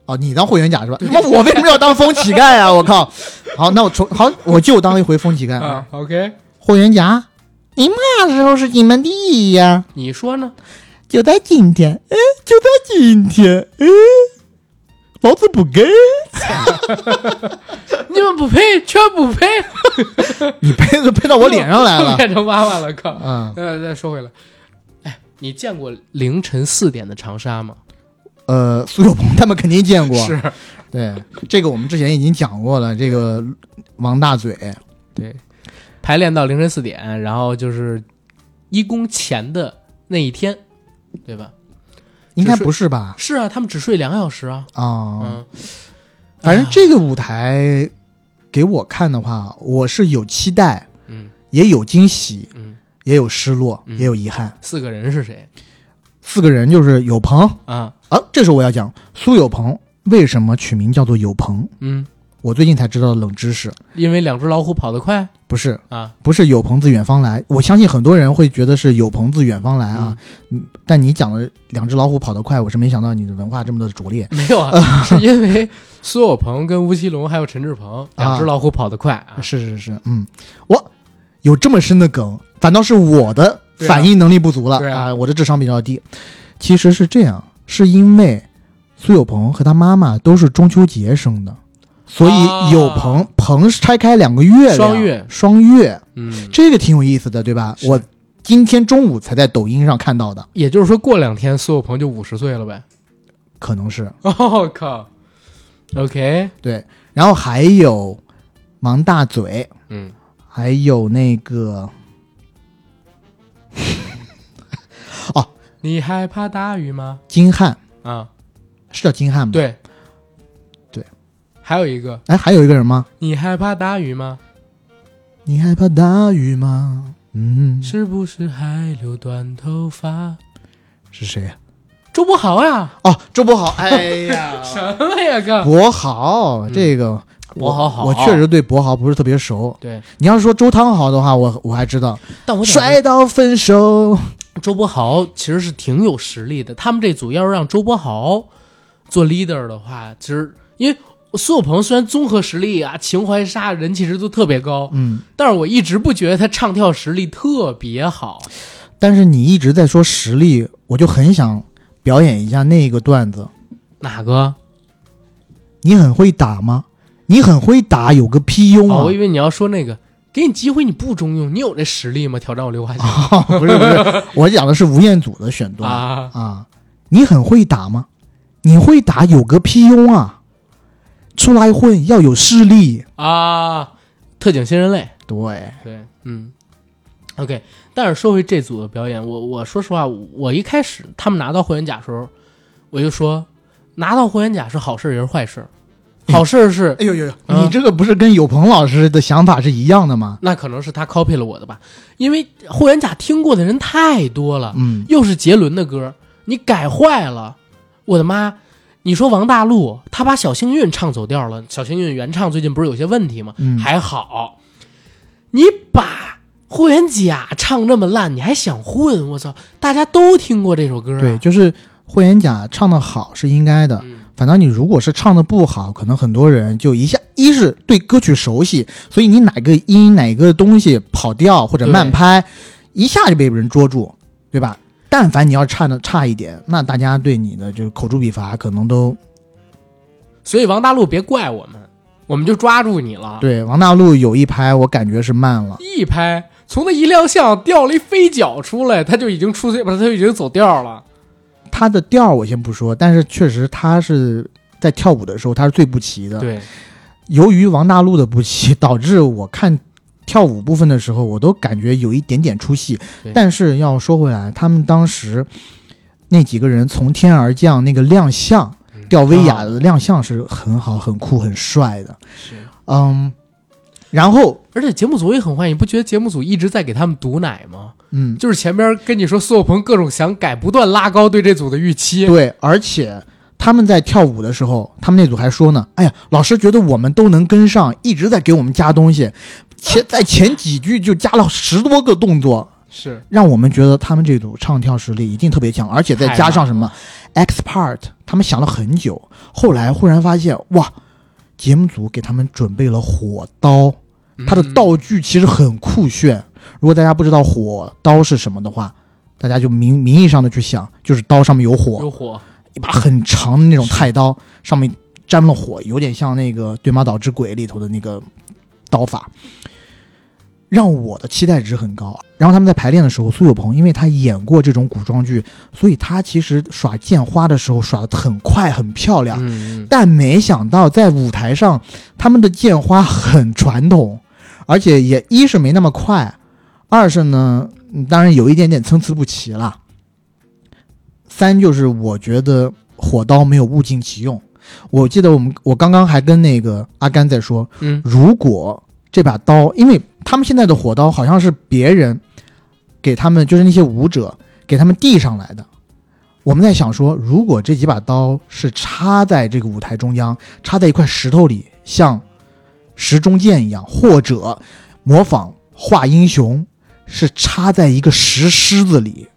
Speaker 2: 哦。你当霍元甲是吧？那我为什么要当疯乞丐啊？我靠！好，那我重好，我就当一回疯乞丐。啊。
Speaker 1: ，OK，
Speaker 2: 霍元甲，你嘛时候是进门第一呀、
Speaker 1: 你说呢？
Speaker 2: 就在今天，哎，就在今天，哎，老子不给，
Speaker 1: 你们不配，全不配，
Speaker 2: 你配都配到我脸上来 了。
Speaker 1: 变成娃娃了，靠！
Speaker 2: 嗯，
Speaker 1: 呃，再说回来，哎，你见过凌晨四点的长沙吗？
Speaker 2: 呃，苏有朋他们肯定见过，
Speaker 1: 是，
Speaker 2: 对这个我们之前已经讲过了。这个王大嘴，
Speaker 1: 对，排练到凌晨四点，然后就是一公前的那一天，对吧？
Speaker 2: 应该
Speaker 1: 就是
Speaker 2: 不是吧？
Speaker 1: 是啊，他们只睡两小时啊。
Speaker 2: 啊、
Speaker 1: 嗯，
Speaker 2: 反正这个舞台给我看的话，我是有期待，
Speaker 1: 嗯
Speaker 2: 也有惊喜，
Speaker 1: 嗯，
Speaker 2: 也有失落，
Speaker 1: 嗯
Speaker 2: 也有遗憾。
Speaker 1: 四个人是谁
Speaker 2: 四个人就是有朋
Speaker 1: 啊？
Speaker 2: 啊，这时候我要讲苏有朋为什么取名叫做有朋，
Speaker 1: 嗯，
Speaker 2: 我最近才知道的冷知识，
Speaker 1: 因为两只老虎跑得快
Speaker 2: 不是
Speaker 1: 啊。
Speaker 2: 不是有朋自远方来，我相信很多人会觉得是有朋自远方来啊，嗯但你讲的两只老虎跑得快，我是没想到你的文化这么的拙劣。
Speaker 1: 没有啊，是因为苏有朋跟吴奇隆还有陈志朋两只老虎跑得快啊。
Speaker 2: 是是是，嗯，我有这么深的梗，反倒是我的
Speaker 1: 对啊
Speaker 2: 反应能力不足了
Speaker 1: 对啊
Speaker 2: 我的智商比较低。其实是这样，是因为苏有朋和他妈妈都是中秋节生的，所
Speaker 1: 啊
Speaker 2: 以有朋、朋是拆开两个月亮
Speaker 1: 双月
Speaker 2: 双月，
Speaker 1: 嗯，
Speaker 2: 这个挺有意思的，对吧？
Speaker 1: 是
Speaker 2: 我今天中午才在抖音上看到的，
Speaker 1: 也就是说过两天苏有朋就五十岁了呗。
Speaker 2: 可能是
Speaker 1: 我靠，OK，
Speaker 2: 对。然后还有王大嘴，
Speaker 1: 嗯，
Speaker 2: 还有那个
Speaker 1: 你害怕大雨吗？
Speaker 2: 金瀚，
Speaker 1: 啊，
Speaker 2: 是叫金瀚吗？
Speaker 1: 对，
Speaker 2: 对，
Speaker 1: 还有一个，
Speaker 2: 哎，还有一个人吗？
Speaker 1: 你害怕大雨吗？
Speaker 2: 你害怕大雨吗？嗯，
Speaker 1: 是不是还留短头发？
Speaker 2: 是谁？啊
Speaker 1: 周柏豪呀，
Speaker 2: 哦，周柏豪。哎呀，
Speaker 1: 什么呀哥？
Speaker 2: 柏豪这个
Speaker 1: 柏豪好
Speaker 2: 我确实对柏豪不是特别熟。
Speaker 1: 对，
Speaker 2: 你要是说周汤豪的话，我我还知道。
Speaker 1: 但我想
Speaker 2: 摔到分手，
Speaker 1: 周柏豪其实是挺有实力的。他们这组要是让周柏豪做 leader 的话，其实因为苏有朋虽然综合实力啊、情怀杀、人气值都特别高，
Speaker 2: 嗯，
Speaker 1: 但是我一直不觉得他唱跳实力特别好。
Speaker 2: 但是你一直在说实力，我就很想表演一下那个段子。
Speaker 1: 哪个？
Speaker 2: 你很会打吗？你很会打，有个屁用
Speaker 1: 哦，我
Speaker 2: 啊
Speaker 1: 以！为你要说那个，给你机会你不中用，你有这实力吗？挑战我刘华强
Speaker 2: 哦、 不是不是，我讲的是吴彦祖的选段
Speaker 1: 啊！
Speaker 2: 啊，你很会打吗？你会打有个屁用啊！出来混要有势力。
Speaker 1: 啊，特警新人类，
Speaker 2: 对，
Speaker 1: 对，嗯，OK。但是说回这组的表演，我我说实话，我一开始他们拿到霍元甲的时候，我就说，拿到霍元甲是好事儿也是坏事儿，好事儿是、
Speaker 2: 哎呦呦呦，
Speaker 1: 嗯
Speaker 2: 你这个不是跟有朋老师的想法是一样的吗？
Speaker 1: 那可能是他 copy 了我的吧，因为霍元甲听过的人太多了，
Speaker 2: 嗯，
Speaker 1: 又是杰伦的歌，你改坏了，我的妈！你说王大陆他把小幸运唱走调了，小幸运原唱最近不是有些问题吗？
Speaker 2: 嗯
Speaker 1: 还好，你把霍元甲唱那么烂，你还想混？我操！大家都听过这首歌、啊，
Speaker 2: 对，就是霍元甲唱的好是应该的，
Speaker 1: 嗯
Speaker 2: 反倒你如果是唱的不好，可能很多人就一下，一是对歌曲熟悉，所以你哪个音哪个东西跑调或者慢拍，一下就被人捉住，对吧？但凡你要唱的差一点，那大家对你的就是口诛笔伐，可能都
Speaker 1: 所以王大陆别怪我们，我们就抓住你了。
Speaker 2: 对。王大陆有一拍，我感觉是慢了，
Speaker 1: 一拍从那一亮相掉了一飞脚出来，他就已经出不是他就已经走调了。
Speaker 2: 他的调儿我先不说，但是确实他是在跳舞的时候他是最不齐的，
Speaker 1: 对，
Speaker 2: 由于王大陆的不齐， 导致我看跳舞部分的时候，我都感觉有一点点出戏
Speaker 1: 对。
Speaker 2: 但是要说回来，他们当时那几个人从天而降那个亮相，
Speaker 1: 嗯
Speaker 2: 吊威亚的亮相是很好、很酷、很帅的。
Speaker 1: 啊是。
Speaker 2: 嗯，然后
Speaker 1: 而且节目组也很坏，你不觉得节目组一直在给他们毒奶吗？
Speaker 2: 嗯，
Speaker 1: 就是前边跟你说苏有朋各种想改，不断拉高对这组的预期。
Speaker 2: 对，而且。他们在跳舞的时候，他们那组还说呢：“哎呀，老师觉得我们都能跟上，一直在给我们加东西，前在前几句就加了十多个动作，
Speaker 1: 是，
Speaker 2: 让我们觉得他们这组唱跳实力一定特别强，而且再加上什么 X Part，他们想了很久，后来忽然发现，哇，节目组给他们准备了火刀，它的道具其实很酷炫。如果大家不知道火刀是什么的话，大家就名名义上的去想，就是刀上面有火，
Speaker 1: 嗯有火，
Speaker 2: 一把很长的那种太刀，上面沾了火，有点像那个《对马岛之鬼》里头的那个刀法，让我的期待值很高。然后他们在排练的时候，苏有朋因为他演过这种古装剧，所以他其实耍剑花的时候耍的很快很漂亮。
Speaker 1: 嗯，
Speaker 2: 但没想到在舞台上，他们的剑花很传统，而且也一是没那么快，二是呢，嗯当然有一点点参差不齐啦。三就是我觉得火刀没有物尽其用。我记得我们我刚刚还跟那个阿甘在说，
Speaker 1: 嗯，
Speaker 2: 如果这把刀，因为他们现在的火刀好像是别人给他们，就是那些舞者给他们递上来的。我们在想说，如果这几把刀是插在这个舞台中央，插在一块石头里，像石中剑一样，或者模仿画英雄，是插在一个石狮子里。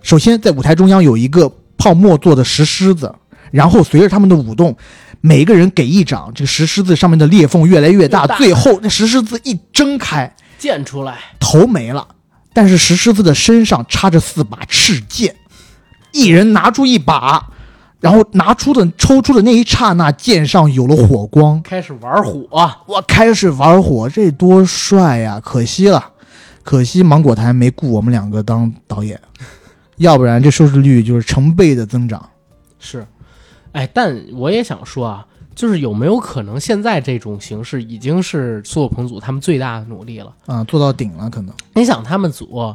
Speaker 2: 首先，在舞台中央有一个泡沫做的石狮子，然后随着他们的舞动，每一个人给一掌，这个石狮子上面的裂缝越来越大，
Speaker 1: 越大
Speaker 2: 最后那石狮子一睁开，
Speaker 1: 剑出来，
Speaker 2: 头没了，但是石狮子的身上插着四把赤剑，一人拿出一把，然后拿出的抽出的那一刹那，剑上有了火光，
Speaker 1: 开始玩火，
Speaker 2: 我开始玩火，这多帅呀！可惜了，可惜芒果台没雇我们两个当导演，要不然这收视率就是成倍的增长。
Speaker 1: 是。哎，但我也想说啊，就是有没有可能现在这种形式已经是苏有朋组他们最大的努力了？
Speaker 2: 啊、做到顶了，可能
Speaker 1: 你想他们组，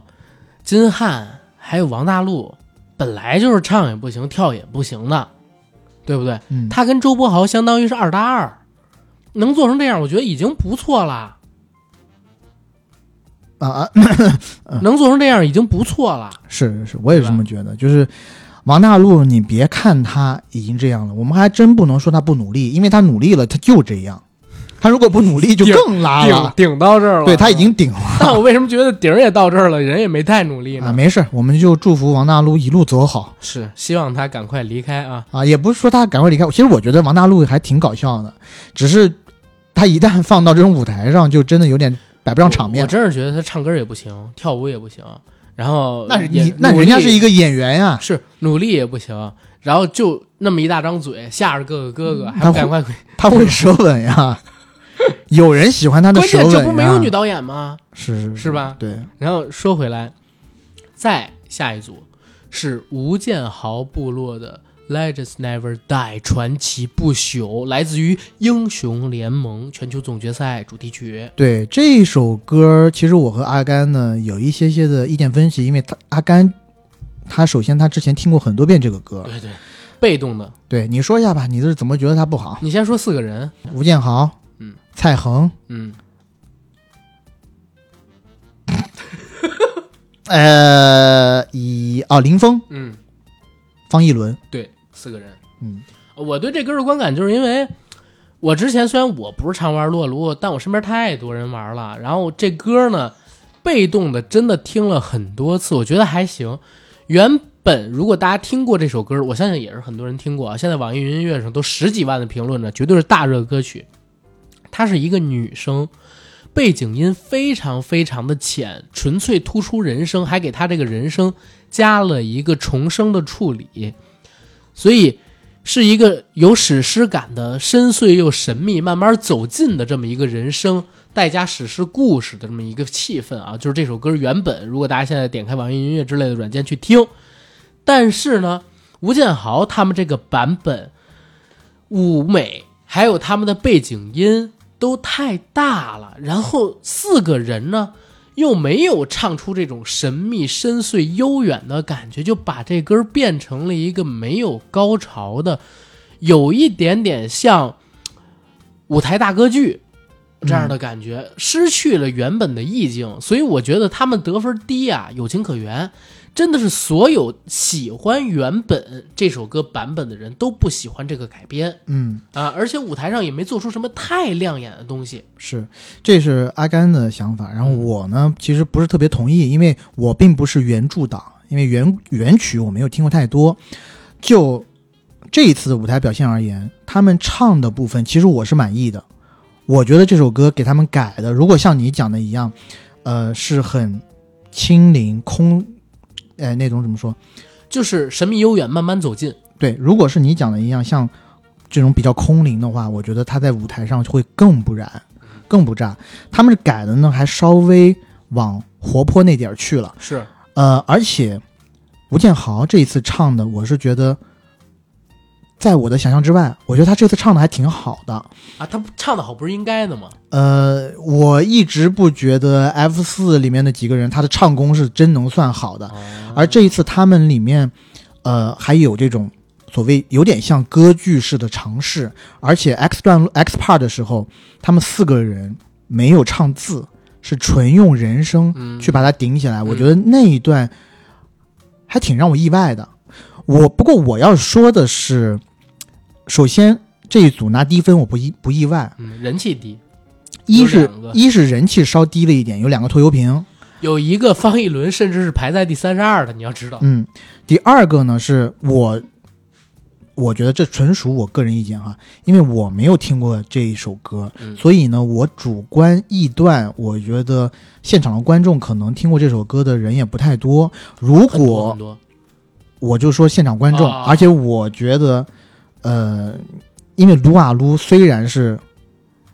Speaker 1: 金瀚还有王大陆，本来就是唱也不行，跳也不行的，对不对？
Speaker 2: 嗯
Speaker 1: 他跟周柏豪相当于是二搭二，能做成这样，我觉得已经不错了。
Speaker 2: 啊啊，
Speaker 1: 能做成这样已经不错了。
Speaker 2: 是是是，我也是这么觉得。就是王大陆，你别看他已经这样了，我们还真不能说他不努力，因为他努力了，他就这样。他如果不努力，就
Speaker 1: 顶
Speaker 2: 更拉了。
Speaker 1: 顶到这儿
Speaker 2: 对他已。经顶了
Speaker 1: 但我为什么觉得顶儿也到这儿了，人也没太努力
Speaker 2: 啊，
Speaker 1: 呢？
Speaker 2: 没事，我们就祝福王大陆一路走好
Speaker 1: 是希望他赶快离开啊！
Speaker 2: 啊！也不是说他赶快离开，其实我觉得王大陆还挺搞笑的，只是他一旦放到这种舞台上，就真的有点摆不上场
Speaker 1: 我
Speaker 2: 面。
Speaker 1: 真是觉得他唱歌也不行，跳舞也不行，然后
Speaker 2: 那是
Speaker 1: 也
Speaker 2: 你那
Speaker 1: 努
Speaker 2: 人家
Speaker 1: 力
Speaker 2: 是一个演员呀、
Speaker 1: 是努力也不行，然后就那么一大张嘴吓着各个哥哥，还
Speaker 2: 嗯他
Speaker 1: 不赶快回？
Speaker 2: 他会舌吻呀、 有人喜欢他的
Speaker 1: 关
Speaker 2: 舌
Speaker 1: 键
Speaker 2: 吻呀、
Speaker 1: 这不没有女导演吗？
Speaker 2: 是是
Speaker 1: 是吧？
Speaker 2: 对，
Speaker 1: 然后说回来，再下一组是吴建豪部落的 Legends Never Die 传奇不朽，来自于英雄联盟全球总决赛主题曲。
Speaker 2: 对这首歌，其实我和阿甘呢有一些些的意见分歧，因为他阿甘，他首先他之前听过很多遍这个歌，
Speaker 1: 对对，被动的，
Speaker 2: 对你说一下吧，你是怎么觉得他不好？
Speaker 1: 你先说四个人，
Speaker 2: 吴建豪，
Speaker 1: 嗯，
Speaker 2: 蔡恒，
Speaker 1: 嗯，
Speaker 2: 呃，以哦林峰、
Speaker 1: 嗯，
Speaker 2: 方逸伦，
Speaker 1: 对，四个人。呃
Speaker 2: 嗯，
Speaker 1: 我对这歌的观感就是因为，我之前虽然我不是常玩撸啊撸，但我身边太多人玩了，然后这歌呢，被动的真的听了很多次，我觉得还行。原本如果大家听过这首歌，我相信也是很多人听过啊。现在网易云音乐上都十几万的评论呢，绝对是大热歌曲。她是一个女生，背景音非常非常的浅，纯粹突出人声，还给她这个人声加了一个重声的处理，所以是一个有史诗感的、深邃又神秘、慢慢走近的这么一个人声。带加史诗故事的这么一个气氛啊，就是这首歌原本，如果大家现在点开网易云音乐之类的软件去听，但是呢，吴建豪他们这个版本舞美还有他们的背景音都太大了，然后四个人呢又没有唱出这种神秘、深邃、悠远的感觉，就把这歌变成了一个没有高潮的，有一点点像舞台大歌剧。这样的感觉，失去了原本的意境，所以我觉得他们得分低啊，有情可原。真的是所有喜欢原本这首歌版本的人都不喜欢这个改编
Speaker 2: 嗯，
Speaker 1: 啊，而且舞台上也没做出什么太亮眼的东西。
Speaker 2: 是，这是阿甘的想法。然后我呢，其实不是特别同意，因为我并不是原著党，因为原原曲我没有听过太多。就这一次的舞台表现而言，他们唱的部分其实我是满意的。我觉得这首歌给他们改的，如果像你讲的一样，呃，是很轻灵空，呃，那种怎么说？
Speaker 1: 就是神秘悠远，慢慢走近。
Speaker 2: 对，如果是你讲的一样，像这种比较空灵的话，我觉得他在舞台上会更不燃，更不炸。他们改的呢，还稍微往活泼那点儿去了。
Speaker 1: 是，
Speaker 2: 呃，而且吴建豪这一次唱的，我是觉得在我的想象之外，我觉得他这次唱的还挺好的。
Speaker 1: 啊，他唱的好不是应该的吗？
Speaker 2: 呃，我一直不觉得 F 四里面的几个人他的唱功是真能算好的，啊
Speaker 1: 哦
Speaker 2: 而这一次他们里面，呃，还有这种所谓有点像歌剧式的尝试，而且 X 段 X part 的时候，他们四个人没有唱字，是纯用人声
Speaker 1: 嗯
Speaker 2: 去把它顶起来。我觉得那一段还挺让我意外的。我不过我要说的是，首先这一组拿低分我不意不意外，
Speaker 1: 嗯，人气低，
Speaker 2: 一
Speaker 1: 有
Speaker 2: 是
Speaker 1: 两个
Speaker 2: 一是人气稍低了一点，有两个拖油瓶，
Speaker 1: 有一个方一伦甚至是排在第三十二的，你要知道。
Speaker 2: 嗯，第二个呢是我，我觉得这纯属我个人意见哈，因为我没有听过这一首歌，
Speaker 1: 嗯
Speaker 2: 所以呢，我主观臆断，我觉得现场的观众可能听过这首歌的人也不太多。如
Speaker 1: 很多
Speaker 2: 果
Speaker 1: 很多，
Speaker 2: 我就说现场观众，
Speaker 1: 啊
Speaker 2: 而且我觉得，呃，因为撸啊撸虽然是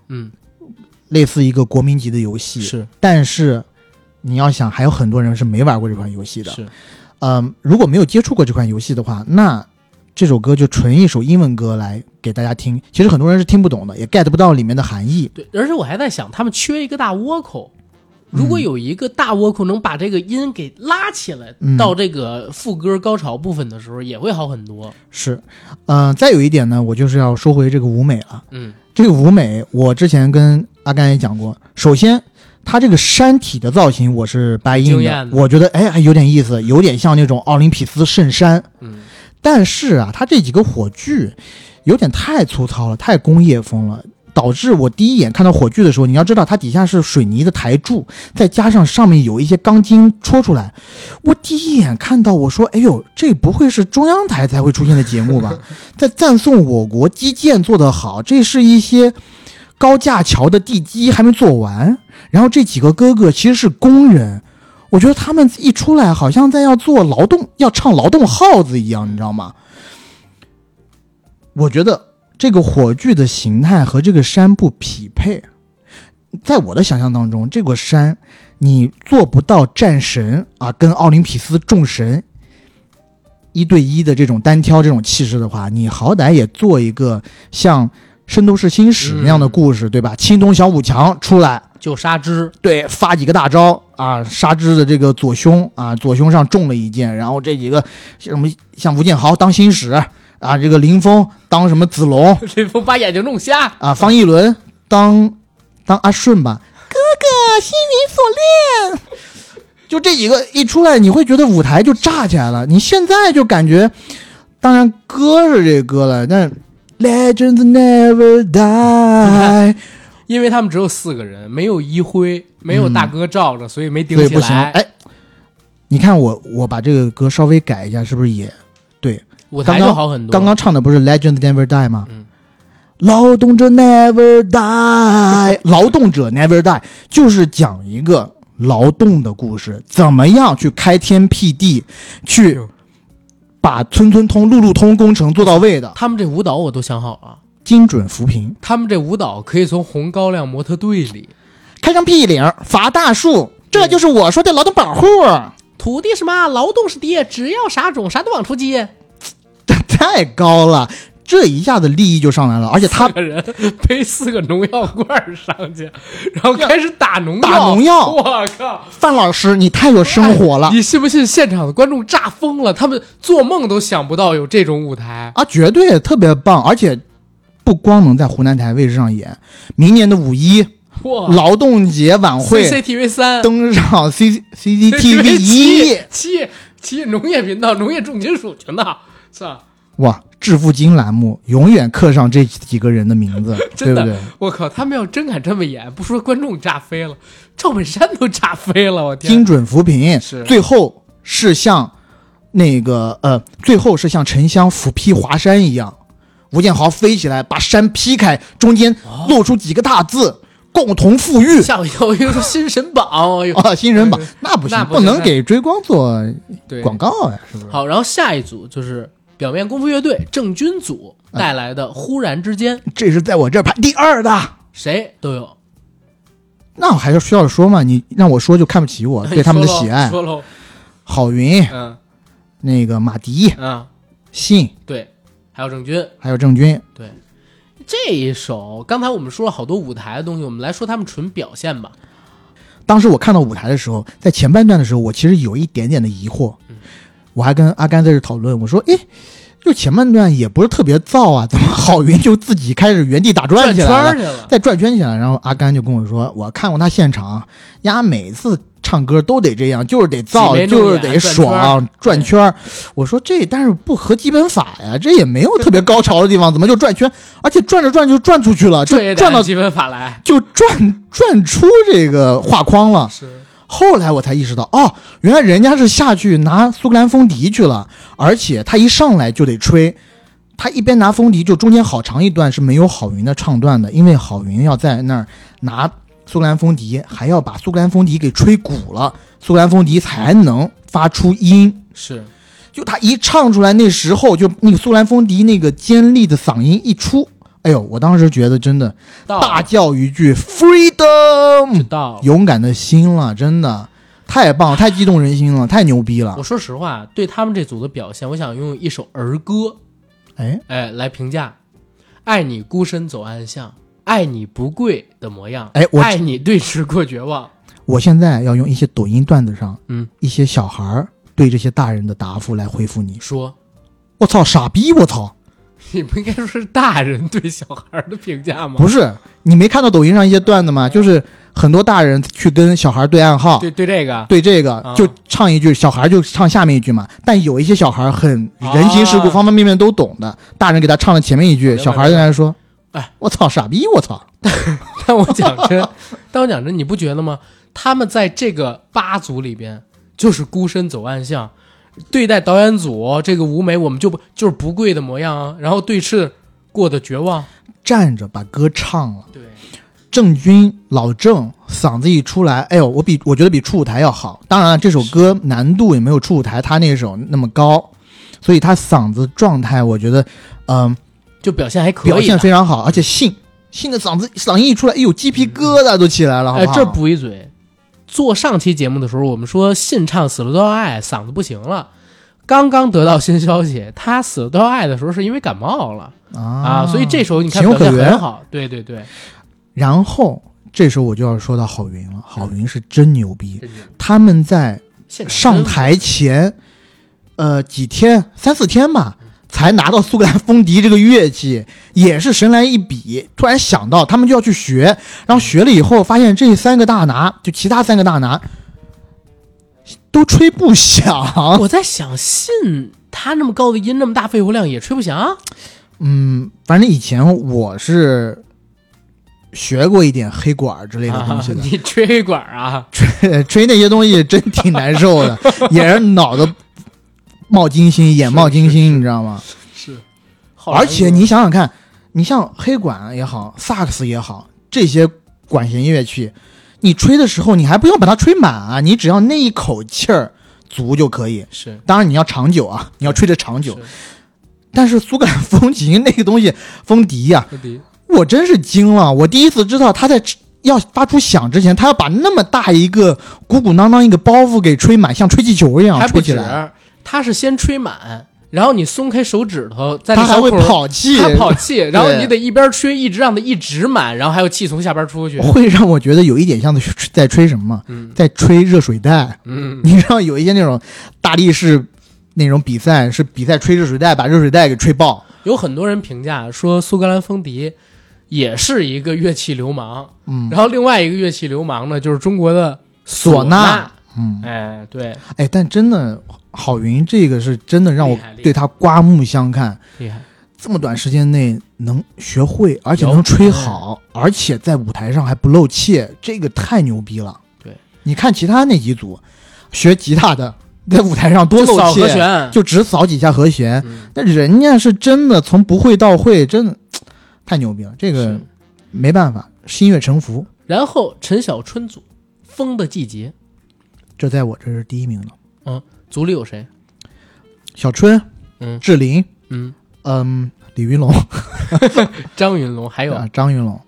Speaker 1: 嗯，
Speaker 2: 类似一个国民级的游戏，
Speaker 1: 是
Speaker 2: 但是你要想，还有很多人是没玩过这款游戏的，
Speaker 1: 是，
Speaker 2: 嗯，如果没有接触过这款游戏的话，那这首歌就纯一首英文歌来给大家听。其实很多人是听不懂的，也 get 不到里面的含义。
Speaker 1: 对，而且我还在想，他们缺一个大倭寇。如果有一个大倭寇能把这个音给拉起来，
Speaker 2: 嗯
Speaker 1: 到这个副歌高潮部分的时候，也会好很多。
Speaker 2: 是，嗯、再有一点呢，我就是要说回这个舞美了。
Speaker 1: 嗯，
Speaker 2: 这个舞美，我之前跟阿甘也讲过。首先，它这个山体的造型我是白
Speaker 1: 惊
Speaker 2: 印的
Speaker 1: 艳，的
Speaker 2: 我觉得哎还有点意思，有点像那种奥林匹斯圣山。
Speaker 1: 嗯，
Speaker 2: 但是啊，它这几个火炬有点太粗糙了，太工业风了。导致我第一眼看到火炬的时候，你要知道它底下是水泥的台柱，再加上上面有一些钢筋戳出来。我第一眼看到，我说：“哎呦，这不会是中央台才会出现的节目吧？”在赞颂我国基建做得好，这是一些高架桥的地基还没做完。然后这几个哥哥其实是工人，我觉得他们一出来好像在要做劳动，要唱劳动号子一样，你知道吗？我觉得这个火炬的形态和这个山不匹配，在我的想象当中，这个山你做不到战神啊，跟奥林匹斯众神一对一的这种单挑这种气势的话，你好歹也做一个像《圣斗士星矢》那样的故事，对吧？青铜小五强出来，
Speaker 1: 就杀之，
Speaker 2: 对，发几个大招啊，杀之的这个左胸啊，左胸上中了一箭，然后这几个什么像吴建豪当星矢啊，这个林峰当什么子龙
Speaker 1: 这不把眼睛弄瞎。
Speaker 2: 啊，方一伦当当阿顺吧，哥哥心灵锁链，就这几个一出来，你会觉得舞台就炸起来了。你现在就感觉，当然歌是这歌了，但 Legends never die，
Speaker 1: 因为他们只有四个人，没有一辉，没有大哥罩着，所以没顶
Speaker 2: 嗯对
Speaker 1: 起
Speaker 2: 不行，
Speaker 1: 来。
Speaker 2: 哎。你看我我把这个歌稍微改一下，是不是也
Speaker 1: 舞台
Speaker 2: 刚刚
Speaker 1: 就好很多。
Speaker 2: 刚刚唱的不是 Legend Never Die 吗？
Speaker 1: 嗯
Speaker 2: 劳动者 Never Die，劳动者 Never Die 就是讲一个劳动的故事，怎么样去开天辟地，去把村村通、路路通工程做到位的，
Speaker 1: 他们这舞蹈我都想好了，
Speaker 2: 精准扶贫，
Speaker 1: 他们这舞蹈可以从红高粱模特队里，
Speaker 2: 开张辟岭，伐大树，
Speaker 1: 嗯
Speaker 2: 这就是我说的劳动保护。
Speaker 1: 土地是妈，劳动是爹，只要啥种啥都往出接。
Speaker 2: 太高了，这一下子利益就上来了，而且他
Speaker 1: 四个人背四个农药罐儿上去，然后开始打农药。
Speaker 2: 打农药
Speaker 1: 我靠！哎
Speaker 2: 范老师，你太有生 活了
Speaker 1: 你信不信现场的观众炸疯了？他们做梦都想不到有这种舞台。
Speaker 2: 啊，绝对特别棒，而且不光能在湖南台卫视上演，明年的五一
Speaker 1: 哇
Speaker 2: 劳动节晚会
Speaker 1: ！CCTV 三
Speaker 2: 登上 C C C T V
Speaker 1: CCTV
Speaker 2: 一，
Speaker 1: 七七农业频道、农业重金属频道，是吧？
Speaker 2: 哇，致富经栏目永远刻上这几个人的名字，对
Speaker 1: 真
Speaker 2: 不
Speaker 1: 的
Speaker 2: 对？
Speaker 1: 我靠！他们要真敢这么演，不说观众炸飞了，赵本山都炸飞了，我天！
Speaker 2: 精准扶贫，
Speaker 1: 是
Speaker 2: 最后是像那个呃，最后是像沉香斧劈华山一样，吴建豪飞起来把山劈开，中间露出几个大字：
Speaker 1: 哦
Speaker 2: 共同富裕。
Speaker 1: 吓我一跳！我以为说新神榜，哎呦，
Speaker 2: 啊，新人榜那不
Speaker 1: 那
Speaker 2: 行，
Speaker 1: 不行
Speaker 2: 能给追光做
Speaker 1: 对，
Speaker 2: 广告啊呀、是不是？
Speaker 1: 好，然后下一组就是表面功夫乐队郑钧组
Speaker 2: 嗯
Speaker 1: 带来的《忽然之间》，
Speaker 2: 这是在我这儿排第二的，
Speaker 1: 谁都有
Speaker 2: 哦那我还是需要说嘛？你让我说就看不起 我对他们的喜爱。
Speaker 1: 说喽，
Speaker 2: 郝云、
Speaker 1: 嗯
Speaker 2: 那个马迪、
Speaker 1: 嗯，
Speaker 2: 信，
Speaker 1: 对，还有郑钧
Speaker 2: 还有郑钧，
Speaker 1: 这一首，刚才我们说了好多舞台的东西，我们来说他们纯表现吧。
Speaker 2: 当时我看到舞台的时候，在前半段的时候，我其实有一点点的疑惑，我还跟阿甘在这讨论，我说：“诶，就前半段也不是特别燥啊，怎么郝云就自己开始原地打转起
Speaker 1: 圈
Speaker 2: 来了
Speaker 1: 儿？”去了，
Speaker 2: 再转圈起来，然后阿甘就跟我说：“我看过他现场，丫每次唱歌都得这样，就是得
Speaker 1: 挤
Speaker 2: 燥，
Speaker 1: 眉弄
Speaker 2: 就是
Speaker 1: 眼
Speaker 2: 得爽，转
Speaker 1: 转
Speaker 2: 圈儿。”我说：“这但是不合基本法呀，这也没有特别高潮的地方，怎么就转圈？而且转着转就转出去了，就
Speaker 1: 这也
Speaker 2: 转
Speaker 1: 得
Speaker 2: 到
Speaker 1: 积分法来。
Speaker 2: 就转转出这个画框了。”
Speaker 1: 是，
Speaker 2: 后来我才意识到，哦，原来人家是下去拿苏格兰风笛去了，而且他一上来就得吹，他一边拿风笛，就中间好长一段是没有郝云的唱段的，因为郝云要在那儿拿苏格兰风笛，还要把苏格兰风笛给吹鼓了，苏格兰风笛才能发出音。
Speaker 1: 是，
Speaker 2: 就他一唱出来那时候，就那个苏格兰风笛那个尖利的嗓音一出，哎呦，我当时觉得真的
Speaker 1: 到
Speaker 2: 大叫一句 “freedom”，
Speaker 1: 就到了。
Speaker 2: 勇敢的心了，真的太 棒了，太激动人心了，太牛逼了
Speaker 1: 我。说实话，对他们这组的表现，我想用一首儿歌，
Speaker 2: 哎，
Speaker 1: 哎，来评价：爱你孤身走暗巷，爱你不跪的模样，
Speaker 2: 哎我
Speaker 1: 爱你对峙过绝望。
Speaker 2: 我现在要用一些抖音段子上，
Speaker 1: 嗯，
Speaker 2: 一些小孩儿对这些大人的答复来回复你。
Speaker 1: 说
Speaker 2: 我操，傻逼！我操，
Speaker 1: 你不应该说是大人对小孩的评价吗？
Speaker 2: 不是你没看到抖音上一些段子吗？就是很多大人去跟小孩对暗号，
Speaker 1: 对对，这个
Speaker 2: 对这个
Speaker 1: 啊
Speaker 2: 就唱一句，小孩就唱下面一句嘛。但有一些小孩很人情世故，
Speaker 1: 啊
Speaker 2: 方方面面都懂的，大人给他唱了前面一句，
Speaker 1: 明白
Speaker 2: 小孩在那说：“
Speaker 1: 哎，
Speaker 2: 我操，傻逼！我操
Speaker 1: 但我讲真，但我讲真，你不觉得吗？他们在这个八组里边，就是孤身走暗巷，对待导演组这个舞美，我们就不就是不跪的模样啊，然后对视过的绝望，！”
Speaker 2: 站着把歌唱了。
Speaker 1: 对，
Speaker 2: 郑钧、老郑嗓子一出来，哎呦，我比我觉得比初舞台要好。当然了，这首歌难度也没有初舞台他那首那么高，所以他嗓子状态我觉得，嗯、
Speaker 1: 就表现还可以啊，
Speaker 2: 表现非常好。而且信信的嗓子哎嗓音一出来，哎呦，鸡皮疙瘩都起来了，好
Speaker 1: 哎
Speaker 2: 不，好？
Speaker 1: 这补一嘴，做上期节目的时候，我们说信唱《死了都要爱》嗓子不行了，刚刚得到新消息，他《死了都要爱》的时候是因为感冒了
Speaker 2: 啊
Speaker 1: 啊，所以这时候你看
Speaker 2: 情有
Speaker 1: 表
Speaker 2: 可
Speaker 1: 现很
Speaker 2: 原
Speaker 1: 好，对对对，
Speaker 2: 然后这时候我就要说到郝云了，郝云是真牛逼。
Speaker 1: 这是
Speaker 2: 他们在
Speaker 1: 现场
Speaker 2: 上
Speaker 1: 真
Speaker 2: 台前，呃，几天三四天吧，才拿到苏格兰风笛这个乐器，也是神来一笔，突然想到他们就要去学，然后学了以后发现这三个大拿，就其他三个大拿都吹不响，
Speaker 1: 我在想，信他那么高的音，那么大肺活量也吹不响，
Speaker 2: 嗯，反正以前我是学过一点黑管儿之类的东西的，
Speaker 1: 啊、你吹管儿啊？
Speaker 2: 吹 吹那些东西真挺难受的，也是脑子冒金星，眼冒金星，你知道吗？
Speaker 1: 是，
Speaker 2: 而且你想想看，你像黑管也好，萨克斯也好，这些管弦乐器，你吹的时候你还不用把它吹满啊，你只要那一口气儿足就可以。
Speaker 1: 是
Speaker 2: 当然你要长久啊，你要吹得长久。
Speaker 1: 是
Speaker 2: 但是苏格兰风琴 那个东西，风笛呀、
Speaker 1: 科迪
Speaker 2: 我真是惊了，我第一次知道他在吃要发出响之前，他要把那么大一个鼓鼓囊囊一个包袱给吹满，像吹气球一样
Speaker 1: 还
Speaker 2: 吹
Speaker 1: 不
Speaker 2: 起
Speaker 1: 止
Speaker 2: 来，，
Speaker 1: 他是先吹满，然后你松开手指头，在
Speaker 2: 他
Speaker 1: 那
Speaker 2: 还会
Speaker 1: 小孔儿，
Speaker 2: 跑气，
Speaker 1: 他跑气，然后
Speaker 2: 对
Speaker 1: 你得一边吹一直让它一直满，然后还有气从下边出去。
Speaker 2: 会让我觉得有一点像在吹在吹什么，
Speaker 1: 嗯
Speaker 2: 在吹热水袋。
Speaker 1: 嗯，
Speaker 2: 你知道有一些那种大力士那种比赛是比赛吹热水袋，把热水袋给吹爆。
Speaker 1: 有很多人评价说苏格兰风笛也是一个乐器流氓，
Speaker 2: 嗯，
Speaker 1: 然后另外一个乐器流氓呢就是中国的
Speaker 2: 唢呐
Speaker 1: 呐。
Speaker 2: 嗯，
Speaker 1: 哎，对，
Speaker 2: 哎，但真的郝云这个是真的让我
Speaker 1: 厉害厉害
Speaker 2: 对他刮目相看。
Speaker 1: 厉害，
Speaker 2: 这么短时间内能学会，而且
Speaker 1: 有
Speaker 2: 能吹好，而且在舞台上还不露怯，这个太牛逼了。
Speaker 1: 对，
Speaker 2: 你看其他那几组学吉他的，在舞台上多
Speaker 1: 就
Speaker 2: 露
Speaker 1: 扫和
Speaker 2: 怯，啊
Speaker 1: 弦，
Speaker 2: 就只扫几下和弦，
Speaker 1: 嗯
Speaker 2: 那人家是真的从不会到会，真的太牛逼了。这个
Speaker 1: 是
Speaker 2: 没办法，心悦诚服，
Speaker 1: 然后陈小春组《风的季节
Speaker 2: 这在我这是第一名了。》，
Speaker 1: 组里有谁？
Speaker 2: 小春，
Speaker 1: 嗯
Speaker 2: 志玲，
Speaker 1: 嗯，
Speaker 2: 嗯，李云龙，
Speaker 1: 张云龙，还有
Speaker 2: 啊，张云龙，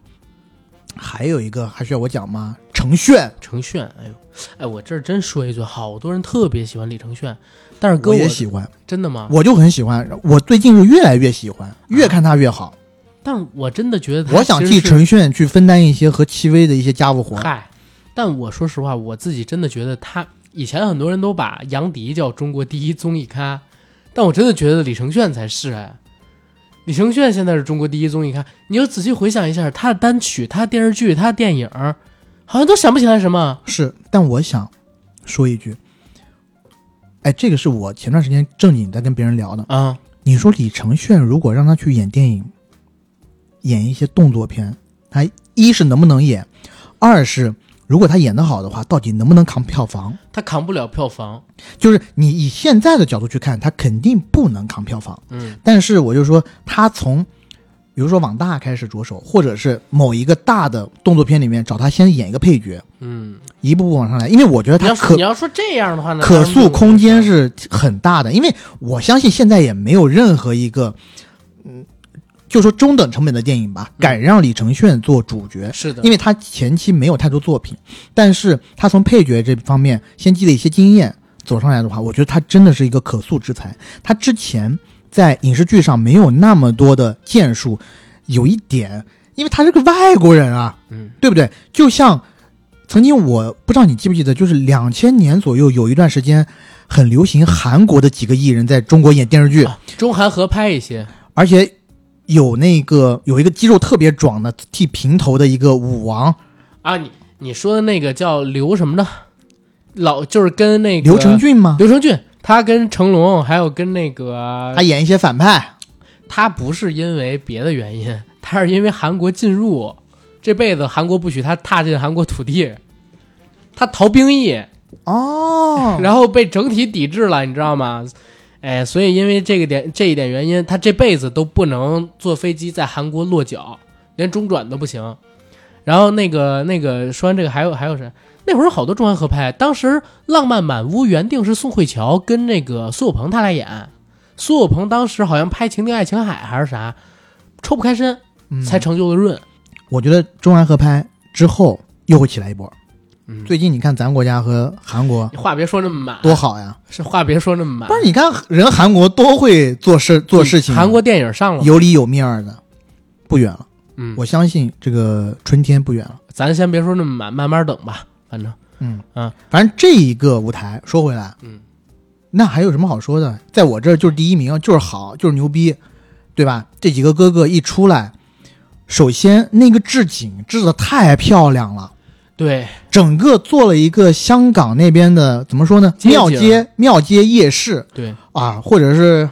Speaker 2: 还有一个还需要我讲吗？程炫。
Speaker 1: 程炫。哎呦，哎，我这儿真说一句，好多人特别喜欢李程炫，但是跟啊
Speaker 2: 我也喜欢，
Speaker 1: 真的吗？
Speaker 2: 我就很喜欢，我最近是越来越喜欢，越看他越好。
Speaker 1: 但是我真的觉得啊他
Speaker 2: 我想
Speaker 1: 其实
Speaker 2: 替
Speaker 1: 是
Speaker 2: 陈炫去分担一些和戚薇的一些家务活。
Speaker 1: 嗨，但我说实话，我自己真的觉得他以前很多人都把杨迪叫中国第一综艺咖，但我真的觉得李承铉才是哎。李承铉现在是中国第一综艺咖，你就仔细回想一下他的单曲、他的电视剧、他的电影，好像都想不起来什么。
Speaker 2: 是，但我想说一句，哎，这个是我前段时间正经在跟别人聊的。
Speaker 1: 啊，
Speaker 2: 你说李承铉如果让他去演电影，演一些动作片，他一是能不能演，二是如果他演得好的话，到底能不能扛票房？
Speaker 1: 他扛不了票房。
Speaker 2: 就是你以现在的角度去看，他肯定不能扛票房。
Speaker 1: 嗯，
Speaker 2: 但是我就说，他从比如说往大开始着手，或者是某一个大的动作片里面找他先演一个配角，
Speaker 1: 嗯，
Speaker 2: 一步步往上来。因为我觉得
Speaker 1: 你
Speaker 2: 他
Speaker 1: 要
Speaker 2: 可
Speaker 1: 你要说这样的话呢，
Speaker 2: 可
Speaker 1: 当然不
Speaker 2: 塑空间是很大的，因为我相信现在也没有任何一个，嗯，就说中等成本的电影吧，
Speaker 1: 嗯
Speaker 2: 敢让李承铉做主角。
Speaker 1: 是的，
Speaker 2: 因为他前期没有太多作品，但是他从配角这方面先积累一些经验走上来的话，我觉得他真的是一个可塑之才。他之前在影视剧上没有那么多的建树，有一点，因为他是个外国人啊，
Speaker 1: 嗯，
Speaker 2: 对不对？就像曾经我不知道你记不记得，就是两千年左右有一段时间很流行韩国的几个艺人在中国演电视剧，
Speaker 1: 啊中韩合拍一些，
Speaker 2: 而且有那个有一个肌肉特别壮的剃平头的一个舞王。
Speaker 1: 啊，你你说的那个叫刘什么呢？老就是跟那个
Speaker 2: 刘承俊啊吗？
Speaker 1: 刘承俊，他跟成龙还有跟那个
Speaker 2: 他演一些反派，
Speaker 1: 他不是因为别的原因，他是因为韩国进入，这辈子韩国不许他踏进韩国土地，他逃兵役，
Speaker 2: 哦，
Speaker 1: 然后被整体抵制了，你知道吗？哎，所以因为这个点这一点原因，他这辈子都不能坐飞机在韩国落脚，连中转都不行。然后那个那个说完这个还有还有谁？那会儿有好多中韩合拍，当时《浪漫满屋》原定是宋慧乔跟那个苏有朋他俩演，苏有朋当时好像拍《情定爱琴海》还是啥，抽不开身
Speaker 2: 嗯
Speaker 1: 才成就了润。
Speaker 2: 我觉得中韩合拍之后又会起来一波。
Speaker 1: 嗯啊
Speaker 2: 最近你看咱国家和韩国
Speaker 1: 你话别说那么满，
Speaker 2: 多好呀，
Speaker 1: 是话别说那么满
Speaker 2: 不。是？你看人韩国多会做事做事
Speaker 1: 嗯
Speaker 2: 情，啊
Speaker 1: 韩国电影上了，
Speaker 2: 有理有面儿的，不远了。
Speaker 1: 嗯，
Speaker 2: 我相信这个春天不远了。
Speaker 1: 咱先别说那么满，慢慢等吧，反正。
Speaker 2: 嗯
Speaker 1: 啊，
Speaker 2: 反正这一个舞台，说回来，
Speaker 1: 嗯，
Speaker 2: 那还有什么好说的？在我这儿就是第一名，就是好，就是牛逼，对吧？这几个哥哥一出来，首先那个置景置的太漂亮了。
Speaker 1: 对，
Speaker 2: 整个做了一个香港那边的怎么说呢？
Speaker 1: 街景
Speaker 2: 庙街、庙街夜市
Speaker 1: 对，
Speaker 2: 啊，或者是，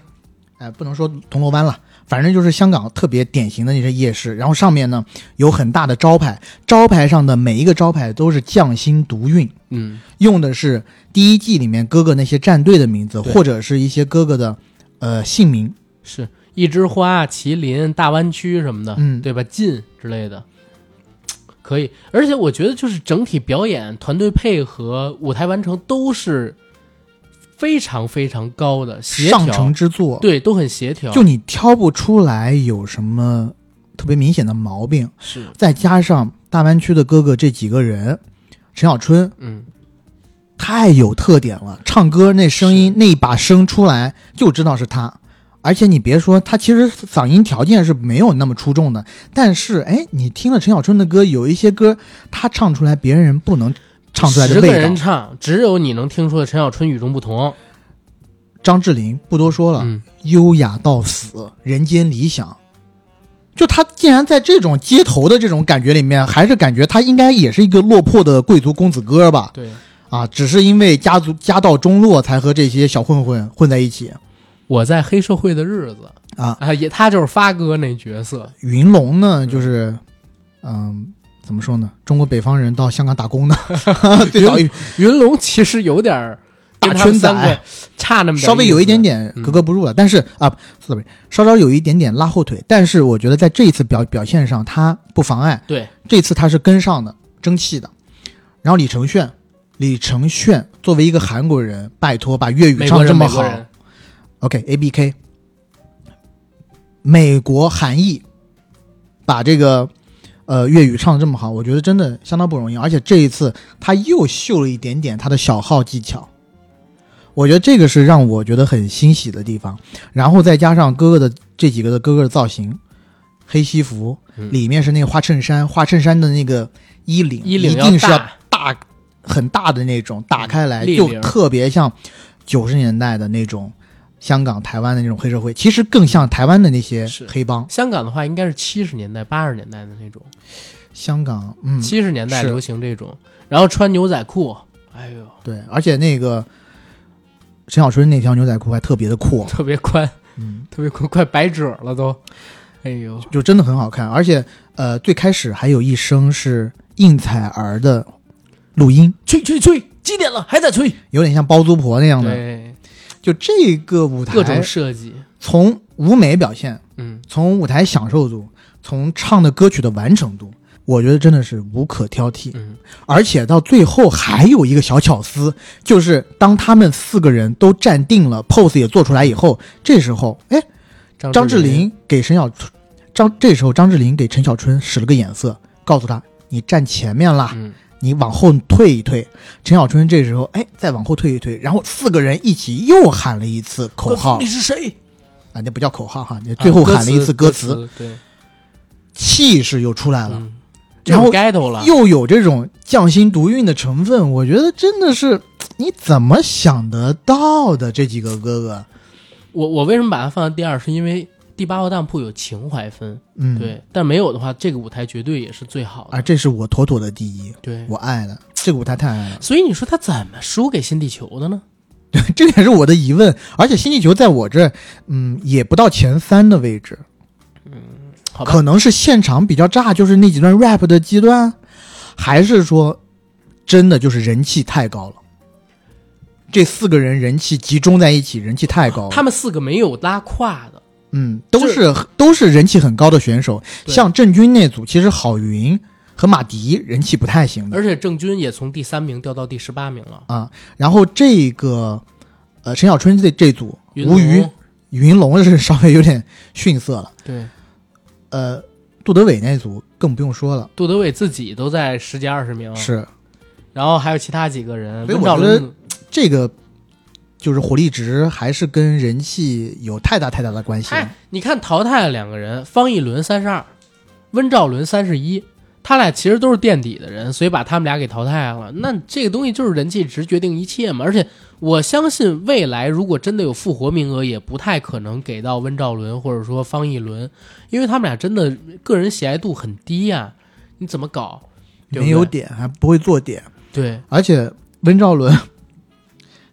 Speaker 2: 哎，不能说铜锣湾了，反正就是香港特别典型的那些夜市，然后上面呢有很大的招牌，招牌上的每一个招牌都是匠心独运，
Speaker 1: 嗯，
Speaker 2: 用的是第一季里面哥哥那些战队的名字，
Speaker 1: 对
Speaker 2: 或者是一些哥哥的呃姓名。
Speaker 1: 是一枝花、麒麟、大湾区什么的，
Speaker 2: 嗯
Speaker 1: 对吧？晋之类的，可以。而且我觉得就是整体表演、团队配合、舞台完成都是非常非常高的协
Speaker 2: 上
Speaker 1: 调，
Speaker 2: 乘之作，
Speaker 1: 对，都很协调。
Speaker 2: 就你挑不出来有什么特别明显的毛病，
Speaker 1: 是，
Speaker 2: 再加上大湾区的哥哥这几个人，陈小春
Speaker 1: 嗯，
Speaker 2: 太有特点了，唱歌那声音那一把声出来就知道是他。而且你别说，他其实嗓音条件是没有那么出众的，但是哎，你听了陈小春的歌，有一些歌他唱出来别人不能唱出来的
Speaker 1: 十个
Speaker 2: 味
Speaker 1: 人
Speaker 2: 道。
Speaker 1: 唱，只有你能听出的陈小春与众不同。
Speaker 2: 张智霖不多说了，
Speaker 1: 嗯，
Speaker 2: 优雅到死，人间理想。就他竟然在这种街头的这种感觉里面，还是感觉他应该也是一个落魄的贵族公子哥吧？
Speaker 1: 对。
Speaker 2: 啊，只是因为家族家道中落，才和这些小混混混在一起。
Speaker 1: 我在黑社会的日子
Speaker 2: 啊
Speaker 1: 啊，也他就是发哥那角色，
Speaker 2: 云龙呢，就是，嗯，怎么说呢？中国北方人到香港 打工呢，最早一
Speaker 1: 云龙其实有点儿
Speaker 2: 大
Speaker 1: 跟他们
Speaker 2: 圈仔
Speaker 1: 三个差那么点儿意思
Speaker 2: 稍微有一点点格格不入了，但是啊，sorry，稍稍有一点点拉后腿。但是我觉得在这一次表表现上，他不妨碍。
Speaker 1: 对，
Speaker 2: 这次他是跟上的，争气的。然后李承铉，李承铉作为一个韩国人，拜托把粤语
Speaker 1: 美
Speaker 2: 唱
Speaker 1: 国
Speaker 2: 得这
Speaker 1: 人
Speaker 2: 么
Speaker 1: 美国
Speaker 2: 好
Speaker 1: 人，
Speaker 2: ，OK，A B K，美国韩裔把这个呃粤语唱得这么好，我觉得真的相当不容易。而且这一次他又秀了一点点他的小号技巧，我觉得这个是让我觉得很欣喜的地方。然后再加上哥哥的这几个的哥哥的造型，黑西服
Speaker 1: 嗯
Speaker 2: 里面是那个花衬衫，花衬衫的那个衣领
Speaker 1: 衣领
Speaker 2: 一
Speaker 1: 要
Speaker 2: 定是要
Speaker 1: 大
Speaker 2: 大很大的那种，打开来
Speaker 1: 嗯立
Speaker 2: 就
Speaker 1: 领
Speaker 2: 特别像九十年代的那种。香港、台湾的那种黑社会，其实更像台湾的那些
Speaker 1: 是
Speaker 2: 黑帮。
Speaker 1: 香港的话应该是七十年代、八十年代的那种，
Speaker 2: 香港，嗯，
Speaker 1: 七十年代
Speaker 2: 是
Speaker 1: 流行这种，然后穿牛仔裤，哎呦，
Speaker 2: 对，而且那个陈小春那条牛仔裤还特别的阔，
Speaker 1: 特别宽，
Speaker 2: 嗯，
Speaker 1: 特别宽，快白褶了都，哎呦，
Speaker 2: 就真的很好看。而且，呃，最开始还有一声是应采儿的录音，
Speaker 1: 吹吹吹，几点了还在吹？
Speaker 2: 有点像包租婆那样的。
Speaker 1: 对，
Speaker 2: 就这个舞台，
Speaker 1: 各种设计，
Speaker 2: 从舞美表现，
Speaker 1: 嗯，
Speaker 2: 从舞台享受度，从唱的歌曲的完整度，我觉得真的是无可挑剔。
Speaker 1: 嗯，
Speaker 2: 而且到最后还有一个小巧思，就是当他们四个人都站定了，pose 也做出来以后，这时候，哎，
Speaker 1: 张
Speaker 2: 张智
Speaker 1: 霖
Speaker 2: 霖给陈小春，张这时候张智霖给陈小春使了个眼色，告诉他你站前面啦，
Speaker 1: 嗯，
Speaker 2: 你往后退一退。陈小春这时候哎再往后退一退，然后四个人一起又喊了一次口
Speaker 1: 告
Speaker 2: 号
Speaker 1: 诉你是谁？
Speaker 2: 啊，那不叫口号哈，你最后喊了一次歌词，
Speaker 1: 啊，对，
Speaker 2: 气势又出来了，
Speaker 1: 嗯
Speaker 2: 然后
Speaker 1: 这种 ghetto 了，
Speaker 2: 又有这种匠心独运的成分，我觉得真的是你怎么想得到的这几个哥哥，
Speaker 1: 我我为什么把它放在第二，是因为第八号当铺有情怀分，
Speaker 2: 嗯，，
Speaker 1: 对，但没有的话，这个舞台绝对也是最好的。
Speaker 2: 啊，这是我妥妥的第一，
Speaker 1: 对，
Speaker 2: 我爱了这个舞台太爱了。
Speaker 1: 所以你说他怎么输给新地球的呢？
Speaker 2: 这也是我的疑问。而且新地球在我这，嗯，也不到前三的位置，
Speaker 1: 嗯好吧，
Speaker 2: 可能是现场比较炸，就是那几段 rap 的阶段，还是说真的就是人气太高了？这四个人人气集中在一起，人气太高了。
Speaker 1: 他们四个没有拉胯的，
Speaker 2: 嗯，都
Speaker 1: 就是
Speaker 2: 都是人气很高的选手，
Speaker 1: 对
Speaker 2: 像郑钧那组，其实郝云和马迪人气不太行的
Speaker 1: 而且郑钧也从第三名掉到第十八名了。
Speaker 2: 啊。然后这个呃陈小春这这组，
Speaker 1: 云
Speaker 2: 吴鱼
Speaker 1: 龙，
Speaker 2: 云龙是稍微有点逊色了。
Speaker 1: 对，
Speaker 2: 呃，杜德伟那组更不用说了，
Speaker 1: 杜德伟自己都在十几二十名，，
Speaker 2: 是
Speaker 1: 然后还有其他几个人，
Speaker 2: 所以
Speaker 1: 温
Speaker 2: 我
Speaker 1: 兆
Speaker 2: 觉得
Speaker 1: 伦
Speaker 2: 这个就是火力值还是跟人气有太大太大的关系了
Speaker 1: 哎。，你看淘汰了两个人，方逸伦三十二，温兆伦三十一，他俩其实都是垫底的人，所以把他们俩给淘汰了。那这个东西就是人气值决定一切嘛。而且我相信未来如果真的有复活名额，也不太可能给到温兆伦或者说方逸伦，因为他们俩真的个人喜爱度很低呀、你怎么搞？对不
Speaker 2: 没有
Speaker 1: 对
Speaker 2: 点还不会做点，
Speaker 1: 对
Speaker 2: 而且温兆伦。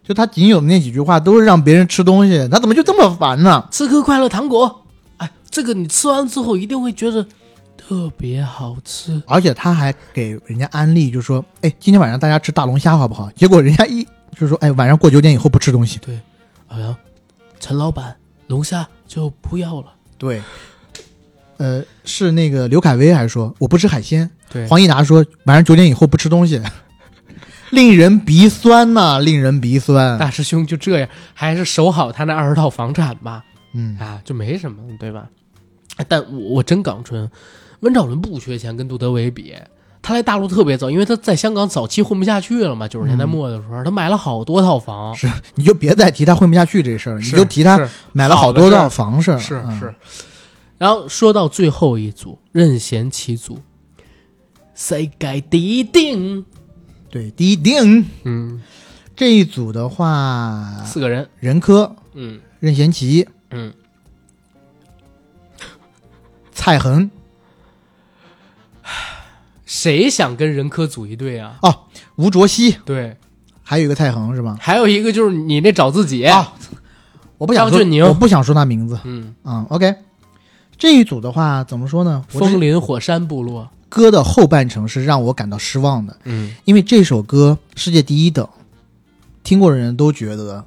Speaker 2: 就他仅有的那几句话都是让别人吃东西，他怎么就这么烦呢？
Speaker 1: 刺客快乐糖果，哎，这个你吃完之后一定会觉得特别好吃。
Speaker 2: 而且他还给人家安利，就说：“哎，今天晚上大家吃大龙虾好不好？”结果人家一就说：“哎，晚上过九点以后不吃东西。
Speaker 1: 好像陈老板龙虾就不要了。”
Speaker 2: 对，呃，是那个刘恺威还说：“我不吃海鲜。”
Speaker 1: 对
Speaker 2: 黄义达说：“晚上九点以后不吃东西。” 令人鼻酸呐、令人鼻酸。
Speaker 1: 大师兄就这样，还是守好他那二十套房产吧，
Speaker 2: 嗯，
Speaker 1: 啊，就没什么，对吧？哎但我我真港春，温兆伦不缺钱，跟杜德伟比，他来大陆特别早，因为他在香港早期混不下去了嘛，九十年代末的时候，他买了好多套房，
Speaker 2: 嗯是，你就别再提他混不下去这事儿了，你
Speaker 1: 是
Speaker 2: 就提他
Speaker 1: 是
Speaker 2: 买了好多套房事儿。
Speaker 1: 是
Speaker 2: 嗯
Speaker 1: 是。然后说到最后一组，任贤齐组，谁该第一定？
Speaker 2: 对，第一定
Speaker 1: 嗯，
Speaker 2: 这一组的话，
Speaker 1: 四个人，
Speaker 2: 任科、
Speaker 1: 嗯
Speaker 2: 任贤齐、
Speaker 1: 嗯，
Speaker 2: 蔡恒
Speaker 1: 谁想跟任科组一队啊？
Speaker 2: 哦，吴卓羲，
Speaker 1: 对，
Speaker 2: 还有一个蔡恒是吧？
Speaker 1: 还有一个就是你那找自己，
Speaker 2: 啊，我不想
Speaker 1: 张
Speaker 2: 说
Speaker 1: 峻，宁
Speaker 2: 我不想说他名字。
Speaker 1: 嗯，
Speaker 2: 嗯，OK，这一组的话怎么说呢？我
Speaker 1: 风林火山部落，
Speaker 2: 歌的后半程是让我感到失望的，
Speaker 1: 嗯，
Speaker 2: 因为这首歌世界第一等，听过的人都觉得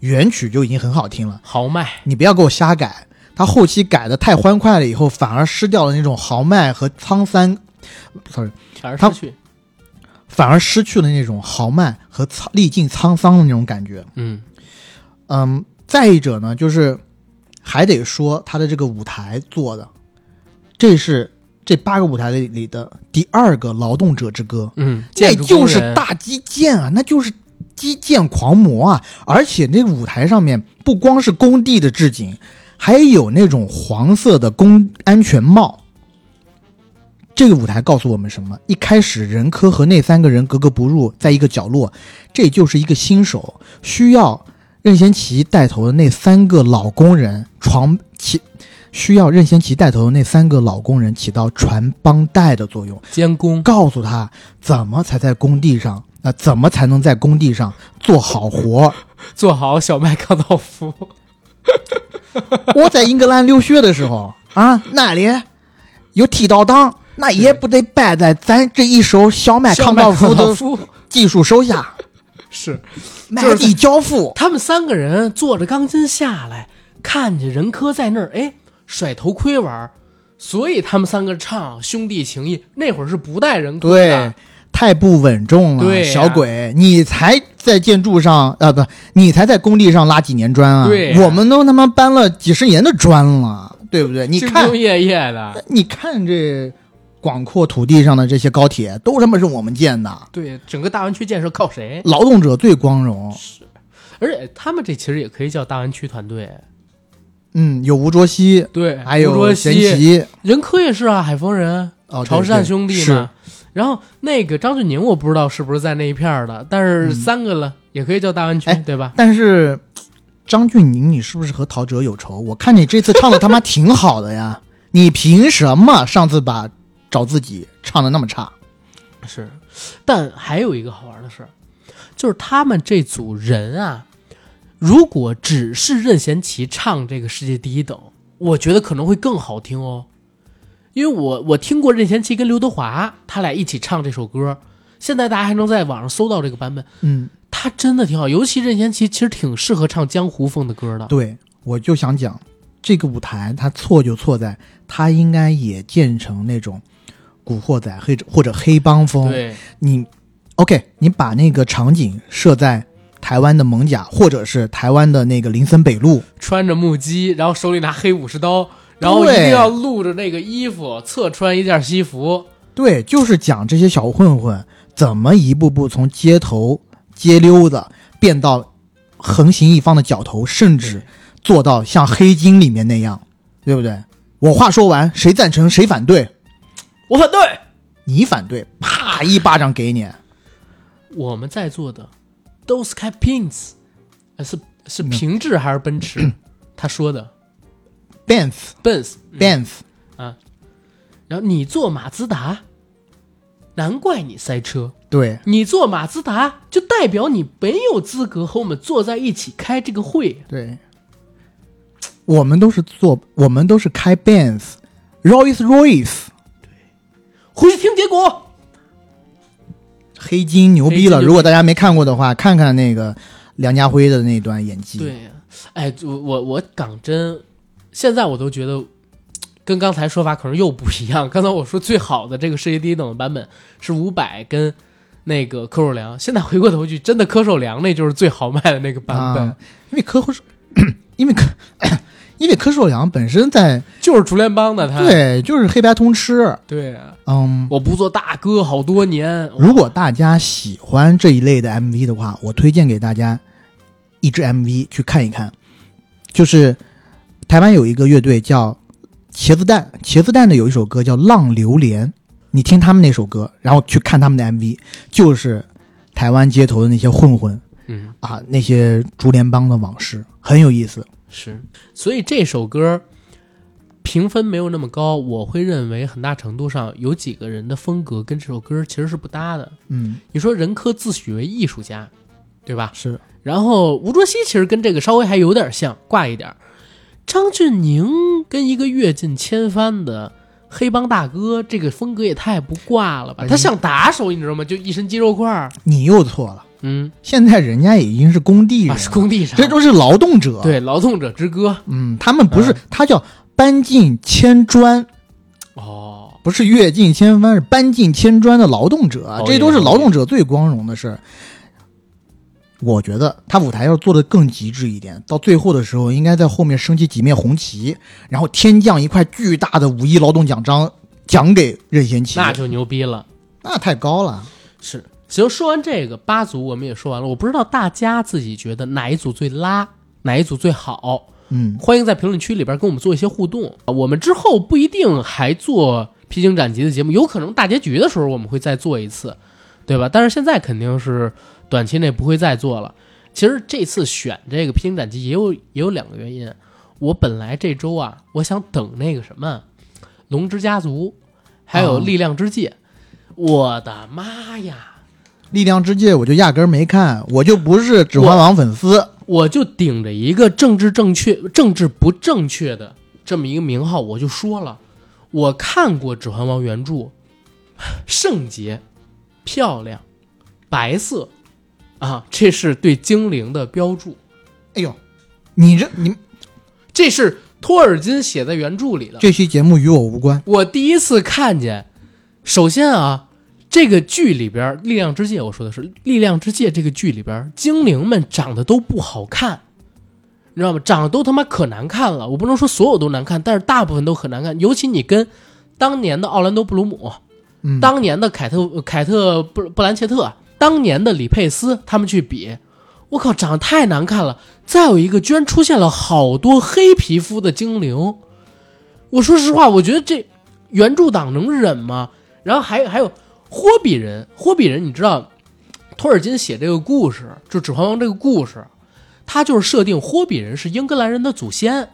Speaker 2: 原曲就已经很好听了，
Speaker 1: 豪迈，
Speaker 2: 你不要给我瞎改。他后期改的太欢快了，以后反而失掉了那种豪迈和沧桑，sorry，
Speaker 1: 反而
Speaker 2: 他
Speaker 1: 失去，
Speaker 2: 反而失去了那种豪迈和沧历尽沧桑的那种感觉。
Speaker 1: 嗯
Speaker 2: 嗯，再者呢，就是还得说他的这个舞台做的，这是这八个舞台里里的第二个劳动者之歌，
Speaker 1: 嗯，
Speaker 2: 那
Speaker 1: 建筑
Speaker 2: 就
Speaker 1: 工
Speaker 2: 是
Speaker 1: 人，
Speaker 2: 大基建啊，那就是基建狂魔啊！而且那个舞台上面不光是工地的置景，还有那种黄色的工安全帽。这个舞台告诉我们什么？一开始任科和那三个人格格不入，在一个角落，这就是一个新手，需要任贤齐带头的那三个老工人床起，需要任贤齐带头的那三个老工人起到传帮带的作用。
Speaker 1: 监工，
Speaker 2: 告诉他怎么才在工地上，那、怎么才能在工地上做好活？
Speaker 1: 做好小麦康道夫，
Speaker 2: 我在英格兰留学的时候啊，那里有剃刀党，那也不得败在咱这一手小 麦
Speaker 1: 小
Speaker 2: 康
Speaker 1: 麦
Speaker 2: 道夫
Speaker 1: 道
Speaker 2: 的
Speaker 1: 夫
Speaker 2: 技术手下，
Speaker 1: 是。
Speaker 2: 麦地交付。
Speaker 1: 他们三个人坐着钢筋下来，看见任科在那儿，哎，甩头盔玩儿，所以他们三个唱兄弟情谊。那会儿是不带人盔
Speaker 2: 对
Speaker 1: 的，，
Speaker 2: 太不稳重了，
Speaker 1: 对啊呀
Speaker 2: 小鬼，你才在建筑上啊，不，你才在工地上拉几年砖啊？
Speaker 1: 对呀
Speaker 2: 我们都他妈搬了几十年的砖了，对不对？你
Speaker 1: 兢
Speaker 2: 看
Speaker 1: 兢业业的。
Speaker 2: 你看这广阔土地上的这些高铁，都他妈是我们建的，
Speaker 1: 对，整个大湾区建设靠谁？
Speaker 2: 劳动者最光荣。
Speaker 1: 而且他们这其实也可以叫大湾区团队。
Speaker 2: 嗯，有吴卓羲，
Speaker 1: 对，
Speaker 2: 还
Speaker 1: 吴卓
Speaker 2: 有哎贤
Speaker 1: 羲、
Speaker 2: 齐，
Speaker 1: 任科也是啊，海丰人，
Speaker 2: 哦，对
Speaker 1: 潮
Speaker 2: 对
Speaker 1: 汕兄弟
Speaker 2: 是
Speaker 1: 嘛。然后那个张峻宁，我不知道是不是在那一片儿的，但是三个了，也可以叫大湾区
Speaker 2: 嗯哎，
Speaker 1: 对吧？
Speaker 2: 但是张峻宁，你是不是和陶喆有仇？我看你这次唱的他妈挺好的呀， 你凭什么上次把找自己唱的那么差？
Speaker 1: 是，但还有一个好玩的事儿，就是他们这组人啊，如果只是任贤齐唱这个世界第一等，我觉得可能会更好听哦。因为我我听过任贤齐跟刘德华他俩一起唱这首歌，现在大家还能在网上搜到这个版本，
Speaker 2: 嗯，
Speaker 1: 他真的挺好。尤其任贤齐其实挺适合唱江湖风的歌的。
Speaker 2: 对，我就想讲这个舞台，它错就错在它应该也建成那种古惑仔黑或者黑帮风。
Speaker 1: 对，
Speaker 2: 你 OK，你把那个场景设在台湾的蒙甲，或者是台湾的那个林森北路，
Speaker 1: 穿着木屐，然后手里拿黑武士刀，然后一
Speaker 2: 对
Speaker 1: 定要露着那个衣服，侧穿一件西服。
Speaker 2: 对，就是讲这些小混混怎么一步步从街头街溜子变到横行一方的角头，甚至做到像黑金里面那样，对不对？我话说完，谁赞成谁反对，
Speaker 1: 我反对。
Speaker 2: 你反对，啪一巴掌给你。
Speaker 1: 我们在座的都是开 Pins，呃是是平治还是奔驰？他说的
Speaker 2: Benz
Speaker 1: Benz，
Speaker 2: Benz，
Speaker 1: 然后你坐马自达，难怪你塞车。
Speaker 2: 对
Speaker 1: 你坐马自达就代表你没有资格和我们坐在一起开这个会。
Speaker 2: 对，我们都是做，我们都是开 Benz，Rolls Royce，
Speaker 1: 回去听结果。
Speaker 2: 黑金牛逼
Speaker 1: 黑金牛
Speaker 2: 了。
Speaker 1: 逼
Speaker 2: 如果大家没看过的话，看看那个梁家辉的那段演技。，
Speaker 1: 对呀，哎，我我我讲真，现在我都觉得跟刚才说法可能又不一样。刚才我说最好的这个世界第一等的版本是伍佰跟那个柯受良，现在回过头去，真的柯受良那就是最好卖的那个版本，
Speaker 2: 啊、因为柯受， 因为柯，因为柯受良本身在
Speaker 1: 就是竹联帮的他。
Speaker 2: 对，就是黑白通吃。
Speaker 1: 对啊，
Speaker 2: 嗯，
Speaker 1: 我不做大哥好多年，
Speaker 2: 如果大家喜欢这一类的 MV 的话，我推荐给大家一支 MV 去看一看，就是台湾有一个乐队叫茄子蛋，茄子蛋的有一首歌叫《浪流连》，你听他们那首歌，然后去看他们的 MV，就是台湾街头的那些混混
Speaker 1: 嗯，
Speaker 2: 啊，那些竹联帮的往事，很有意思。
Speaker 1: 是，所以这首歌评分没有那么高，我会认为很大程度上有几个人的风格跟这首歌其实是不搭的。
Speaker 2: 嗯，
Speaker 1: 你说任科自诩为艺术家，对吧？
Speaker 2: 是
Speaker 1: 然后吴卓羲其实跟这个稍微还有点像，挂一点儿。张峻宁跟一个阅尽千帆的黑帮大哥，这个风格也太不挂了哎吧？他像打手，你知道吗？就一身肌肉块儿，
Speaker 2: 你又错了，
Speaker 1: 嗯，
Speaker 2: 现在人家已经是工地人
Speaker 1: 啊，
Speaker 2: 了，
Speaker 1: 是工地上，
Speaker 2: 这都是劳动者。。
Speaker 1: 对劳动者之歌
Speaker 2: 嗯，他们不是
Speaker 1: 嗯，
Speaker 2: 他叫搬进千砖，
Speaker 1: 哦，
Speaker 2: 不是跃进千帆，是搬进千砖的劳动者，
Speaker 1: 哦
Speaker 2: 这都是劳动者最光荣的事儿。我觉得他舞台要做的更极致一点，到最后的时候，应该在后面升起几面红旗，然后天降一块巨大的五一劳动奖章，奖给任贤齐。
Speaker 1: 那就牛逼了。
Speaker 2: 那太高了，
Speaker 1: 是，行，说完这个八组我们也说完了，我不知道大家自己觉得哪一组最拉，哪一组最好，
Speaker 2: 嗯，
Speaker 1: 欢迎在评论区里边跟我们做一些互动。啊我们之后不一定还做披荆斩棘的节目，有可能大结局的时候我们会再做一次，对吧？但是现在肯定是短期内不会再做了。其实这次选这个披荆斩棘也有也有两个原因，我本来这周啊，我想等那个什么《龙之家族》，还有
Speaker 2: 哦
Speaker 1: 《力量之戒》我的妈呀！
Speaker 2: 力量之戒我就压根儿没看，我就不是指环王粉丝，
Speaker 1: 我就顶着一个政治正确、政治不正确的这么一个名号，我就说了，我看过《指环王》原著，圣洁、漂亮、白色，啊，这是对精灵的标注，
Speaker 2: 哎呦，你这你
Speaker 1: 这是托尔金写在原著里的。
Speaker 2: 这期节目与我无关，
Speaker 1: 我第一次看见，首先啊，这个剧里边儿《力量之戒》，我说的是《力量之戒》这个剧里边儿，精灵们长得都不好看，你知道吗？长得都他妈可难看了。我不能说所有都难看，但是大部分都很难看。尤其你跟当年的奥兰多·布鲁姆、
Speaker 2: 嗯，
Speaker 1: 当年的凯特凯特布布兰切特、当年的里佩斯他们去比，我靠，长得太难看了。再有一个，居然出现了好多黑皮肤的精灵。我说实话，我觉得这原著党能忍吗？然后还有还有霍比人，霍比人，你知道，托尔金写这个故事，就《指环王》这个故事，他就是设定霍比人是英格兰人的祖先，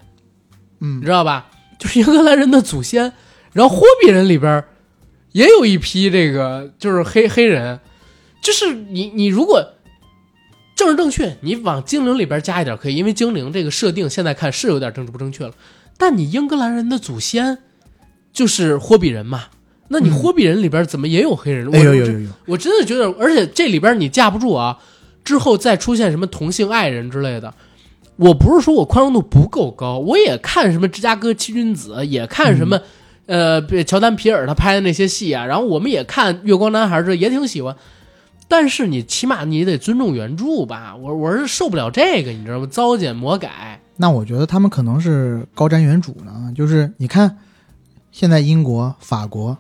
Speaker 2: 嗯
Speaker 1: 你知道吧？就是英格兰人的祖先。然后霍比人里边儿也有一批这个就是黑黑人，就是你你如果政治正确，你往精灵里边加一点可以，因为精灵这个设定现在看是有点政治不正确了。但你英格兰人的祖先就是霍比人嘛，那你
Speaker 2: 嗯
Speaker 1: 霍比人里边怎么也有黑人？我
Speaker 2: 哎呦
Speaker 1: 我
Speaker 2: 呦
Speaker 1: 这
Speaker 2: 呦呦，
Speaker 1: 我真的觉得，而且这里边你架不住啊，之后再出现什么同性爱人之类的。我不是说我宽容度不够高，我也看什么《芝加哥七君子》，也看什么，呃，乔丹皮尔他拍的那些戏啊，然后我们也看《月光男孩》这也挺喜欢。但是你起码你得尊重原著吧，我我是受不了这个，你知道吗？糟践魔改，
Speaker 2: 那我觉得他们可能是高瞻远瞩呢，就是你看，现在英国、法国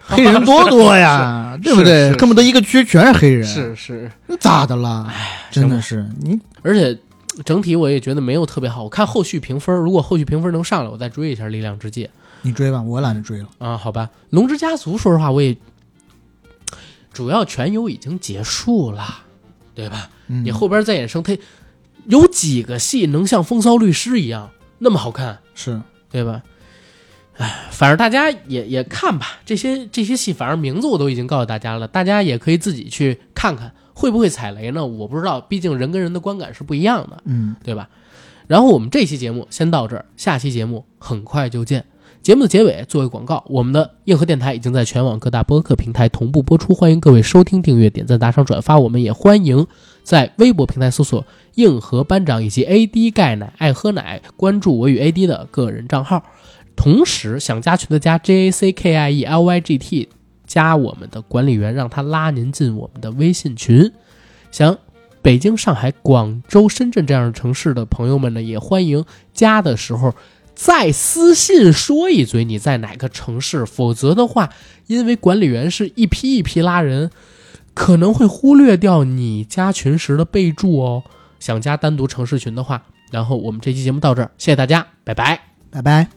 Speaker 2: 黑人多多呀，对不
Speaker 1: 是
Speaker 2: 对？
Speaker 1: 是
Speaker 2: 恨不得一个区全是黑人，
Speaker 1: 是是，
Speaker 2: 那咋的了？真的是你
Speaker 1: 而且整体我也觉得没有特别好。我看后续评分，如果后续评分能上来，我再追一下《力量之戒》。
Speaker 2: 你追吧，我懒得追了。
Speaker 1: 啊，好吧，《龙之家族》说实话我也主要全游已经结束了，对吧？
Speaker 2: 嗯
Speaker 1: 你，后边再衍生，它有几个戏能像《风骚律师》一样那么好看，
Speaker 2: 是
Speaker 1: 对吧？哎，反正大家也也看吧，这些这些戏，反正名字我都已经告诉大家了，大家也可以自己去看看会不会踩雷呢？我不知道，毕竟人跟人的观感是不一样的。
Speaker 2: 嗯，
Speaker 1: 对吧？然后我们这期节目先到这儿，下期节目很快就见。节目的结尾作为广告，我们的硬核电台已经在全网各大播客平台同步播出，欢迎各位收听、订阅、点赞、打赏、转发。我们也欢迎在微博平台搜索“硬核班长”以及 “AD 钙奶爱喝奶”，关注我与 AD 的个人账号。同时，想加群的加 J A C K I E L Y G T，加我们的管理员，让他拉您进我们的微信群。想北京、上海、广州、深圳这样的城市的朋友们呢，也欢迎加的时候再私信说一嘴你在哪个城市，否则的话，因为管理员是一批一批拉人，可能会忽略掉你加群时的备注哦。想加单独城市群的话，然后我们这期节目到这儿，谢谢大家，拜拜。
Speaker 2: 拜拜。